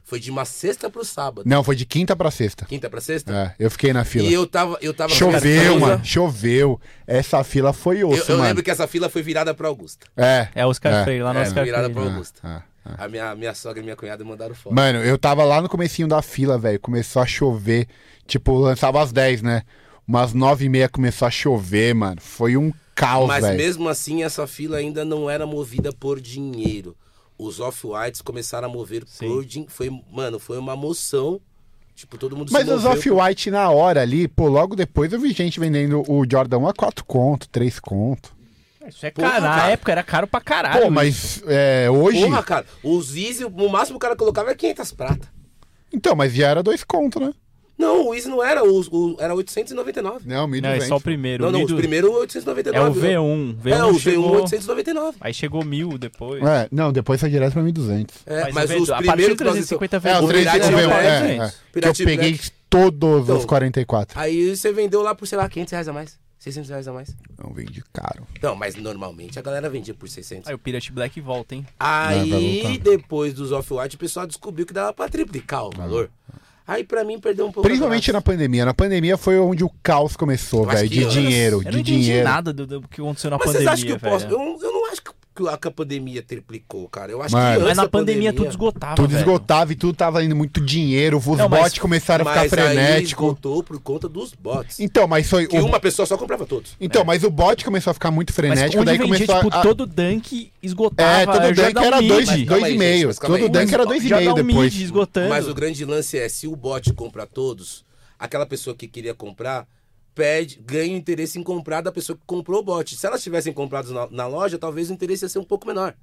Speaker 3: Foi de uma sexta pro sábado.
Speaker 2: Não, foi de quinta pra sexta.
Speaker 3: Quinta pra sexta.
Speaker 2: É, eu fiquei na fila.
Speaker 3: E eu tava. Eu tava com a minha
Speaker 2: Choveu,
Speaker 3: esposa.
Speaker 2: mano. Choveu. Essa fila foi
Speaker 3: Eu,
Speaker 2: osso,
Speaker 3: eu
Speaker 2: mano.
Speaker 3: lembro que essa fila foi virada pra Augusta.
Speaker 2: É.
Speaker 1: É, Oscar
Speaker 2: É,
Speaker 1: Freire, lá no
Speaker 3: é,
Speaker 1: Oscar
Speaker 3: virada
Speaker 1: Freire.
Speaker 3: pra
Speaker 2: é,
Speaker 3: Augusta.
Speaker 2: é,
Speaker 3: A minha, minha sogra e minha cunhada mandaram foto.
Speaker 2: Mano, eu tava lá no comecinho da fila, velho. Começou a chover. Tipo, lançava às 10, né? Umas 9 e meia começou a chover, mano. Foi um caos,
Speaker 3: Mas
Speaker 2: velho.
Speaker 3: mesmo assim, essa fila ainda não era movida por dinheiro. Os off-whites começaram a mover
Speaker 1: Sim.
Speaker 3: por dinheiro. Foi, mano, foi uma moção. Tipo, todo mundo
Speaker 2: Mas
Speaker 3: se
Speaker 2: os
Speaker 3: moveu.
Speaker 2: off-white na hora ali, pô, logo depois eu vi gente vendendo o Jordan 1 a 4 conto, 3 conto.
Speaker 1: Isso é
Speaker 3: Porra,
Speaker 1: caro. Na
Speaker 3: cara.
Speaker 1: época era caro pra caralho.
Speaker 2: Pô, mas é, hoje.
Speaker 3: Porra, cara. Os Easy, no máximo o cara colocava era 500 prata.
Speaker 2: Então, mas já era 2 conto, né?
Speaker 3: Não, o Easy não era. O, o, era 899.
Speaker 2: Não,
Speaker 1: Não, é
Speaker 2: 1.200.
Speaker 1: só o primeiro.
Speaker 3: Não, não,
Speaker 1: Mido-
Speaker 3: o primeiro
Speaker 1: É o
Speaker 3: 899. né?
Speaker 1: V1. V1
Speaker 3: É, o V1
Speaker 1: chegou...
Speaker 3: 899.
Speaker 1: Aí chegou mil depois.
Speaker 2: É, não, depois foi direto pra 1.200.
Speaker 3: É,
Speaker 1: Mas
Speaker 3: mas,
Speaker 1: o
Speaker 3: os
Speaker 1: V- a partir
Speaker 3: primeiros
Speaker 1: do
Speaker 3: que nós-
Speaker 1: 350
Speaker 2: É,
Speaker 1: O
Speaker 2: o
Speaker 3: o
Speaker 2: 3
Speaker 3: Pirate
Speaker 2: de novembro,
Speaker 3: Black,
Speaker 2: é,
Speaker 3: gente.
Speaker 2: é. Que eu
Speaker 3: Pirate
Speaker 2: peguei
Speaker 3: Black.
Speaker 2: todos os
Speaker 3: Então.
Speaker 2: 44.
Speaker 3: Aí você vendeu lá por, sei lá, 500 reais a mais. 600 reais a mais.
Speaker 2: Não, vende caro.
Speaker 3: Não, mas normalmente a galera vendia por 600.
Speaker 1: Aí o Pirate Black volta, hein?
Speaker 2: É, vai
Speaker 3: Aí,
Speaker 2: voltar.
Speaker 3: depois dos off-white, o pessoal descobriu que dava pra triplicar o valor. Aí, pra mim, perdeu um pouco. a
Speaker 2: Principalmente na
Speaker 3: graça.
Speaker 2: pandemia. Na pandemia foi onde o caos começou,
Speaker 3: Eu acho
Speaker 2: velho.
Speaker 3: que
Speaker 2: De
Speaker 3: eu-
Speaker 2: dinheiro,
Speaker 1: Eu não
Speaker 2: de
Speaker 1: entendi
Speaker 2: dinheiro.
Speaker 1: um nada do, do que aconteceu na
Speaker 3: Mas vocês
Speaker 1: pandemia,
Speaker 3: acham que eu
Speaker 1: velho.
Speaker 3: posso... Eu, eu não acho que a- que a pandemia triplicou, cara. Eu acho
Speaker 2: Mano.
Speaker 3: que antes
Speaker 1: Mas na
Speaker 3: da
Speaker 1: pandemia, tudo esgotava,
Speaker 2: Tudo
Speaker 1: velho.
Speaker 2: esgotava e tudo tava indo muito dinheiro. Os
Speaker 1: Não, mas-
Speaker 2: bots começaram a ficar
Speaker 3: Mas aí
Speaker 2: frenético.
Speaker 3: esgotou por conta dos bots.
Speaker 2: Então, mas foi.
Speaker 3: Que
Speaker 2: o-
Speaker 3: uma pessoa só comprava todos.
Speaker 2: Então, mas o bot começou a ficar muito
Speaker 1: Mas
Speaker 2: frenético,
Speaker 1: onde
Speaker 2: daí
Speaker 1: vendia,
Speaker 2: começou
Speaker 1: tipo,
Speaker 2: a.
Speaker 1: todo dunk esgotava.
Speaker 2: É, todo dunk
Speaker 1: Jordan
Speaker 2: era
Speaker 1: Mid.
Speaker 2: dois-
Speaker 3: Mas calma aí, gente,
Speaker 2: 2,5.
Speaker 3: mas calma aí.
Speaker 2: Todo dunk era
Speaker 3: Mas-
Speaker 2: 2,5
Speaker 1: Jordan
Speaker 2: depois.
Speaker 1: um Mid esgotando.
Speaker 3: Mas o grande lance é, se o bot compra todos, aquela pessoa que queria comprar perde, ganha o interesse em comprar da pessoa que comprou o bot. Se elas tivessem comprado na, na loja, talvez o interesse ia ser um pouco menor.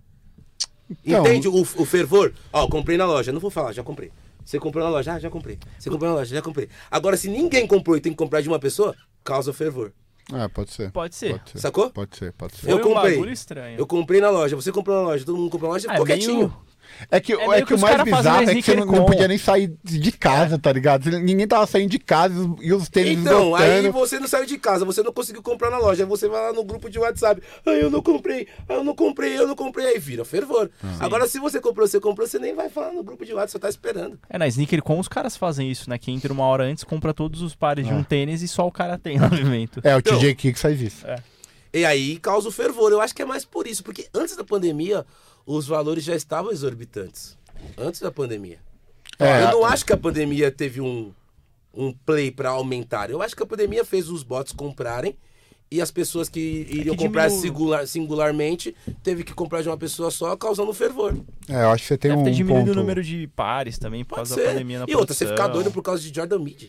Speaker 2: Então-
Speaker 3: Entende o, o fervor? Ó, eu comprei na loja, não vou falar, já comprei. Você comprou na loja, ah, já comprei. Você comprou na loja, já comprei. Agora, se ninguém comprou e tem que comprar de uma pessoa, causa fervor.
Speaker 2: É, pode ser.
Speaker 1: Pode ser.
Speaker 2: Pode ser.
Speaker 3: Sacou?
Speaker 2: Pode ser, pode ser.
Speaker 1: Foi
Speaker 3: Eu
Speaker 1: um
Speaker 3: comprei.
Speaker 1: bagulho estranho.
Speaker 3: Eu comprei na loja, você comprou na loja, todo mundo comprou na loja,
Speaker 1: Ah,
Speaker 3: ficou
Speaker 1: meio-
Speaker 3: quietinho.
Speaker 2: É que,
Speaker 1: É
Speaker 2: é
Speaker 1: meio
Speaker 2: que
Speaker 1: que
Speaker 2: o
Speaker 1: os
Speaker 2: mais
Speaker 1: caras fazem
Speaker 2: bizarro
Speaker 1: mais
Speaker 2: é que você não, não
Speaker 1: Sneaker
Speaker 2: podia nem sair de casa, tá ligado? Ninguém tava saindo de casa e os- e os tênis
Speaker 3: Então, aí
Speaker 2: esgotando.
Speaker 3: você não saiu de casa, você não conseguiu comprar na loja, aí você vai lá no grupo de WhatsApp, ah, eu não comprei, ah, eu não comprei, eu não comprei, aí vira fervor.
Speaker 2: Ah.
Speaker 3: Agora, se você comprou, você comprou, você nem vai falar no grupo de WhatsApp, você tá esperando.
Speaker 1: É, na Sneaker Com os caras fazem isso, né? Que entra uma hora antes, compra todos os pares de um tênis e só o cara tem lá no evento.
Speaker 2: É, o
Speaker 3: Então.
Speaker 2: TJ Kicks faz isso.
Speaker 3: E aí causa o fervor, eu acho que é mais por isso, porque antes da pandemia, os valores já estavam exorbitantes. Antes da pandemia.
Speaker 2: É,
Speaker 3: eu não acho que a pandemia teve um, um play pra aumentar, eu acho que a pandemia fez os bots comprarem. E as pessoas que iriam
Speaker 1: É que
Speaker 3: comprar
Speaker 1: diminu-
Speaker 3: singular- singularmente teve que comprar de uma pessoa só, causando fervor.
Speaker 2: É, eu acho que você tem
Speaker 1: Deve ter
Speaker 2: um
Speaker 1: diminuído
Speaker 2: ponto...
Speaker 1: o número de pares também por
Speaker 3: Pode
Speaker 1: causa
Speaker 3: ser.
Speaker 1: da pandemia na
Speaker 3: e outra, você ficar
Speaker 1: produção.
Speaker 3: doido por causa de Jordan Mid.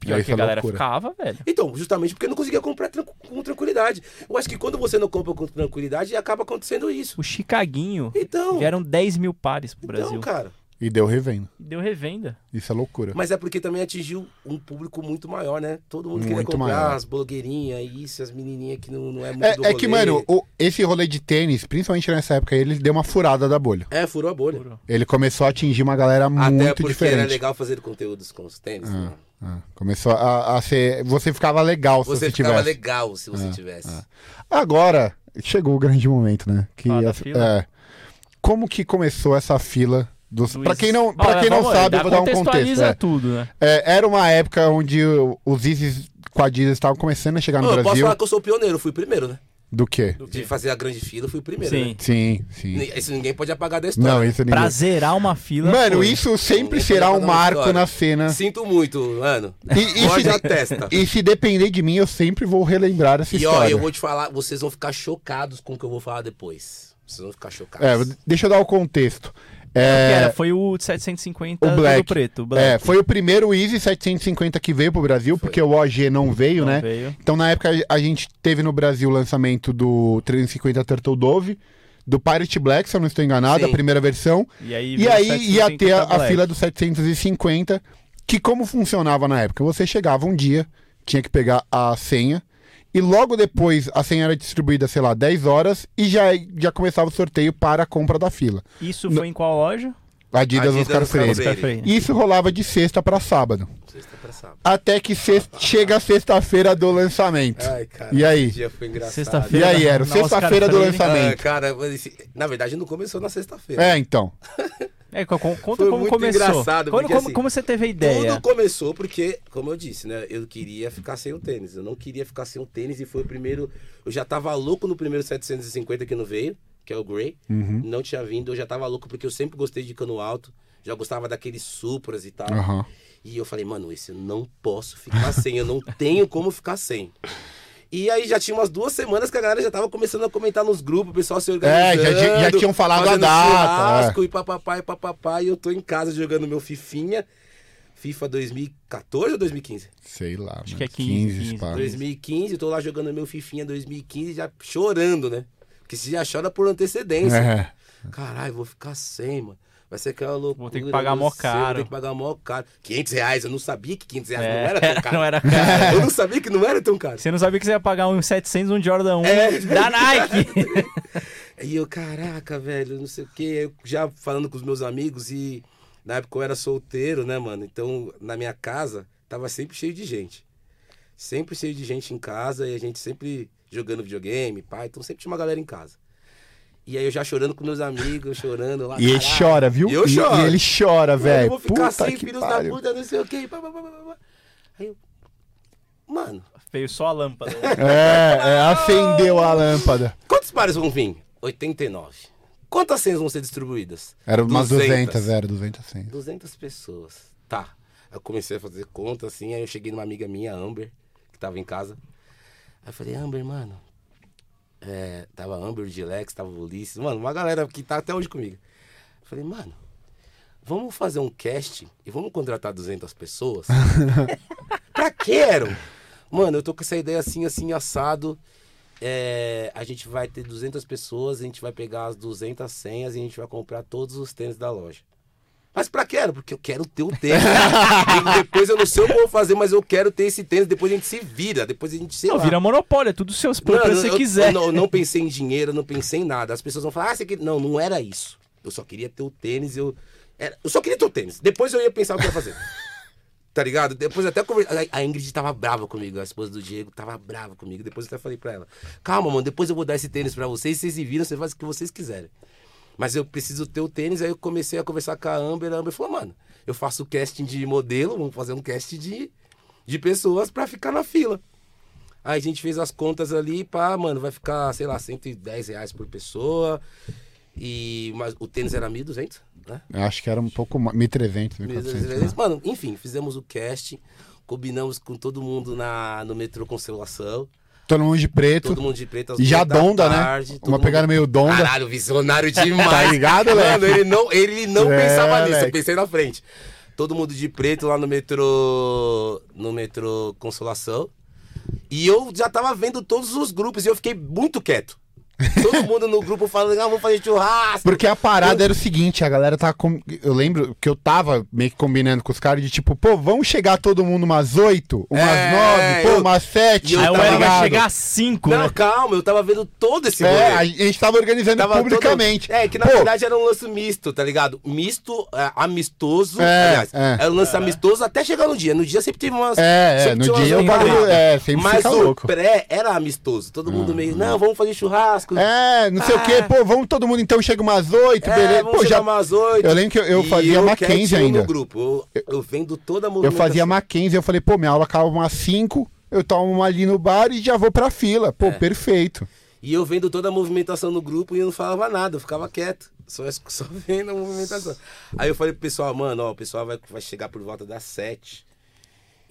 Speaker 1: Pior
Speaker 2: Isso
Speaker 1: que
Speaker 2: é
Speaker 1: a galera
Speaker 2: loucura.
Speaker 1: ficava, velho.
Speaker 3: Então, justamente porque não conseguia comprar tran- com tranquilidade. Eu acho que quando você não compra com tranquilidade, acaba acontecendo isso.
Speaker 1: O Chicaguinho
Speaker 3: Então,
Speaker 1: vieram 10 mil pares pro
Speaker 3: então
Speaker 1: Brasil.
Speaker 3: cara.
Speaker 2: E deu revenda.
Speaker 1: E Deu revenda.
Speaker 2: Isso é loucura.
Speaker 3: Mas é porque também atingiu um público muito maior, né? Todo mundo queria
Speaker 2: Muito
Speaker 3: comprar
Speaker 2: maior.
Speaker 3: as blogueirinhas e isso, as menininhas que não, não é muito do
Speaker 2: É, é que,
Speaker 3: rolê.
Speaker 2: mano, o- esse rolê de tênis, principalmente nessa época, aí, ele deu uma furada da bolha.
Speaker 3: É, furou a bolha.
Speaker 1: Furou.
Speaker 2: Ele começou a atingir uma galera
Speaker 3: Até
Speaker 2: muito
Speaker 3: porque
Speaker 2: diferente.
Speaker 3: era legal fazer conteúdos com os tênis, né?
Speaker 2: Ah, começou a, a ser. Você ficava legal se
Speaker 3: Você
Speaker 2: você
Speaker 3: ficava
Speaker 2: tivesse. Ah,
Speaker 3: legal se você tivesse.
Speaker 2: Agora, chegou o grande momento, né? Que
Speaker 1: Ah, da
Speaker 2: essa-
Speaker 1: fila?
Speaker 2: é. como que começou essa fila dos.
Speaker 1: Luiz-
Speaker 2: Pra quem não, pra
Speaker 1: Olha,
Speaker 2: quem não
Speaker 1: vamos lá,
Speaker 2: sabe, eu vou dar um contexto.
Speaker 1: contextualiza
Speaker 2: é.
Speaker 1: tudo, né?
Speaker 2: É, era uma época onde o- os Isis quadrilhas estavam começando a chegar no
Speaker 3: Ô, eu posso
Speaker 2: Brasil.
Speaker 3: falar que eu sou pioneiro, eu fui o primeiro, né?
Speaker 2: Do quê?
Speaker 3: De fazer a grande fila, eu fui o primeiro,
Speaker 1: Sim.
Speaker 3: né?
Speaker 2: Sim, sim.
Speaker 3: Isso ninguém pode apagar da história. é
Speaker 2: Não, isso é ninguém.
Speaker 1: Pra zerar uma fila.
Speaker 2: né? Mano,
Speaker 1: foi.
Speaker 2: isso sempre
Speaker 3: Ninguém
Speaker 2: será
Speaker 3: tá
Speaker 2: um
Speaker 3: dando
Speaker 2: marco
Speaker 3: história.
Speaker 2: na cena.
Speaker 3: Sinto muito, mano.
Speaker 2: né? E- e
Speaker 3: Morde
Speaker 2: se-
Speaker 3: a testa.
Speaker 2: E se depender de mim, eu sempre vou relembrar essa
Speaker 3: E ó,
Speaker 2: história.
Speaker 3: eu vou te falar, vocês vão ficar chocados com o que eu vou falar depois. Vocês vão ficar
Speaker 2: É,
Speaker 3: chocados.
Speaker 2: deixa eu dar o contexto.
Speaker 1: Que
Speaker 2: É,
Speaker 1: era, foi o 750
Speaker 2: o Black.
Speaker 1: do preto. O
Speaker 2: é,
Speaker 1: Black.
Speaker 2: foi o primeiro Easy 750 que veio pro Brasil, porque o OG não veio,
Speaker 1: Não
Speaker 2: né?
Speaker 1: veio.
Speaker 2: Então, na época, a gente teve no Brasil o lançamento do 350 Turtle Dove, do Pirate Black, se eu não estou enganado,
Speaker 3: Sim.
Speaker 2: a primeira versão.
Speaker 1: E aí,
Speaker 2: E
Speaker 1: veio o
Speaker 2: aí ia
Speaker 1: 750
Speaker 2: ter a, a
Speaker 1: Black.
Speaker 2: fila do 750, que como funcionava na época? Você chegava um dia, tinha que pegar a senha, e logo depois a senha era distribuída, sei lá, 10 horas, e já, já começava o sorteio para a compra da fila.
Speaker 1: Isso foi em qual loja?
Speaker 2: Adidas,
Speaker 3: Adidas,
Speaker 2: Oscar
Speaker 3: Oscar
Speaker 2: Freire.
Speaker 3: Freire.
Speaker 1: Oscar
Speaker 3: Ele.
Speaker 1: Freire.
Speaker 2: Isso rolava de sexta para sábado.
Speaker 3: Vocês estão pra sábado.
Speaker 2: Até que sexta- chega a sexta-feira do lançamento.
Speaker 3: Ai, cara,
Speaker 2: E aí? é
Speaker 3: esse dia foi engraçado.
Speaker 1: Sexta-feira.
Speaker 2: E aí, era
Speaker 1: Na
Speaker 2: sexta-feira
Speaker 1: Oscar
Speaker 2: do
Speaker 1: Freire.
Speaker 3: Ah,
Speaker 2: lançamento.
Speaker 3: cara, mas esse- na verdade não começou na sexta-feira.
Speaker 2: É, então.
Speaker 1: É, co- co- conta
Speaker 3: Foi
Speaker 1: como
Speaker 3: muito
Speaker 1: começou.
Speaker 3: engraçado,
Speaker 1: Quando-
Speaker 3: porque,
Speaker 1: como,
Speaker 3: assim,
Speaker 1: como você teve a
Speaker 3: Tudo
Speaker 1: ideia?
Speaker 3: começou porque, como eu disse, né? Eu queria ficar sem o tênis. Eu não queria ficar sem o tênis e foi o primeiro. Eu já tava louco no primeiro 750 que não veio. que é o Grey,
Speaker 2: Uhum.
Speaker 3: não tinha vindo. Eu já tava louco porque eu sempre gostei de cano alto. Já gostava daqueles Supras e tal.
Speaker 2: Aham.
Speaker 3: E eu falei, mano, esse eu não posso ficar sem, eu não tenho como ficar sem. E aí já tinha umas duas semanas que a galera já tava começando a comentar nos grupos, o pessoal se
Speaker 2: É,
Speaker 3: organizando.
Speaker 2: já, ti- já tinham falado a
Speaker 3: fazendo
Speaker 2: data.
Speaker 3: churrasco E papapá, e papapá, e eu tô em casa jogando meu Fifinha. FIFA 2014 ou 2015?
Speaker 2: é. Sei lá,
Speaker 1: Acho
Speaker 2: mano.
Speaker 1: que é 15, 15,
Speaker 2: pá.
Speaker 3: 2015, tô lá jogando meu Fifinha 2015, já chorando, né? Porque você já chora por antecedência.
Speaker 2: É.
Speaker 3: Caralho, vou ficar sem, mano. Vai ser aquela loucura.
Speaker 1: ter que pagar
Speaker 3: não
Speaker 1: mó
Speaker 3: sei, vou
Speaker 1: caro.
Speaker 3: ter que pagar mó caro. 500 reais, eu não sabia que 500 reais
Speaker 1: É,
Speaker 3: não era tão caro.
Speaker 1: não era caro.
Speaker 3: Eu não sabia que não era tão caro.
Speaker 1: Você não sabia que você ia pagar um 700, um Jordan 1
Speaker 3: É.
Speaker 1: da Nike.
Speaker 3: E eu, caraca, velho, não sei o quê. Eu já falando com os meus amigos e na época eu era solteiro, né, mano? Então, na minha casa, tava sempre cheio de gente. Sempre cheio de gente em casa e a gente sempre jogando videogame, pai. Então, sempre tinha uma galera em casa. E aí eu já chorando com meus amigos, chorando lá.
Speaker 2: E ele
Speaker 3: caralho.
Speaker 2: chora, viu?
Speaker 3: E eu
Speaker 2: E-
Speaker 3: choro.
Speaker 2: E ele chora,
Speaker 3: Mano, eu
Speaker 2: velho.
Speaker 3: vou ficar
Speaker 2: Puta
Speaker 3: sem
Speaker 2: que
Speaker 3: filhos
Speaker 2: pariu.
Speaker 3: da puta, não sei o quê. pá, pá, pá, pá, pá. Aí eu. Mano,
Speaker 1: Veio só a lâmpada.
Speaker 2: É, é, acendeu a lâmpada.
Speaker 3: quantos pares vão vir? 89. Quantas senhas vão ser distribuídas?
Speaker 2: Era umas é. 200,
Speaker 3: 200.
Speaker 2: era 200 senhas.
Speaker 3: 200 pessoas. Tá. Aí Eu comecei a fazer conta assim, aí eu cheguei numa amiga minha, a Amber, que tava em casa. Aí eu falei, Amber, mano. É, tava a Amber, o Dilex, tava o Ulisses, mano, uma galera que tá até hoje comigo. Eu falei, mano, vamos fazer um cast e vamos contratar 200 pessoas? pra que eram? Mano, eu tô com essa ideia assim, assim, assado. É, a gente vai ter 200 pessoas, a gente vai pegar as 200 senhas e a gente vai comprar todos os tênis da loja. Mas pra que era? Porque eu quero ter o tênis. E depois eu não sei o que eu vou fazer, mas eu quero ter esse tênis. Depois a gente se vira, depois a gente se
Speaker 1: Não, vira monopólio, é tudo seu, se
Speaker 3: não,
Speaker 1: você
Speaker 3: eu-
Speaker 1: quiser.
Speaker 3: Eu, não- eu não pensei em dinheiro, eu não pensei em nada. As pessoas vão falar, ah, você quer... Não, não era isso. Eu só queria ter o tênis, eu. era- Eu só queria ter o tênis. Depois eu ia pensar o que eu ia fazer. tá ligado? Depois até conver- a- A Ingrid tava brava comigo, a esposa do Diego tava brava comigo. Depois eu até falei pra ela: calma, mano, depois eu vou dar esse tênis pra vocês, vocês se viram, vocês fazem o que vocês quiserem. Mas eu preciso ter o tênis, aí eu comecei a conversar com a Amber, a Amber falou, mano, eu faço casting de modelo, vamos fazer um casting de, de pessoas pra ficar na fila. Aí a gente fez as contas ali, pá, mano, vai ficar, sei lá, 110 reais por pessoa. E mas o tênis era 1.200, né?
Speaker 2: Eu Acho que era um pouco mais. 1.300, 1.400. né?
Speaker 3: Mano, enfim, fizemos o casting, combinamos com todo mundo na, no metrô Consolação.
Speaker 2: Todo mundo de preto.
Speaker 3: Todo mundo de preto. às
Speaker 2: É E já
Speaker 3: duas da
Speaker 2: donda,
Speaker 3: tarde,
Speaker 2: né?
Speaker 3: todo
Speaker 2: Uma
Speaker 3: mundo-
Speaker 2: pegada meio donda.
Speaker 3: Caralho, visionário demais.
Speaker 2: Tá ligado,
Speaker 3: Mano,
Speaker 2: Leco?
Speaker 3: ele não, ele não
Speaker 2: É,
Speaker 3: pensava nisso, eu
Speaker 2: Leco.
Speaker 3: pensei na frente. Todo mundo de preto lá no metrô. No metrô Consolação. E eu já tava vendo todos os grupos e eu fiquei muito quieto. Todo mundo no grupo falando, ah, vamos fazer churrasco.
Speaker 2: Porque a parada era o seguinte, a galera tava. com- Eu lembro que eu tava meio que combinando com os caras de tipo, pô, vamos chegar todo mundo umas 8, umas
Speaker 3: É,
Speaker 2: 9, pô,
Speaker 3: eu-
Speaker 2: umas tá 7.
Speaker 3: e eu
Speaker 1: Aí o
Speaker 3: tava
Speaker 1: Eric vai
Speaker 3: ligado.
Speaker 1: chegar a 5,
Speaker 3: Não,
Speaker 1: né?
Speaker 3: calma, eu tava vendo todo esse rolê.
Speaker 2: É, a gente tava organizando
Speaker 3: Tava todo-
Speaker 2: publicamente.
Speaker 3: É, que na
Speaker 2: Pô,
Speaker 3: verdade era um lance misto, tá ligado? Misto, é, amistoso.
Speaker 2: É,
Speaker 3: aliás,
Speaker 2: é.
Speaker 3: era um lance amistoso até chegar no dia. No dia sempre teve umas.
Speaker 2: É, é,
Speaker 3: sempre
Speaker 2: no
Speaker 3: tinha umas
Speaker 2: dia o bagulho.
Speaker 3: brincadas.
Speaker 2: É, sempre
Speaker 3: Mas
Speaker 2: fica
Speaker 3: o
Speaker 2: louco. Uhum.
Speaker 3: pré era amistoso. Todo mundo meio, não, vamos fazer churrasco.
Speaker 2: É, não sei o quê, pô, vamos todo mundo então, chega umas 8,
Speaker 3: Ah. É,
Speaker 2: beleza.
Speaker 3: vamos
Speaker 2: Pô,
Speaker 3: chegar
Speaker 2: já,
Speaker 3: umas oito.
Speaker 2: eu lembro que eu- eu
Speaker 3: E
Speaker 2: fazia Mackenzie
Speaker 3: quietinho
Speaker 2: ainda.
Speaker 3: No grupo. Eu, eu vendo toda a
Speaker 2: Eu
Speaker 3: movimentação.
Speaker 2: fazia Mackenzie, eu falei, pô, minha aula acaba umas 5, eu tomo uma ali no bar e já vou pra fila.
Speaker 3: É.
Speaker 2: Pô, perfeito.
Speaker 3: E eu vendo toda a movimentação no grupo e eu não falava nada, eu ficava quieto. Só, es- só vendo a movimentação. Aí eu falei pro pessoal, mano, ó, o pessoal vai, vai chegar por volta das sete.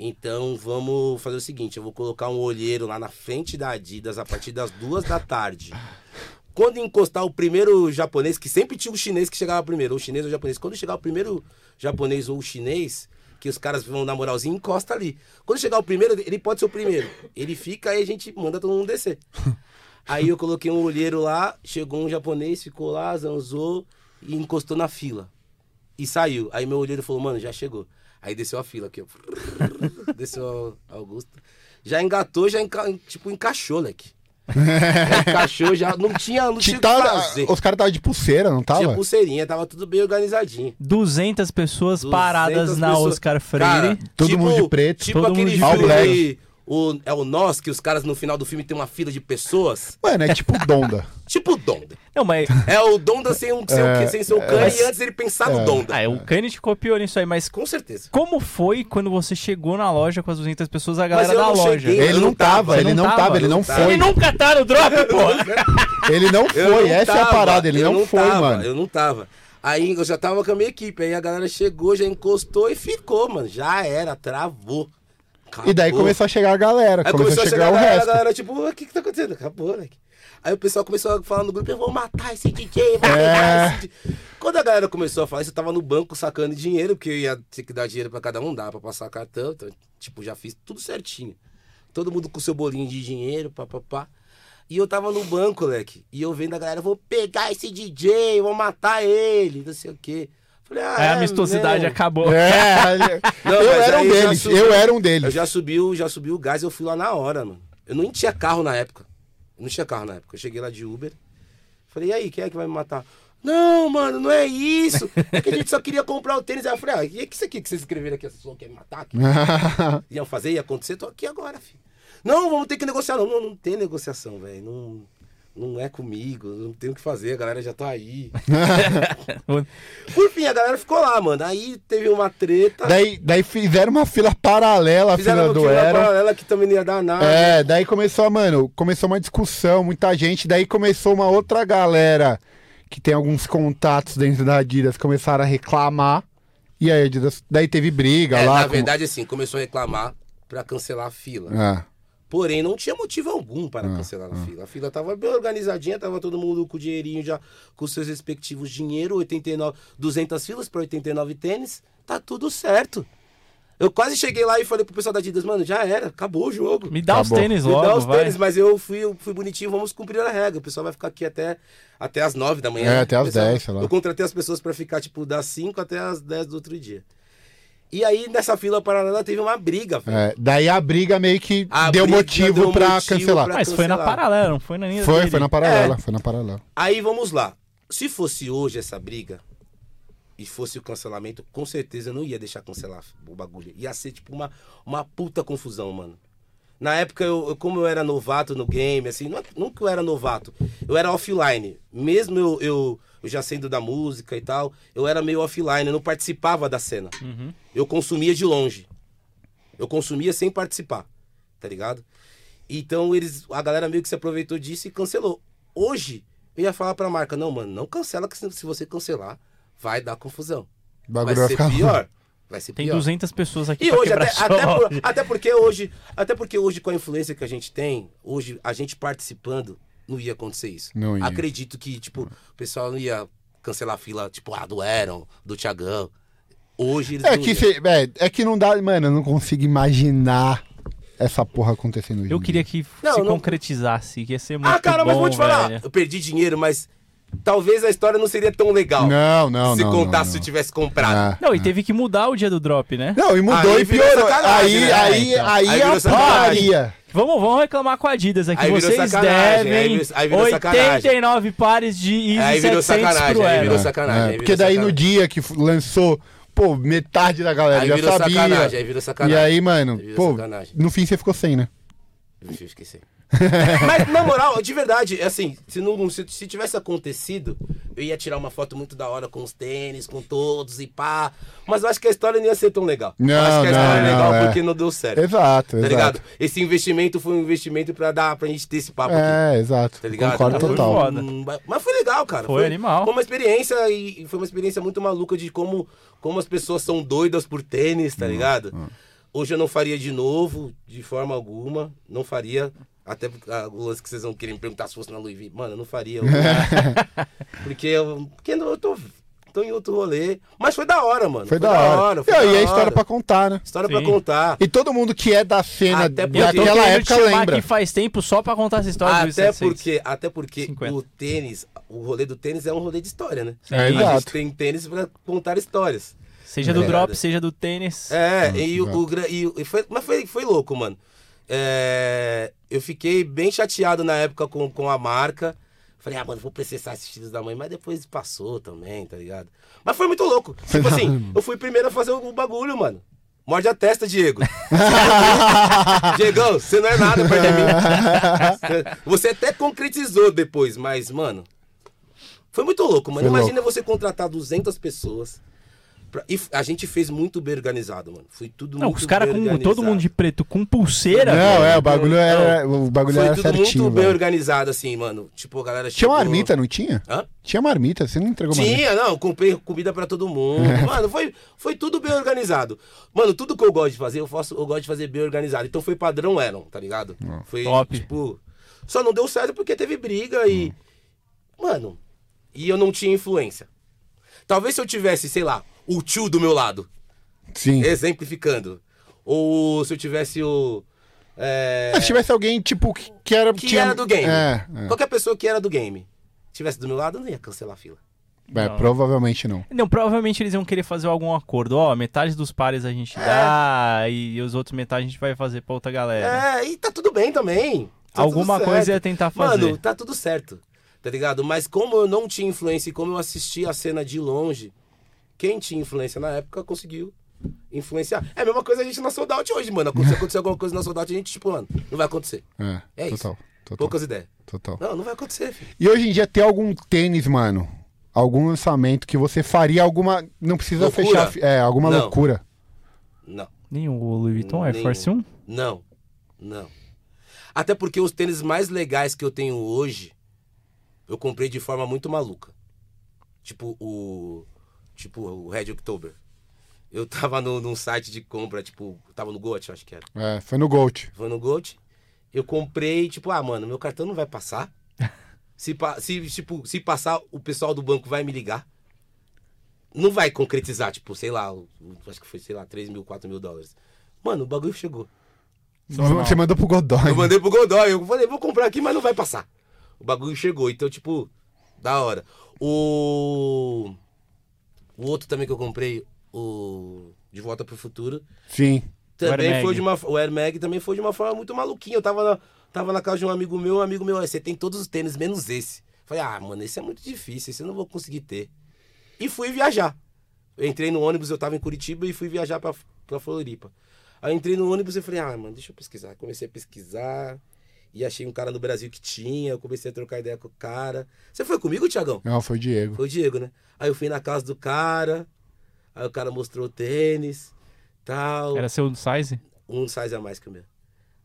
Speaker 3: Então vamos fazer o seguinte: eu vou colocar um olheiro lá na frente da Adidas a partir das duas da tarde. Quando encostar o primeiro japonês, que sempre tinha o chinês que chegava primeiro, ou o chinês ou o japonês. Quando chegar o primeiro japonês ou o chinês, que os caras vão na moralzinha, encosta ali. Quando chegar o primeiro, ele pode ser o primeiro. Ele fica aí a gente manda todo mundo descer. Aí eu coloquei um olheiro lá, chegou um japonês, ficou lá, zanzou e encostou na fila. E saiu. Aí meu olheiro falou, mano, já chegou. Aí desceu a fila aqui, ó. Desceu a Augusto. Já engatou, já enca- tipo, encaixou, leque. Já encaixou, já não tinha, não tinha o que
Speaker 2: Tava-
Speaker 3: fazer.
Speaker 2: tá os caras estavam de pulseira, não tava?
Speaker 3: Tinha pulseirinha, tava tudo bem organizadinho.
Speaker 1: 200 pessoas paradas
Speaker 3: 200
Speaker 1: na
Speaker 3: pessoas.
Speaker 1: Oscar
Speaker 3: Cara,
Speaker 1: Freire.
Speaker 2: Todo mundo de preto,
Speaker 3: Tipo
Speaker 1: todo
Speaker 3: aquele
Speaker 1: mundo de
Speaker 3: filme.
Speaker 2: preto.
Speaker 3: O, é o Nós, que os caras no final do filme tem uma fila de pessoas.
Speaker 2: Mano, é tipo Donda.
Speaker 3: Tipo Donda.
Speaker 1: Não, mas
Speaker 3: É o Donda sem, um, sem, o, sem ser o Kanye
Speaker 1: mas-
Speaker 3: antes ele pensar no
Speaker 2: É.
Speaker 3: Donda.
Speaker 1: ah, o Kanye te copiou nisso aí, mas
Speaker 3: Com certeza.
Speaker 1: como foi quando você chegou na loja com as 200 pessoas, a
Speaker 3: Mas
Speaker 1: galera
Speaker 3: eu
Speaker 1: da
Speaker 3: não
Speaker 1: loja?
Speaker 3: cheguei.
Speaker 2: Ele não tava, ele não tava, ele não
Speaker 3: tava.
Speaker 2: foi.
Speaker 1: Ele nunca tá no drop, pô!
Speaker 2: Ele não
Speaker 3: Eu
Speaker 2: foi,
Speaker 3: não
Speaker 2: essa é a
Speaker 3: tava,
Speaker 2: parada, ele
Speaker 3: eu
Speaker 2: não foi,
Speaker 3: tava,
Speaker 2: mano.
Speaker 3: Eu não tava. Aí eu já tava com a minha equipe, aí a galera chegou, já encostou e ficou, mano. Já era, travou.
Speaker 2: E daí
Speaker 3: Acabou.
Speaker 2: começou a chegar a galera,
Speaker 3: Aí
Speaker 2: começou a chegar o
Speaker 3: galera,
Speaker 2: resto.
Speaker 3: a galera, tipo, o que que tá acontecendo? Acabou, né? Aí o pessoal começou a falar no grupo, eu vou matar esse DJ, vai
Speaker 2: É.
Speaker 3: matar esse DJ. Quando a galera começou a falar isso, eu tava no banco sacando dinheiro, porque eu ia ter que dar dinheiro pra cada um, dá pra passar cartão. Então, tipo, já fiz tudo certinho. Todo mundo com seu bolinho de dinheiro, papapá. E eu tava no banco, leque. E eu vendo a galera, vou pegar esse DJ, vou matar ele, não sei o quê. Falei, ah,
Speaker 1: Aí a amistosidade
Speaker 3: meu.
Speaker 1: acabou.
Speaker 2: É, ele-
Speaker 3: Não,
Speaker 2: eu
Speaker 3: mas
Speaker 2: era um
Speaker 3: aí já
Speaker 2: deles,
Speaker 3: subiu.
Speaker 2: eu era um
Speaker 3: Eu
Speaker 2: deles.
Speaker 3: já subi, o- já subi o gás e eu fui lá na hora, mano. Eu não tinha carro na época. Eu não tinha carro na época. Eu cheguei lá de Uber. Falei, e aí, quem é que vai me matar? Não, mano, não é isso. É que a gente só queria comprar o tênis. Aí eu falei, ah, e é que isso aqui que vocês escreveram aqui? Vocês vão querer me matar? Que iam fazer, ia acontecer? Tô aqui agora, filho. Não, vamos ter que negociar. Não, não, não tem negociação, velho. Não, não é comigo. Não tem o que fazer. A galera já tá aí. Por fim, a galera ficou lá, mano. Aí teve uma treta.
Speaker 2: daí, daí fizeram uma fila paralela, a fila
Speaker 3: Tá. Fizeram
Speaker 2: do
Speaker 3: uma
Speaker 2: Era.
Speaker 3: paralela que também não ia dar nada.
Speaker 2: É, daí começou, mano, começou uma discussão, muita gente, daí começou uma outra galera que tem alguns contatos dentro da Adidas, começaram a reclamar. E aí, Adidas, daí teve briga
Speaker 3: É,
Speaker 2: lá.
Speaker 3: na
Speaker 2: com-
Speaker 3: verdade, assim, começou a reclamar pra cancelar a fila.
Speaker 2: Ah,
Speaker 3: Porém, não tinha motivo algum para cancelar a fila. A fila tava bem organizadinha, tava todo mundo com o dinheirinho já, com seus respectivos dinheiro, 89, 200 filas para 89 tênis, tá tudo certo. Eu quase cheguei lá e falei pro pessoal da Adidas, mano, já era, acabou o jogo.
Speaker 1: Me dá os
Speaker 2: Acabou.
Speaker 1: tênis
Speaker 3: Me
Speaker 1: logo,
Speaker 3: dá os
Speaker 1: vai.
Speaker 3: tênis, mas eu fui, eu fui bonitinho, vamos cumprir a regra. O pessoal vai ficar aqui até, até as 9 da manhã.
Speaker 2: É, até
Speaker 3: O
Speaker 2: as
Speaker 3: pessoal-
Speaker 2: 10, sei lá.
Speaker 3: Eu contratei as pessoas pra ficar, tipo, das 5 até as 10 do outro dia. E aí, nessa fila paralela, teve uma briga, velho.
Speaker 2: é, daí a briga meio que
Speaker 3: A
Speaker 2: deu
Speaker 3: briga
Speaker 2: motivo
Speaker 3: deu
Speaker 2: pra
Speaker 3: motivo
Speaker 2: cancelar.
Speaker 3: pra- É.
Speaker 1: Mas foi na
Speaker 3: cancelar.
Speaker 1: paralela, não foi na linha
Speaker 2: Foi,
Speaker 1: dele.
Speaker 2: foi na paralela, foi na paralela.
Speaker 3: Aí, vamos lá. Se fosse hoje essa briga, e fosse o cancelamento, com certeza eu não ia deixar cancelar o bagulho. Ia ser, tipo, uma, uma puta confusão, mano. Na época, eu, eu- como eu era novato no game, assim, não, é- não que eu era novato, eu era offline. Mesmo eu, eu, eu já sendo da música e tal, eu era meio offline, eu não participava da cena. Eu consumia de longe. Eu consumia sem participar, tá ligado? Então eles, a galera meio que se aproveitou disso e cancelou. Hoje, eu ia falar pra marca, não, mano, não cancela, que se se você cancelar, vai dar confusão.
Speaker 2: O
Speaker 3: Vai
Speaker 2: bagulho vai
Speaker 3: ser
Speaker 2: ficar.
Speaker 3: pior. Vai ser
Speaker 1: Tem
Speaker 3: pior.
Speaker 1: 200 pessoas aqui
Speaker 3: E
Speaker 1: pra
Speaker 3: hoje,
Speaker 1: quebrar
Speaker 3: até,
Speaker 1: show.
Speaker 3: até por- até porque hoje, até porque hoje, com a influência que a gente tem, hoje a gente participando, não ia acontecer isso.
Speaker 2: Não ia.
Speaker 3: Acredito que, tipo, o pessoal não ia cancelar a fila, tipo, ah, do Aaron, do Thiagão. Hoje eles
Speaker 2: É
Speaker 3: não
Speaker 2: que,
Speaker 3: iam.
Speaker 2: cê- é, é que não dá, mano, eu não consigo imaginar essa porra acontecendo hoje
Speaker 1: Eu
Speaker 2: em
Speaker 1: queria que
Speaker 3: Não,
Speaker 1: se
Speaker 3: não-
Speaker 1: concretizasse, que ia ser muito
Speaker 3: Ah, cara, mas
Speaker 1: bom,
Speaker 3: vou te falar,
Speaker 1: velho.
Speaker 3: eu perdi dinheiro, mas talvez a história não seria tão legal.
Speaker 2: Não, não,
Speaker 3: se
Speaker 2: não, não,
Speaker 3: contasse
Speaker 2: não.
Speaker 3: se eu tivesse comprado.
Speaker 2: Ah.
Speaker 1: Não, e teve que mudar o dia do drop, né?
Speaker 2: Não, e mudou
Speaker 3: Aí
Speaker 2: e
Speaker 3: virou
Speaker 2: piorou.
Speaker 3: sacanagem,
Speaker 2: Aí,
Speaker 3: né?
Speaker 2: aí,
Speaker 1: É, então.
Speaker 2: aí,
Speaker 3: Aí
Speaker 2: a
Speaker 3: virou sacanagem.
Speaker 2: paria.
Speaker 1: Vamos, vamos reclamar com a Adidas aqui.
Speaker 3: Aí virou
Speaker 1: Vocês
Speaker 3: sacanagem, aí
Speaker 1: devem
Speaker 3: virou- aí virou
Speaker 1: 89 pares de Easy
Speaker 3: Aí
Speaker 1: 700
Speaker 3: virou
Speaker 1: pro
Speaker 3: sacanagem, aí virou
Speaker 1: Aero.
Speaker 3: sacanagem, aí virou
Speaker 2: É. porque daí no
Speaker 3: sacanagem.
Speaker 2: dia que f- lançou, pô, metade da galera
Speaker 3: Aí
Speaker 2: já
Speaker 3: virou
Speaker 2: sabia.
Speaker 3: sacanagem, aí virou sacanagem.
Speaker 2: E aí, mano,
Speaker 3: Aí virou
Speaker 2: pô,
Speaker 3: sacanagem.
Speaker 2: no fim você ficou sem, né?
Speaker 3: Deixa eu esquecer. Mas, na moral, de verdade, assim, se, não, se, se tivesse acontecido, eu ia tirar uma foto muito da hora com os tênis, com todos e pá. Mas eu acho que a história não ia ser tão legal.
Speaker 2: Não,
Speaker 3: eu acho que a
Speaker 2: não,
Speaker 3: história é legal
Speaker 2: não, é.
Speaker 3: porque não deu certo.
Speaker 2: Exato,
Speaker 3: Tá
Speaker 2: exato.
Speaker 3: ligado? Esse investimento foi um investimento pra dar pra gente ter esse papo aqui.
Speaker 2: É, exato.
Speaker 3: Tá ligado?
Speaker 2: Concordo
Speaker 3: Então,
Speaker 2: total.
Speaker 1: foda.
Speaker 3: hum, ba- Mas foi legal, cara.
Speaker 1: Foi animal.
Speaker 3: Foi uma experiência e e foi uma experiência muito maluca de como, como as pessoas são doidas por tênis,
Speaker 2: Hum,
Speaker 3: tá ligado? Hoje eu não faria de novo, de forma alguma. Não faria. Até porque, ah, o lance que vocês vão querer me perguntar se fosse na Louisville. Mano, eu não faria. eu- porque eu, porque eu tô, tô em outro rolê. Mas foi da hora, mano.
Speaker 2: Foi, da hora.
Speaker 3: foi
Speaker 2: e aí
Speaker 3: da
Speaker 2: a história
Speaker 3: hora.
Speaker 2: pra contar, né?
Speaker 3: História
Speaker 1: Sim.
Speaker 3: pra contar.
Speaker 2: E todo mundo que é da cena
Speaker 3: Até porque-
Speaker 1: Eu tô
Speaker 2: daquela
Speaker 1: querendo
Speaker 2: época
Speaker 1: te chamar
Speaker 2: lembra.
Speaker 1: aqui faz tempo só pra contar essa história do
Speaker 3: Até
Speaker 1: 700.
Speaker 3: porque, até porque
Speaker 1: 50.
Speaker 3: o tênis, o rolê do tênis é um rolê de história, né?
Speaker 1: É,
Speaker 3: A
Speaker 2: exato.
Speaker 3: gente tem tênis pra contar histórias.
Speaker 1: Seja do
Speaker 3: É.
Speaker 1: drop, seja do tênis.
Speaker 3: É, e,
Speaker 2: exato.
Speaker 3: o, o gra- e o- e foi, mas foi, foi louco, mano. É, eu fiquei bem chateado na época com, com a marca. Falei, ah, mano, vou processar esses filhos da mãe, mas depois passou também, tá ligado? Mas foi muito louco. Tipo assim, eu fui primeiro a fazer o bagulho, mano. Morde a testa, Diego. Diegão, você não é nada perto de mim. Você até concretizou depois, mas, mano, Foi muito louco, mano.
Speaker 2: Foi
Speaker 3: Imagina você contratar 200 pessoas. pra- E f- a gente fez muito bem organizado, mano. Foi tudo
Speaker 1: Não,
Speaker 3: muito
Speaker 1: os caras
Speaker 3: bem
Speaker 1: com
Speaker 3: organizado.
Speaker 1: todo mundo de preto com pulseira.
Speaker 2: Não,
Speaker 1: velho.
Speaker 2: é, o bagulho era, o bagulho
Speaker 3: Foi
Speaker 2: era
Speaker 3: tudo
Speaker 2: certinho.
Speaker 3: muito bem
Speaker 2: velho.
Speaker 3: organizado, assim, mano. Tipo, a galera
Speaker 2: Tinha
Speaker 3: chegou-
Speaker 2: uma marmita, não tinha?
Speaker 3: Hã?
Speaker 2: Tinha marmita, você não entregou marmita.
Speaker 3: Tinha, não, comprei comida pra todo mundo. Mano, foi, foi tudo bem organizado. Mano, tudo que eu gosto de fazer, eu, faço, eu gosto de fazer bem organizado. Então foi padrão Elon, tá ligado? Foi
Speaker 1: Top. Hum.
Speaker 3: tipo. Só não deu certo porque teve briga e. Mano, e eu não tinha influência. Talvez se eu tivesse, sei lá, o tio do meu lado,
Speaker 1: Hum.
Speaker 2: Sim.
Speaker 3: exemplificando. Ou se eu tivesse o. é,
Speaker 2: Mas se tivesse alguém, tipo, que, que era...
Speaker 3: que
Speaker 2: tinha-
Speaker 3: era do game.
Speaker 2: É, é.
Speaker 3: Qualquer pessoa que era do game. Tivesse do meu lado, eu não ia cancelar a fila.
Speaker 2: É, provavelmente não.
Speaker 1: Não, provavelmente eles iam querer fazer algum acordo. Ó, metade dos pares a gente dá e os outros metade a gente vai fazer pra outra galera.
Speaker 3: É, e tá tudo bem também. Tá
Speaker 1: né? Alguma
Speaker 3: tudo
Speaker 1: coisa
Speaker 3: certo.
Speaker 1: ia tentar fazer.
Speaker 3: Mano, tá tudo certo. Tá ligado? Mas como eu não tinha influência e como eu assisti a cena de longe, quem tinha influência na época conseguiu influenciar. É a mesma coisa a gente na Sold Out hoje, mano. Se acontecer alguma coisa na Sold Out, a gente, tipo, mano, não vai acontecer.
Speaker 2: É,
Speaker 3: É
Speaker 2: total. Total.
Speaker 3: Poucas ideias.
Speaker 2: total.
Speaker 3: Não, não vai acontecer, filho.
Speaker 2: E hoje em dia tem algum tênis, mano? Algum lançamento que você faria alguma. Não precisa
Speaker 3: Loucura.
Speaker 2: fechar. a fi- É, alguma
Speaker 3: Não.
Speaker 2: loucura.
Speaker 3: Não.
Speaker 1: Nem o Louis Vuitton Air
Speaker 3: Nem-
Speaker 1: Force 1?
Speaker 3: Não. Não. Até porque os tênis mais legais que eu tenho hoje, eu comprei de forma muito maluca. Tipo o. Tipo o Red October. Eu tava no, num site de compra, tipo, tava no Gold, acho que era.
Speaker 2: É, foi no Gold.
Speaker 3: Foi no Gold. Eu comprei, tipo, ah, mano, meu cartão não vai passar. Se, pa- se, tipo, se passar, o pessoal do banco vai me ligar. Não vai concretizar, tipo, sei lá, o- o- acho que foi, sei lá, 3 mil, 4 mil dólares. Mano, o bagulho chegou.
Speaker 2: Você mandou pro Godoy.
Speaker 3: Eu mandei pro Godoy. Eu falei, vou comprar aqui, mas não vai passar. O bagulho chegou. Então, tipo, da hora. O. O outro também que eu comprei, o. De Volta pro Futuro.
Speaker 2: Sim.
Speaker 1: Air
Speaker 3: Também
Speaker 1: Mag.
Speaker 3: foi de uma. O Air Mag também foi de uma forma muito maluquinha. Eu tava na, tava na casa de um amigo meu, um amigo meu, "Olha, você tem todos os tênis, menos esse. Falei, ah, mano, esse é muito difícil, esse eu não vou conseguir ter. E fui viajar. Eu entrei no ônibus, eu tava em Curitiba e fui viajar pra, pra Floripa. Aí eu entrei no ônibus e falei, ah, mano, deixa eu pesquisar. Comecei a pesquisar. E achei um cara no Brasil que tinha, eu comecei a trocar ideia com o cara. Você foi comigo, Tiagão?
Speaker 2: Não, foi o Diego.
Speaker 3: Foi o Diego, né? Aí eu fui na casa do cara, aí o cara mostrou o tênis, tal
Speaker 1: Era seu size?
Speaker 3: um size a mais que o meu.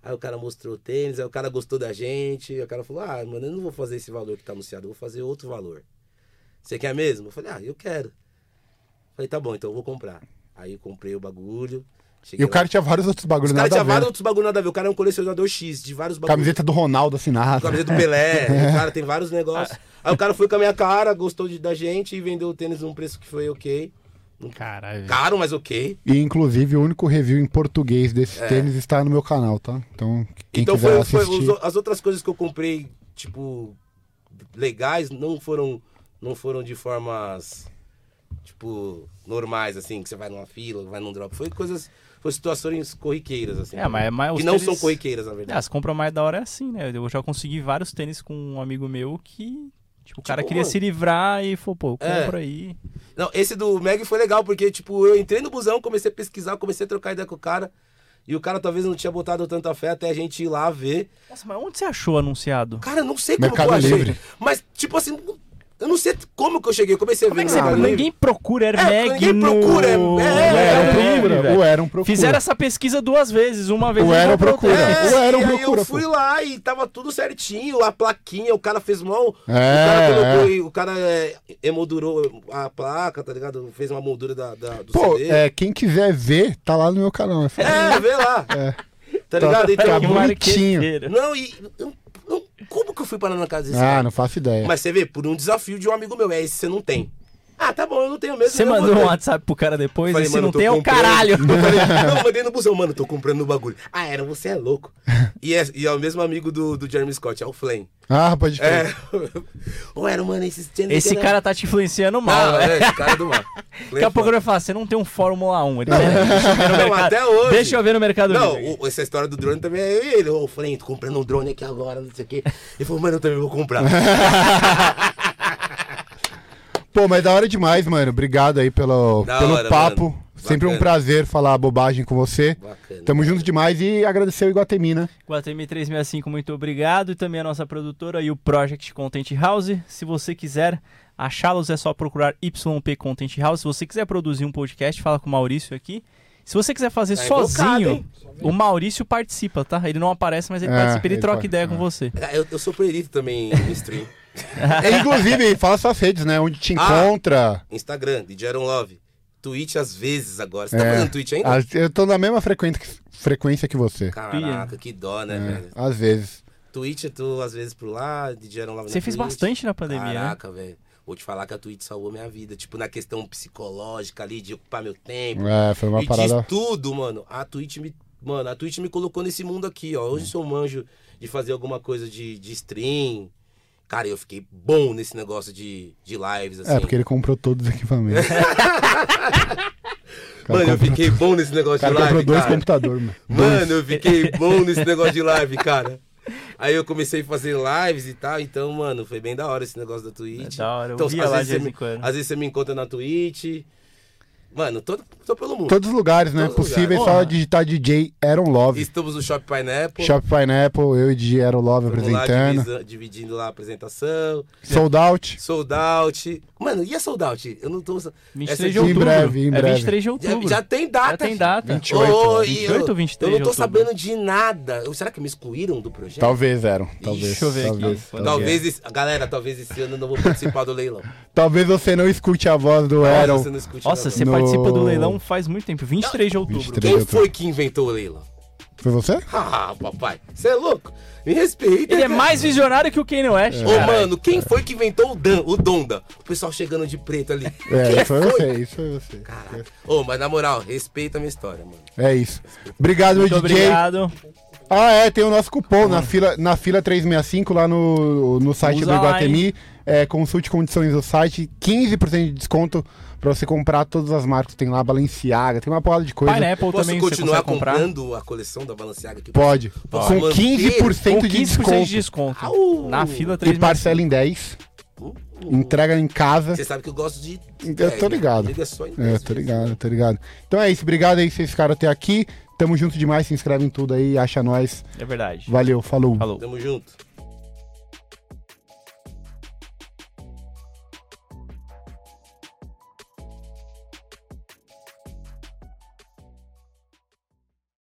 Speaker 3: Aí o cara mostrou o tênis, aí o cara gostou da gente, aí o cara falou, ah, mano, eu não vou fazer esse valor que tá anunciado, eu vou fazer outro valor. Você quer mesmo? Eu falei, ah, eu quero. Falei, tá bom, então eu vou comprar. Aí eu comprei o bagulho.
Speaker 2: E
Speaker 3: cheguei
Speaker 2: o
Speaker 3: lá.
Speaker 2: cara tinha vários outros
Speaker 3: Os
Speaker 2: bagulhos
Speaker 3: caras
Speaker 2: nada a
Speaker 3: tinham vários
Speaker 2: ver.
Speaker 3: outros bagulho nada a ver. O cara é um colecionador X de vários bagulhos.
Speaker 2: Camiseta do Ronaldo assim, assinada.
Speaker 3: Camiseta do Pelé, o cara tem vários negócios. Aí o cara foi com a minha cara, gostou de- da gente e vendeu o tênis num preço que foi ok.
Speaker 4: Caralho.
Speaker 3: Caro, mas ok.
Speaker 2: E inclusive o único review em português desses tênis está no meu canal, tá? Então, quem
Speaker 3: É. então
Speaker 2: quiser
Speaker 3: foi, foi-
Speaker 2: assistir.
Speaker 3: os- as outras coisas que eu comprei, tipo, legais, não foram, não foram de formas, tipo, normais, assim, que você vai numa fila, vai num drop. Foi coisas, foi situações corriqueiras, assim.
Speaker 1: É, mas- mas
Speaker 3: que
Speaker 1: os
Speaker 3: não
Speaker 1: tênis-
Speaker 3: são corriqueiras, na
Speaker 1: É,
Speaker 3: verdade.
Speaker 1: as compras mais da hora é assim, né? Eu já consegui vários tênis com um amigo meu que. Tipo, o cara
Speaker 3: Tipo,
Speaker 1: queria
Speaker 3: mano.
Speaker 1: se livrar e falou, pô,
Speaker 3: É.
Speaker 1: compra aí.
Speaker 3: Não, esse do Meg foi legal, porque, tipo, eu entrei no busão, comecei a pesquisar, comecei a trocar ideia com o cara. E o cara talvez não tinha botado tanta fé até a gente ir lá ver.
Speaker 1: Nossa, mas onde você achou anunciado?
Speaker 3: Cara, eu não sei como
Speaker 2: Mercado
Speaker 3: que eu achei.
Speaker 2: Livre.
Speaker 3: Mas, tipo assim, eu não sei como que eu cheguei. Eu comecei a
Speaker 1: Como
Speaker 3: ver
Speaker 1: é que
Speaker 3: no
Speaker 1: você.
Speaker 3: Mercado Livre.
Speaker 1: Ninguém procura Air
Speaker 3: É,
Speaker 1: Mag
Speaker 3: ninguém
Speaker 1: no-
Speaker 3: procura, é- é-
Speaker 1: no
Speaker 2: Era um
Speaker 3: é-
Speaker 1: Mercado Livre,
Speaker 2: procura,
Speaker 1: velho.
Speaker 2: o Eram procura.
Speaker 1: Fizeram essa pesquisa duas vezes, uma vez
Speaker 2: O
Speaker 1: eles
Speaker 2: Eram
Speaker 1: não
Speaker 2: procura.
Speaker 1: procuram.
Speaker 2: É, Ou era um
Speaker 3: e aí
Speaker 2: procura,
Speaker 3: eu fui lá e tava tudo certinho, a plaquinha, o cara fez mão.
Speaker 2: É,
Speaker 3: o cara colocou,
Speaker 2: é.
Speaker 3: e o cara é, emoldurou a placa, tá ligado? Fez uma moldura da, da- do
Speaker 2: Pô,
Speaker 3: CD.
Speaker 2: é, quem quiser ver, tá lá no meu canal. É fácil.
Speaker 3: É, vê lá. Tá ligado?
Speaker 2: tá
Speaker 3: Então,
Speaker 1: Que
Speaker 2: bonitinho.
Speaker 1: marqueteiro.
Speaker 3: não, e. eu- eu- como que eu fui parar na casa desse
Speaker 2: Ah,
Speaker 3: cara?
Speaker 2: não faço ideia.
Speaker 3: Mas você vê, por um desafio de um amigo meu, é esse você não tem. Ah, tá bom, eu não tenho mesmo.
Speaker 1: Você
Speaker 3: eu vou
Speaker 1: mandou
Speaker 3: ter.
Speaker 1: um WhatsApp pro cara depois
Speaker 3: Falei,
Speaker 1: e se
Speaker 3: mano,
Speaker 1: não
Speaker 3: tô
Speaker 1: tem é o
Speaker 3: comprando.
Speaker 1: caralho.
Speaker 3: Eu falei, não, eu mandei no busão, mano, tô comprando o bagulho. Ah, era, você é louco. E é, e é o mesmo amigo do, do Jeremy Scott, é o Flame.
Speaker 2: Ah, pode
Speaker 3: É.
Speaker 2: crer.
Speaker 3: Ou era, mano, esses tênis
Speaker 1: Esse
Speaker 3: que era-
Speaker 1: cara tá te influenciando mal,
Speaker 3: Não,
Speaker 1: velho.
Speaker 3: é, esse cara é do mal.
Speaker 1: Daqui a pouco ele vai falar, você não tem um Fórmula 1. Ele deixa eu ver no
Speaker 3: Não,
Speaker 1: mercado.
Speaker 3: até hoje.
Speaker 1: Deixa eu ver no Mercado Livre.
Speaker 3: Não, o- essa história do drone também é eu e ele. Ô, Flame, tô comprando um drone aqui agora, não sei o quê. Ele falou, mano, eu também vou comprar.
Speaker 2: Pô, mas da hora demais, mano. Obrigado aí pelo,
Speaker 3: Da
Speaker 2: pelo
Speaker 3: hora,
Speaker 2: papo.
Speaker 3: mano.
Speaker 2: Sempre um
Speaker 3: Bacana.
Speaker 2: prazer falar bobagem com você.
Speaker 3: Bacana.
Speaker 2: Tamo junto demais e agradecer o Iguatemi, né?
Speaker 1: 4M365, muito obrigado. E também a nossa produtora e o Project Content House. Se você quiser achá-los, é só procurar YP Content House. Se você quiser produzir um podcast, fala com o Maurício aqui. Se você quiser fazer
Speaker 3: Tá invocado,
Speaker 1: sozinho,
Speaker 3: hein?
Speaker 1: o Maurício participa, tá? Ele não aparece, mas ele
Speaker 2: É,
Speaker 1: participa, ele,
Speaker 2: ele
Speaker 1: troca
Speaker 2: pode,
Speaker 1: ideia com
Speaker 2: é.
Speaker 1: você.
Speaker 3: É, Eu, eu sou proibido também em stream.
Speaker 2: É, inclusive, fala suas redes, né? Onde te
Speaker 3: Ah.
Speaker 2: encontra.
Speaker 3: Instagram, DJ Aaron Love. Twitch às vezes agora. Você tá
Speaker 2: É.
Speaker 3: fazendo Twitch ainda?
Speaker 2: As- Eu tô na mesma frequência que, frequência que você.
Speaker 3: Caraca, que dó,
Speaker 1: É.
Speaker 3: né, velho?
Speaker 2: Às vezes.
Speaker 3: Twitch eu tô às vezes por lá, DJ Aaron Love na
Speaker 1: Você fez
Speaker 3: Twitch.
Speaker 1: bastante na pandemia, né?
Speaker 3: Caraca, velho. Vou te falar que a Twitch salvou minha vida. Tipo, na questão psicológica ali, de ocupar meu tempo.
Speaker 2: É, foi uma
Speaker 3: e
Speaker 2: parada.
Speaker 3: diz tudo, mano. A Twitch me. Mano, a Twitch me colocou nesse mundo aqui, ó. Hoje se eu manjo de fazer alguma coisa de, de stream. Cara, eu fiquei bom nesse negócio de, de lives, assim.
Speaker 2: É, porque ele comprou todos os equipamentos. O cara
Speaker 3: Mano, eu
Speaker 2: comprou-
Speaker 3: fiquei bom nesse
Speaker 2: O
Speaker 3: negócio de
Speaker 2: cara
Speaker 3: live,
Speaker 2: comprou dois
Speaker 3: cara.
Speaker 2: computadores, mano.
Speaker 3: Mano, eu fiquei bom nesse negócio de live, cara. Aí eu comecei a fazer lives e tal, então, mano, foi bem da hora esse negócio da Twitch.
Speaker 1: É da hora, eu
Speaker 3: então,
Speaker 1: via
Speaker 3: às
Speaker 1: lá
Speaker 3: vezes
Speaker 1: de vez
Speaker 3: você
Speaker 1: em quando.
Speaker 3: me- Às vezes você me encontra na Twitch. Mano, tô, tô pelo mundo.
Speaker 2: Todos os lugares, né?
Speaker 3: Todos os
Speaker 2: Possível, é
Speaker 1: lugares.
Speaker 2: só digitar DJ Aaron Love.
Speaker 3: Estamos no Shop Pineapple.
Speaker 2: Shop Pineapple, eu e DJ Aaron Love
Speaker 3: Vamos lá,
Speaker 2: apresentando.
Speaker 3: divisa- dividindo lá a apresentação.
Speaker 2: Sold out.
Speaker 3: Sold out. Mano, e a sold out? Eu não tô. Essa
Speaker 1: 23 de
Speaker 3: já-
Speaker 2: Em
Speaker 1: outubro.
Speaker 2: breve, em
Speaker 1: É
Speaker 2: breve.
Speaker 1: 23 de
Speaker 3: já,
Speaker 1: outubro.
Speaker 3: já tem data.
Speaker 1: Já tem data.
Speaker 2: 20. 28,
Speaker 3: Ô, e
Speaker 1: 28 ou 23
Speaker 3: Eu não tô
Speaker 1: de outubro?
Speaker 3: sabendo de nada. Eu- Será que me excluíram do projeto?
Speaker 2: Talvez, Aaron. Talvez.
Speaker 1: Deixa eu ver aqui.
Speaker 2: talvez,
Speaker 1: Quando
Speaker 2: Talvez.
Speaker 3: Talvez, esse- galera, talvez esse ano eu não vou participar do leilão.
Speaker 2: Talvez você não escute a voz do
Speaker 3: Talvez
Speaker 2: Aaron.
Speaker 3: você não escute
Speaker 1: Nossa,
Speaker 3: nada.
Speaker 1: você
Speaker 2: No-
Speaker 1: participa do leilão faz muito tempo 23 de outubro.
Speaker 2: 23.
Speaker 3: Quem foi que inventou o leilão?
Speaker 2: Foi você?
Speaker 3: Ah, papai, você é louco? Me respeita.
Speaker 1: Ele é
Speaker 3: cara.
Speaker 1: mais visionário que o Kanye West.
Speaker 2: É.
Speaker 3: Ô,
Speaker 1: cara.
Speaker 3: mano, quem foi que inventou o, Dan, o Donda? O pessoal chegando de preto ali.
Speaker 2: É,
Speaker 3: quem
Speaker 2: isso foi você, isso foi você.
Speaker 3: Caraca. Ô, mas na moral, respeita a minha história, mano.
Speaker 2: É isso. Obrigado, meu
Speaker 1: Muito
Speaker 2: DJ.
Speaker 1: obrigado.
Speaker 2: Ah, é, tem o nosso cupom na fila, na fila 365 lá no, no site
Speaker 1: Usa
Speaker 2: do
Speaker 1: lá,
Speaker 2: Iguatemi. É, consulte condições do site, 15% de desconto pra você comprar todas as marcas. Tem lá Balenciaga, tem uma porrada de coisa.
Speaker 1: Pineapple
Speaker 3: Posso
Speaker 1: também você
Speaker 3: continuar
Speaker 1: consegue comprar.
Speaker 3: comprando a coleção da Balenciaga aqui?
Speaker 2: Pode.
Speaker 3: Posso
Speaker 2: Com
Speaker 3: manter?
Speaker 2: 15%
Speaker 1: Com
Speaker 2: de desconto.
Speaker 1: de desconto.
Speaker 3: Au!
Speaker 1: Na fila
Speaker 2: E
Speaker 1: 3
Speaker 2: parcela em 10.
Speaker 3: Uh,
Speaker 2: Entrega em casa.
Speaker 3: Você sabe que eu gosto de.
Speaker 2: Eu tô ligado.
Speaker 3: Liga só né? em
Speaker 2: É,
Speaker 3: dez
Speaker 2: tô
Speaker 3: vezes.
Speaker 2: ligado, tô ligado. Então é isso, obrigado aí vocês ficaram até aqui. Tamo junto demais, se inscreve em tudo aí, acha nós.
Speaker 1: É verdade.
Speaker 2: Valeu, falou.
Speaker 1: Falou.
Speaker 3: Tamo junto.